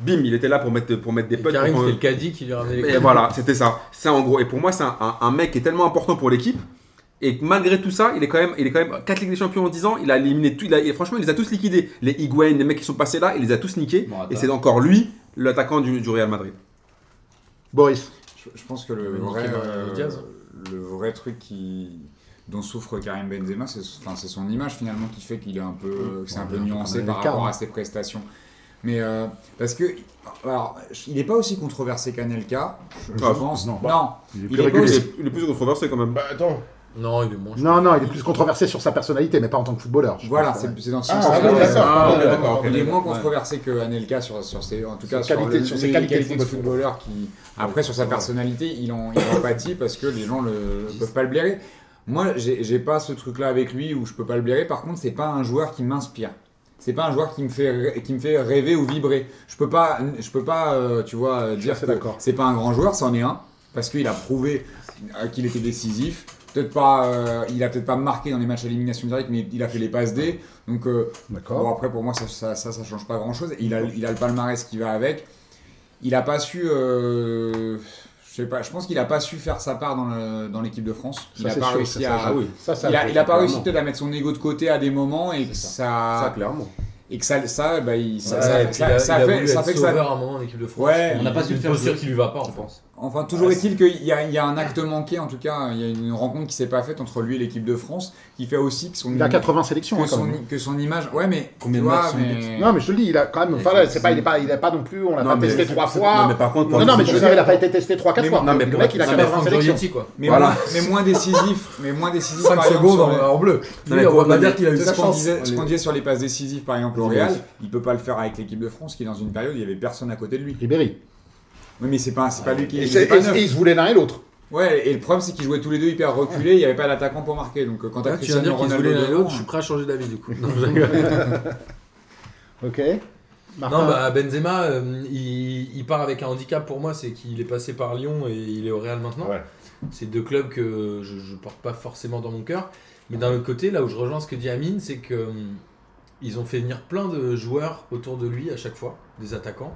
Bim, il était là pour mettre, pour mettre des Et putts. Karim, pour- c'était le caddie qui lui a ramené les et coups. voilà, c'était ça. Ça en gros. Et pour moi, c'est un, un- un mec qui est tellement important pour l'équipe. Et que malgré tout ça, il est quand même, il est quand même 4 Ligues des Champions en 10 ans. Il a éliminé tout. il a- et franchement, il les a tous liquidés. Les Higuain, les mecs qui sont passés là, il les a tous niqués. Bon, attends. et c'est encore lui, l'attaquant du, du Real Madrid. Boris, Je, je pense que le Niquer vrai, Mario euh, Diaz. le vrai truc qui, dont souffre Karim Benzema, c'est enfin, c'est son image finalement qui fait qu'il est un peu, que c'est un Ouais, peu un peu nuancé comme par Anelka, rapport hein. à ses prestations. Mais euh, parce que, alors, il n'est pas aussi controversé qu'Anelka, je, je Ah, pense. non. non, il est Il plus est beau, Il régulier. est, il est plus controversé quand même. Bah, attends. Non, il est moins. Non, non, il est plus controversé sur sa personnalité, mais pas en tant que footballeur. je Voilà, pense, ouais. c'est c'est dans ce Ah, sens-là. oui, d'accord. Ah, Ouais, ok, d'accord, ok. Il est moins controversé que Anelka sur, sur ses, en tout Sur cas qualité- sur, le- sur ses les qualités qualités, de de footballeur. Qui, après, sur sa personnalité, il en, il en pâtit parce que les gens ne peuvent pas le blairer. Moi, j'ai j'ai pas ce truc-là avec lui où je peux pas le blairer. Par contre, c'est pas un joueur qui m'inspire. C'est pas un joueur qui me fait rê- qui me fait rêver ou vibrer. Je peux pas je peux pas euh, tu vois euh, dire assez que d'accord. c'est pas un grand joueur, c'en est un parce qu'il a prouvé euh, qu'il était décisif. Peut-être pas euh, il a peut-être pas marqué dans les matchs à élimination directe mais il a fait les passes D. Donc euh, D'accord. Bon, après, pour moi, ça, ça, ça, ça change pas grand chose. Il a, il a le palmarès qui va avec. Il a pas su. euh, je sais pas, je pense qu'il a pas su faire sa part dans le- dans l'équipe de France. Il Ça, a c'est pas sûr, réussi ça, ça, à. ah oui. Ça, ça, Il a, oui, il a pas réussi clairement. peut-être à mettre son ego de côté à des moments et que Ah, ça, Ça, clairement. et que ça, ça, bah, il- ça, Ouais, ça- et puis ça- il a- ça il a fait, voulu ça être fait que ça- sauveur à un moment en équipe de France. Ouais. On n'a pas su le faire sûr jouer. qui lui va pas, en Je fait. pense. Enfin, toujours est-il qu'il y, a- il y a un acte manqué, en tout cas, il y a une rencontre qui s'est pas faite entre lui et l'équipe de France, qui fait aussi que son, Il a 80 sélections Mm. que hein, quand son, même. que son image, ouais, mais Combien tu de vois, matchs sont mais- Non, mais je te le dis, il a quand même. Enfin, là, c'est pas, il est pas, il est pas non plus. On l'a pas testé trois fois. Non, mais par contre, Non, non, mais je veux dire, il a pas été testé trois, quatre Mais- fois. non, mais le pour- mec, il a C'est quand non, pas même Franck 20 sélections. Giorgetti, quoi. Mais, Voilà. moins, mais moins décisif, mais moins décisif. 5 par exemple, secondes sur en, les- en bleu. Non, Lui, mais on va pour- pas dire qu'il a eu ce sa qu'on chance. disait, ce On qu'on est- disait sur les passes décisives, par exemple, au Oui, Real, oui. il peut pas le faire avec l'équipe de France qui est dans une période où il y avait personne à côté de lui. Ribéry. Oui, mais c'est pas, c'est pas lui qui. Et, il c'est- est pas et- neuf. et ils se voulaient l'un et l'autre. Ouais, et le problème c'est qu'ils jouaient tous les deux hyper reculés, il n'y avait pas d'attaquant pour marquer. Donc euh, quand Ah, t'as Là, tu viens de Cristiano dire qu'ils se Ronaldo voulaient l'un et l'autre, devant, je suis prêt à changer d'avis du coup. Non, je rigole. Ok. Martin. Non, bah Benzema, euh, il, il part avec un handicap pour moi, c'est qu'il est passé par Lyon et il est au Real maintenant. Ouais. C'est deux clubs que je, je porte pas forcément dans mon cœur. Mais d'un autre côté, là où je rejoins ce que dit Amine, c'est que hum, ils ont fait venir plein de joueurs autour de lui à chaque fois, des attaquants,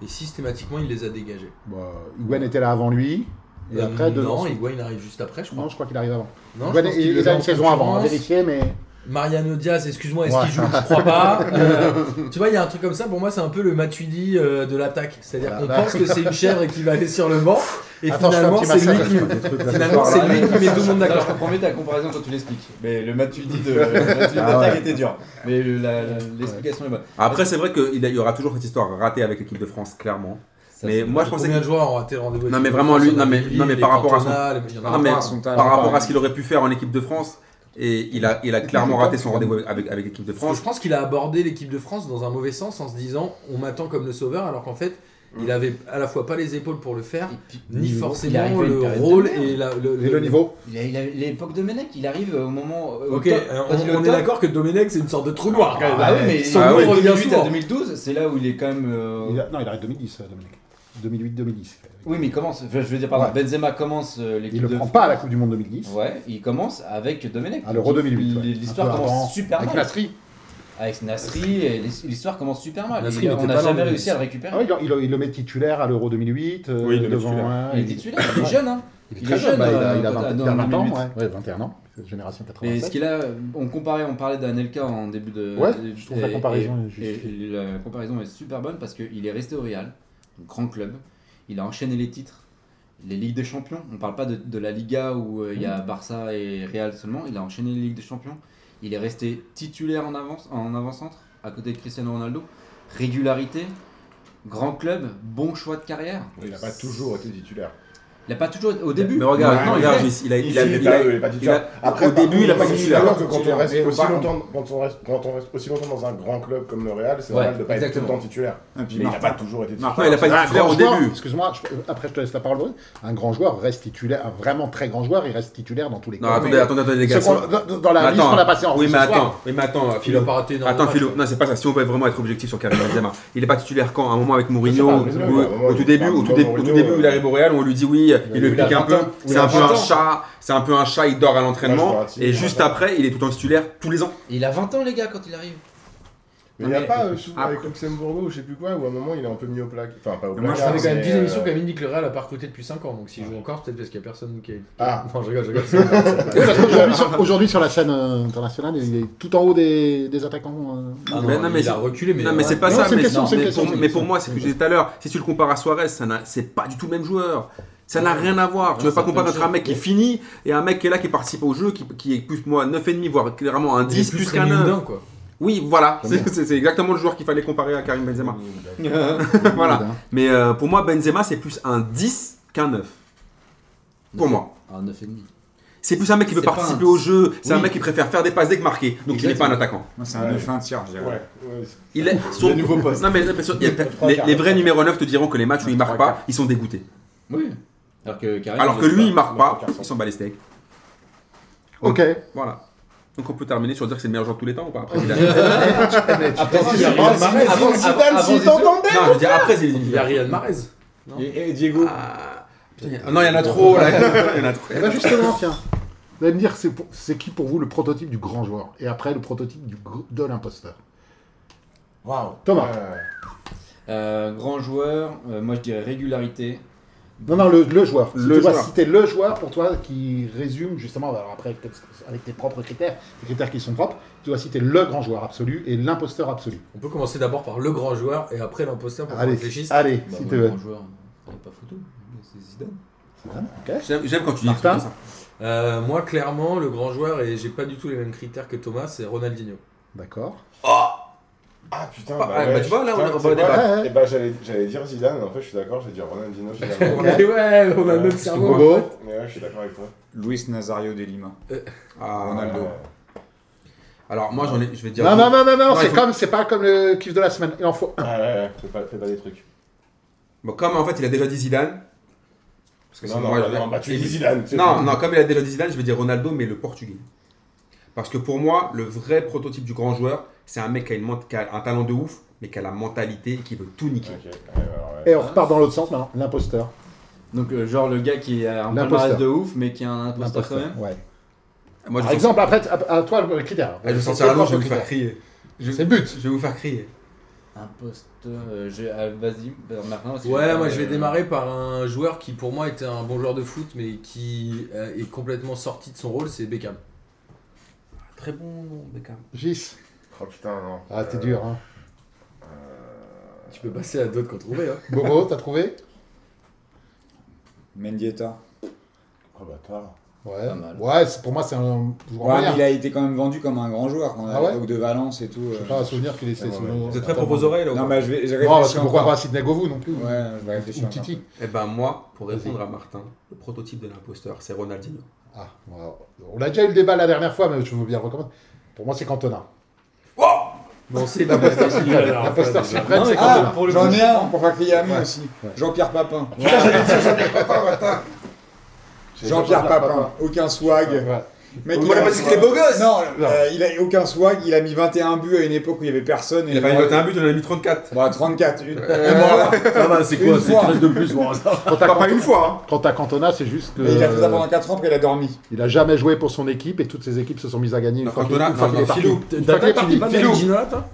et systématiquement il les a dégagés. Bah, Higuain était là avant lui. Et Euh, après, devant non, son- Higuain, il arrive juste après, je crois. Non, je crois qu'il arrive avant. Non, je Higuain, pense il, qu'il il le met a en une saison avant, à concurrence. vérifier, mais. Mariano Diaz, excuse-moi, est-ce qu'il Ouais. joue Je crois pas. Euh, tu vois, il y a un truc comme ça. Pour moi, c'est un peu le Matuidi euh, de l'attaque. C'est-à-dire Voilà, qu'on bah. pense que c'est une chèvre qui va aller sur le banc. Et Attends, finalement, je fais un c'est petit lui massage. qui, parce que des trucs là, finalement, ce Ah, c'est soir-là. lui qui met tout le D'accord, monde d'accord. Ah, je comprends mieux ta comparaison quand tu l'expliques. Mais le Matuidi de Matuidi d'attaque était dur. Mais la- la- l'explication est bonne. Après, c'est vrai qu'il y aura toujours cette histoire ratée avec l'équipe de France, clairement. Ça, mais c'est- moi, je pensais Combien que. de joueurs ont raté le rendez-vous avec Non, mais l'équipe de vraiment, France lui- On a non, mais- Billy, non, mais les par rapport à son- Cantona, les- il y en a Non, plein. mais à son talent, par rapport pareil. à ce qu'il aurait pu faire en équipe de France, et il a, il a clairement raté son rendez-vous avec, avec l'équipe de Parce que France. Je pense qu'il a abordé l'équipe de France dans un mauvais sens en se disant on m'attend comme le sauveur alors qu'en fait il avait à la fois pas les épaules pour le faire Et puis, il ni est arrivé à forcément une le période de rôle merde. et la- le, Et le niveau Il a- il a- L'époque de Menech, il arrive au moment. au Ok, top. euh, Quand on, il est au on est top, d'accord que Domenech c'est une sorte de trou noir. quand même. Ah oui, mais Son Ah nom oui. revient 2008 à souvent. 2012, c'est là où il est quand même. euh, Il a- non, il arrête 2010, euh, Dominique. 2008-2010. Oui, mais il commence. Je je veux dire, pardon, Ouais. Benzema commence euh, l'équipe Il le de prend France. pas à la Coupe du Monde 2010. Ouais, il commence avec Domenech. À l'Euro 2008, ouais. Un L'histoire peu commence avant, super Avec mal. Nasri. Avec Nasri, et l'his- l'histoire commence super mal. Et Nasri, il était on pas n'a dans jamais le- réussi à le récupérer. Ah oui, il, il le met titulaire à l'Euro 2008. euh, Oui, il le met devant, titulaire. hein, il est titulaire, il est jeune, hein. il est il très est jeune, jeune, bah, il a, euh, il a quand- 20 dans vers 20 ans, 2008. ouais. Ouais, 21 ans, c'est génération Mais ce 87. qu'il a, on comparait, on parlait d'Anelka en début de. Ouais, de- je trouve la comparaison est et- juste. et la comparaison est super bonne parce qu'il est resté au Real, un grand club. Il a enchaîné les titres, les Ligues des Champions. On ne parle pas de, de la Liga où euh, il y Mmh. a Barça et Real seulement. Il a enchaîné les Ligues des Champions. Il est resté titulaire en avance, en avant-centre à côté de Cristiano Ronaldo. Régularité, grand club, bon choix de carrière. Il n'a pas toujours été titulaire. Il n'a pas toujours au début. Mais regarde, Ouais, non, ouais. regarde, il a. Ici, Il a, il il a- est pas- il est pas il a- titulaire. Après, au par début, contre, il a pas je suis titulaire. d'accord que quand on Mais reste aussi par longtemps, quand on reste, quand on reste aussi longtemps dans un grand club comme le Real, c'est Ouais, normal de pas être tout le exactement. temps titulaire. Et Mais puis il n'a Martin. pas toujours été titulaire. Non, il a pas été Un titulaire grand au joueur, début. excuse-moi, je- euh, après je te laisse la parole. Boris. Un grand joueur reste titulaire, un vraiment très grand joueur, il reste titulaire dans tous les Non, cas. attendez, attendez, attendez, les Ce gars. qu'on- ça- dans, dans la Mais liste attends. qu'on a passée en Oui, ce mais soir. attends, oui, mais attends, Il Ah, a Philo. pas raté énormément Attends, de Philo, matchs. non, c'est pas ça. Si on peut vraiment être objectif sur Karim Benzema, il est pas titulaire quand À un moment avec Je Mourinho, sais pas, où- Benzema, où- il a vraiment- au tout début, au tout dé- au tout Mourinho, début, euh, il arrive au Real, on lui dit oui, il le il a pique un 20 peu. ans. C'est un peu Il a un 20 ans. chat, c'est un peu un chat, il dort à Moi, je l'entraînement. vois, si, Et il a juste 20 ans. après, il est tout le temps titulaire tous les ans. Il a 20 ans, les gars, quand il arrive. Mais il n'y a Mais- pas euh, souvent avec Après- Luxembourg ou je sais plus quoi, où à un moment il est un peu mis au plaque. Enfin, pas au Mais moi, plaque. je Ça fait quand même mais, 10 émissions euh, qu'Amine dit que le Real a pas recruté depuis 5 ans. Donc s'il joue encore, peut-être parce qu'il y a personne qui est. Ah. Non, je rigole, je rigole. c'est vrai. Oui, parce qu'aujourd'hui, sur, aujourd'hui, sur la scène euh, internationale, il est tout en haut des, des attaquants. euh. Ah Mais non, non, mais il a c'est- reculé, mais. non, mais c'est pas Non, ça. c'est une mais, question, non, c'est une mais question, pour, c'est mais une pour question. moi, c'est ce que j'ai dit tout à l'heure. Si tu le compares à Suarez, ça n'a- c'est pas du tout le même joueur. Ça n'a rien à voir. Tu Non, veux pas ça comparer peut entre un mec qui finit et un mec qui est là, qui participe au jeu, qui, qui est plus moi 9,5, voire clairement un 10 plus qu'un 9. quoi. Oui, voilà. C'est- C'est c'est exactement le joueur qu'il fallait comparer à Karim Benzema. voilà. Mais euh, pour moi, Benzema, c'est plus un 10 qu'un 9. Pour moi. Un 9,5. C'est plus un mec qui veut C'est pas participer un- au jeu. C'est un Oui. mec qui préfère faire des passes dès que marquer. Donc il n'est pas un Exactement. attaquant. Moi, c'est un Ouais. 9 1 tiers, je Ouais, dirais. ouais, c'est- Il est son... nouveau poste. Non, mais, mais sur- il y a- Trois les, quarts. les vrais numéro 9 te diront que les matchs où ils marquent Trois pas, ils sont dégoûtés. Oui. Alors que, Karim, Alors il que est lui, il pas- marque Trois pas, quarts. il s'en bat les steaks. Ok. Voilà. Donc on peut terminer sur dire que c'est le meilleur joueur de tous les temps ou pas Après, il a- Après, Ah, il y a- Zidane, avant- avant- Zidane, avant- si avant- t'entendais Non, je veux dire, après, c'est Il y a Riyad Mahrez. Et et Diego Ah, Non, il y en a trop là. Il y en a trop. Et ben justement, tiens, vous allez me dire, c'est pour- c'est qui pour vous le prototype du grand joueur Et après, le prototype du, gr- de l'imposteur. Waouh Thomas. Ouais. Euh, grand joueur, euh, moi je dirais régularité. Non, non, le, le joueur. Si Le tu dois joueur. citer le joueur pour toi qui résume, justement, alors après, avec tes, avec tes propres critères, tes critères qui sont propres, tu dois citer le grand joueur absolu et l'imposteur absolu. On peut commencer d'abord par le grand joueur et après l'imposteur pour qu'on allez, réfléchisse. allez, Bah, si ouais, tu veux. grand joueur, il est pas photo. C'est Zidane. Ok. J'aime j'aime quand tu dis Martin tout ça. Euh, moi, clairement, le grand joueur, et j'ai pas du tout les mêmes critères que Thomas, c'est Ronaldinho. D'accord. Ah putain, Ah, bah, ouais, ouais, bah, tu vois, là, on putain, est au c'est débat. vrai. Ouais, ouais. Eh ben, j'allais j'allais dire Zidane, en fait, je suis d'accord, j'ai dit Ronaldinho, finalement. On a- Ah, ouais, on a le même cerveau. Bobo en fait. Mais ouais, je suis d'accord avec toi. Luis Nazario de Lima. Ah, Ronaldo. Ouais. Alors moi, j'en ai, je vais dire. Non, non, non, non, non, Non, il c'est faut- comme, c'est pas comme le kiff de la semaine. Il en faut un. Ah ouais, ouais, fais pas, fais pas des trucs. Bon, comme en fait, il a déjà dit Zidane. Parce que Non, sinon, non, moi, non, je vais- non, bah, tu Et- dis Zidane. c'est Non, tout. non, comme il a déjà dit Zidane, je vais dire Ronaldo, mais le portugais. Parce que pour moi, le vrai prototype du grand joueur, c'est un mec qui a, une ment- qui a un talent de ouf, mais qui a la mentalité et qui veut tout niquer. Ok, ouais, ouais, ouais. Et eh, on repart dans l'autre sens maintenant, l'imposteur. Donc, euh, genre le gars qui a un L'imposteur. palmarès de ouf, mais qui a un imposteur quand même. ouais. Moi, je Par vais sortir- exemple, après, t- à, à toi le critère. Ah, je vais C'est sortir la quoi langue, je vais ton vous faire critère crier. Je, C'est le but. je vais vous faire crier. Imposteur. euh, j'ai- ah, Vas-y, euh, Martin. parce que j'ai Ouais, pas, moi je vais euh, démarrer par un joueur qui pour moi était un bon joueur de foot mais qui euh, est complètement sorti de son rôle, c'est Beckham. Très bon, Beckham. Gis. Oh putain, non. Ah, t'es Euh, dur, hein. Tu peux passer à d'autres qu'on trouvait. Hein. Bobo, t'as trouvé Mendieta. Oh bâtard. Ouais. Pas mal. Ouais, c'est- pour moi, c'est un joueur Ouais, moyen. mais il a été quand même vendu comme un grand joueur quand Ah ouais à l'époque de Valence et tout. Je euh. sais pas, un souvenir qu'il est. Ouais, ouais. Vous êtes très propos oreilles là ou Non, pas mais je vais, je vais Non, parce réfléchir que pourquoi encore. pas Sidney Govou non plus Ouais, je vais Ou réfléchir. encore. Titi. Eh ben moi, pour répondre à Martin, le prototype de l'imposteur, c'est Ronaldinho. Ah, ouais. on a déjà eu le débat la dernière fois, mais je veux bien le recommander. Pour moi, c'est Cantona. Bon, c'est L'imposteur suprême, Ah, l'imposteur suprême, c'est Cantona. Ah, j'en ai un pour pas crier à moi aussi. Jean-Pierre Papin. Jean-Pierre Papin, aucun swag. Ouais. Mec, On il a- a pas dit qu'il est beau gosse Non, Non. euh, il a aucun swag, il a mis 21 buts à une époque où il y avait personne. Il a pas mis 21 buts, il en a mis 34. Bon, à 34. une- c'est quoi, Une c'est fois. une de plus au hasard. Quand Pas, pas t'as- une fois. hein. Quand t'as Cantona, c'est juste que Mais il a fait ça pendant 4 ans, puis il a dormi. il a jamais joué pour son équipe et toutes ses équipes se sont mises à gagner une Non, fois qu'il Cantona, une fois non, qu'il est non, parti. Philou. Euh, Une fois qu'il est parti. pas Philou. Ginola, toi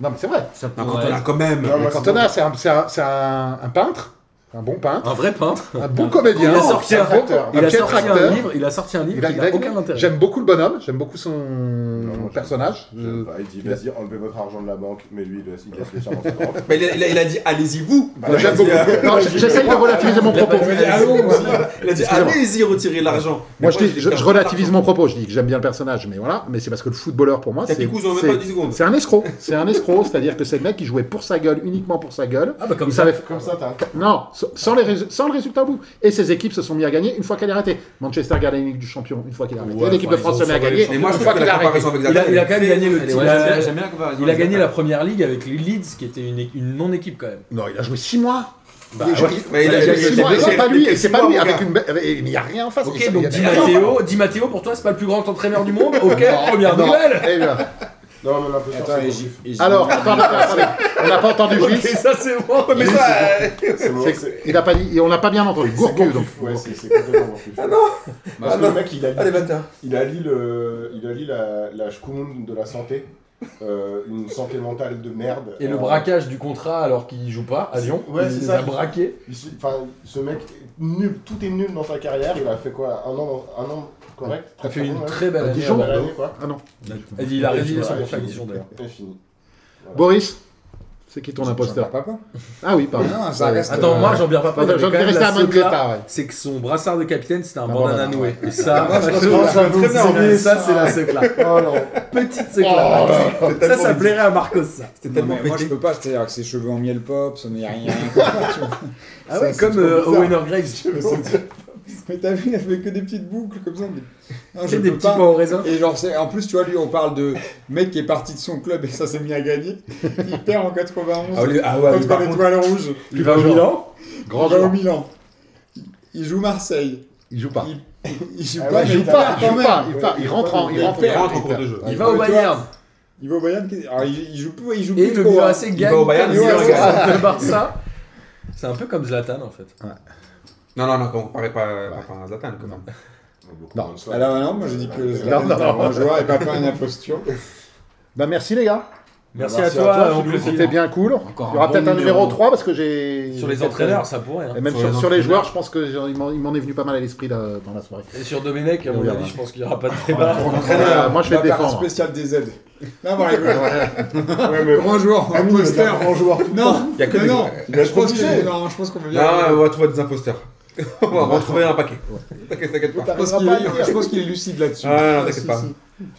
Non, mais c'est vrai. Ça Hein. Non, pourrait Cantona, être- quand même. Non, Mais moi, Cantona, c'est un, c'est un- c'est un- un peintre, un bon peintre, Un vrai peintre. un bon comédien, Il a sorti un un- bon acteur, Il un a piètre sorti un acteur. livre, il a sorti un livre Il a- qui il a- n'a aucun intérêt. J'aime beaucoup le bonhomme, j'aime beaucoup son Non, moi, je- personnage. Je sais pas, il dit vas-y, enlevez votre argent de la banque, mais lui, il laisse, il laisse le charme en sa banque. Mais il a, il a- il a dit allez-y vous. Euh, j'aime beaucoup. Non, j- J'essaye de relativiser mon propos. Il a dit Excusez-moi. allez-y retirer l'argent. Moi, Mais je, dis, j'ai je, dit, je relativise mon propos. Je dis que j'aime bien le personnage, mais voilà. Mais c'est parce que le footballeur, pour moi, T'as c'est pris cousin, même pas 10 c'est- secondes. c'est un escroc. C'est un escroc. C'est-à-dire que c'est le mec qui jouait pour sa gueule, uniquement pour sa gueule. Ah bah comme Il ça. savait- Comme ça, t'as. Non, s- sans, les rés- sans le résultat au bout. Et ses équipes se sont mis à gagner une fois qu'elle est arrêtée. Manchester gagne la Ligue du Champion une fois qu'il est arrêté. Ouais, L'équipe enfin, de France ils se ont met à sauvé les gagner Et moi je une trouve fois que qu'il est la arrêté. comparaison avec Il a, Zlatan. il a quand même gagné le Elle est- titre. ouais, Il a- j'aime- J'aime bien la comparaison. il a gagné la première ligue avec les Leeds, qui était une, une non-équipe quand même. Non, il a joué 6 mois. Bah, il a joué Mais il a- il a il a- joué il six a mois. Et blessé C'est pas les- lui, et c'est les six pas mois, lui mon avec gars. une. be- avec- Il n'y a rien en face. Ok, Il- il y donc a- Di il y a rien en face. Matteo, Di Matteo, pour toi, c'est pas le plus grand entraîneur du monde. Ok, première Non. nouvelle Eh bien. Non, mais l'imposteur, Attends, c'est et bon. J- et J- Alors, attendez, attendez, on n'a pas entendu Ok, Gilles. ça c'est bon Mais ça, euh, C'est bon, C'est- c'est- Il a pas dit, et on l'a pas bien entendu. Gourcuff, donc. Gourcuff, Ouais, c'est c'est complètement Gourcuff. Ah non Parce que le mec, il a Allez, dit bâtard. Il allie, le, il allie la, la schkoumoune de la santé, euh, une santé mentale de merde. Et le Euh, braquage du contrat alors qu'il joue pas à Lyon, Ouais, il c'est les ça. a braqués. Euh, il se- Enfin, ce mec, est nul, tout est nul dans sa carrière. Il a fait quoi Un an, un an correct Ça Très fait très une bon, ouais. très belle À année. Dijon. à Belle Bordeaux. année, quoi. Ah non. Et Il a Et voilà, résilié son et contrat avec fini. Dijon d'ailleurs. Et fini. Boris, c'est qui ton imposteur Jean-Pierre Papin. Ah oui, pardon. Non, ça reste. Attends, euh, moi j'en viens pas Attends, j'en j'en ai resté à Mandietta, ouais. C'est que son brassard de capitaine c'était un Un bandana bandana, noué. Et ça, Ah, moi, je trouve ça, que c'est- c'est bien, ça, ça. c'est la secla. Oh non Petite secla. ça, ça plairait à Marcos ça. Non, tellement mais Moi, pété. je peux pas, c'est-à-dire que ses cheveux en miel pop, ça n'y a rien. rien compris, tu vois. Ah Ça, ouais, c'est comme trop euh, bizarre. Owen Graves. Mais t'as vu, il avait que des petites boucles comme ça. des- Non, je J'ai des peux petits pas. pains au raisin. Et genre, c'est- en plus, tu vois, lui, on parle de mec qui est parti de son club et ça s'est mis à gagner. Il perd en 91 Ah, oui, ah ouais, mais contre par contre, l'étoile rouge. Il va au Milan Grand il va au joueur. Milan. Il- Il joue Marseille. Il joue pas. Il, il joue Ah pas, ouais, mais Il joue il perd pas, il quand joue même. pas, il part, il rentre en, il rentre il rentre en cours perd. de jeu. Il va Ouais, au toi, Bayern. Il va au Bayern. qu'est- Alors, il, il joue plus, il joue Et plus le trop, Milan hein. AC Il gagne va au Bayern, quatre zéro zéro contre zéro. le Barça. C'est un peu comme Zlatan en fait. Non, non, non, on comparait pas, pas à Zlatan. quand même. Non. Alors, Ah non, moi, je dis que Non, Zlatan non, est un bon non. joueur et Papa une imposture. Bah merci les gars, Merci, Merci à à toi, toi, Anglophile. c'était bien cool. Il y un aura bon peut-être un numéro. numéro 3 parce que j'ai... hein. Sur les entraîneurs, ça pourrait. hein. Et même sur, Sur les sur les entraîneurs. joueurs, je pense que j'en- il m'en il m'en est venu pas mal à l'esprit là, dans la soirée. Et sur Domenech, à On mon verra. avis, je pense qu'il n'y aura pas de débat. Euh, moi je vais le Eh ben, On va faire un défendre. spécial des aides. Non, bah, rigole. Ouais, mais Grand joueur, un poster. grand joueur. Non, Il y a que non, des- non, Il a je pense obligé. que- non, je pense qu'on peut bien. Non, on va trouver des imposteurs. on va en trouver un paquet. T'inquiète, t'inquiète pas. Je pense qu'il est- je pense qu'il est lucide là-dessus. Ah, non, t'inquiète pas.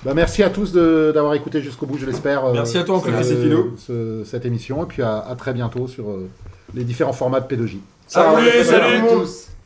Bah, merci à tous de- d'avoir écouté jusqu'au bout, je l'espère. euh, Merci à toi, Oncle ce- Fils et Philo. ce- cette émission, et puis à, à très bientôt sur euh, les différents formats de P2J. Salut, Salut, salut. à tous.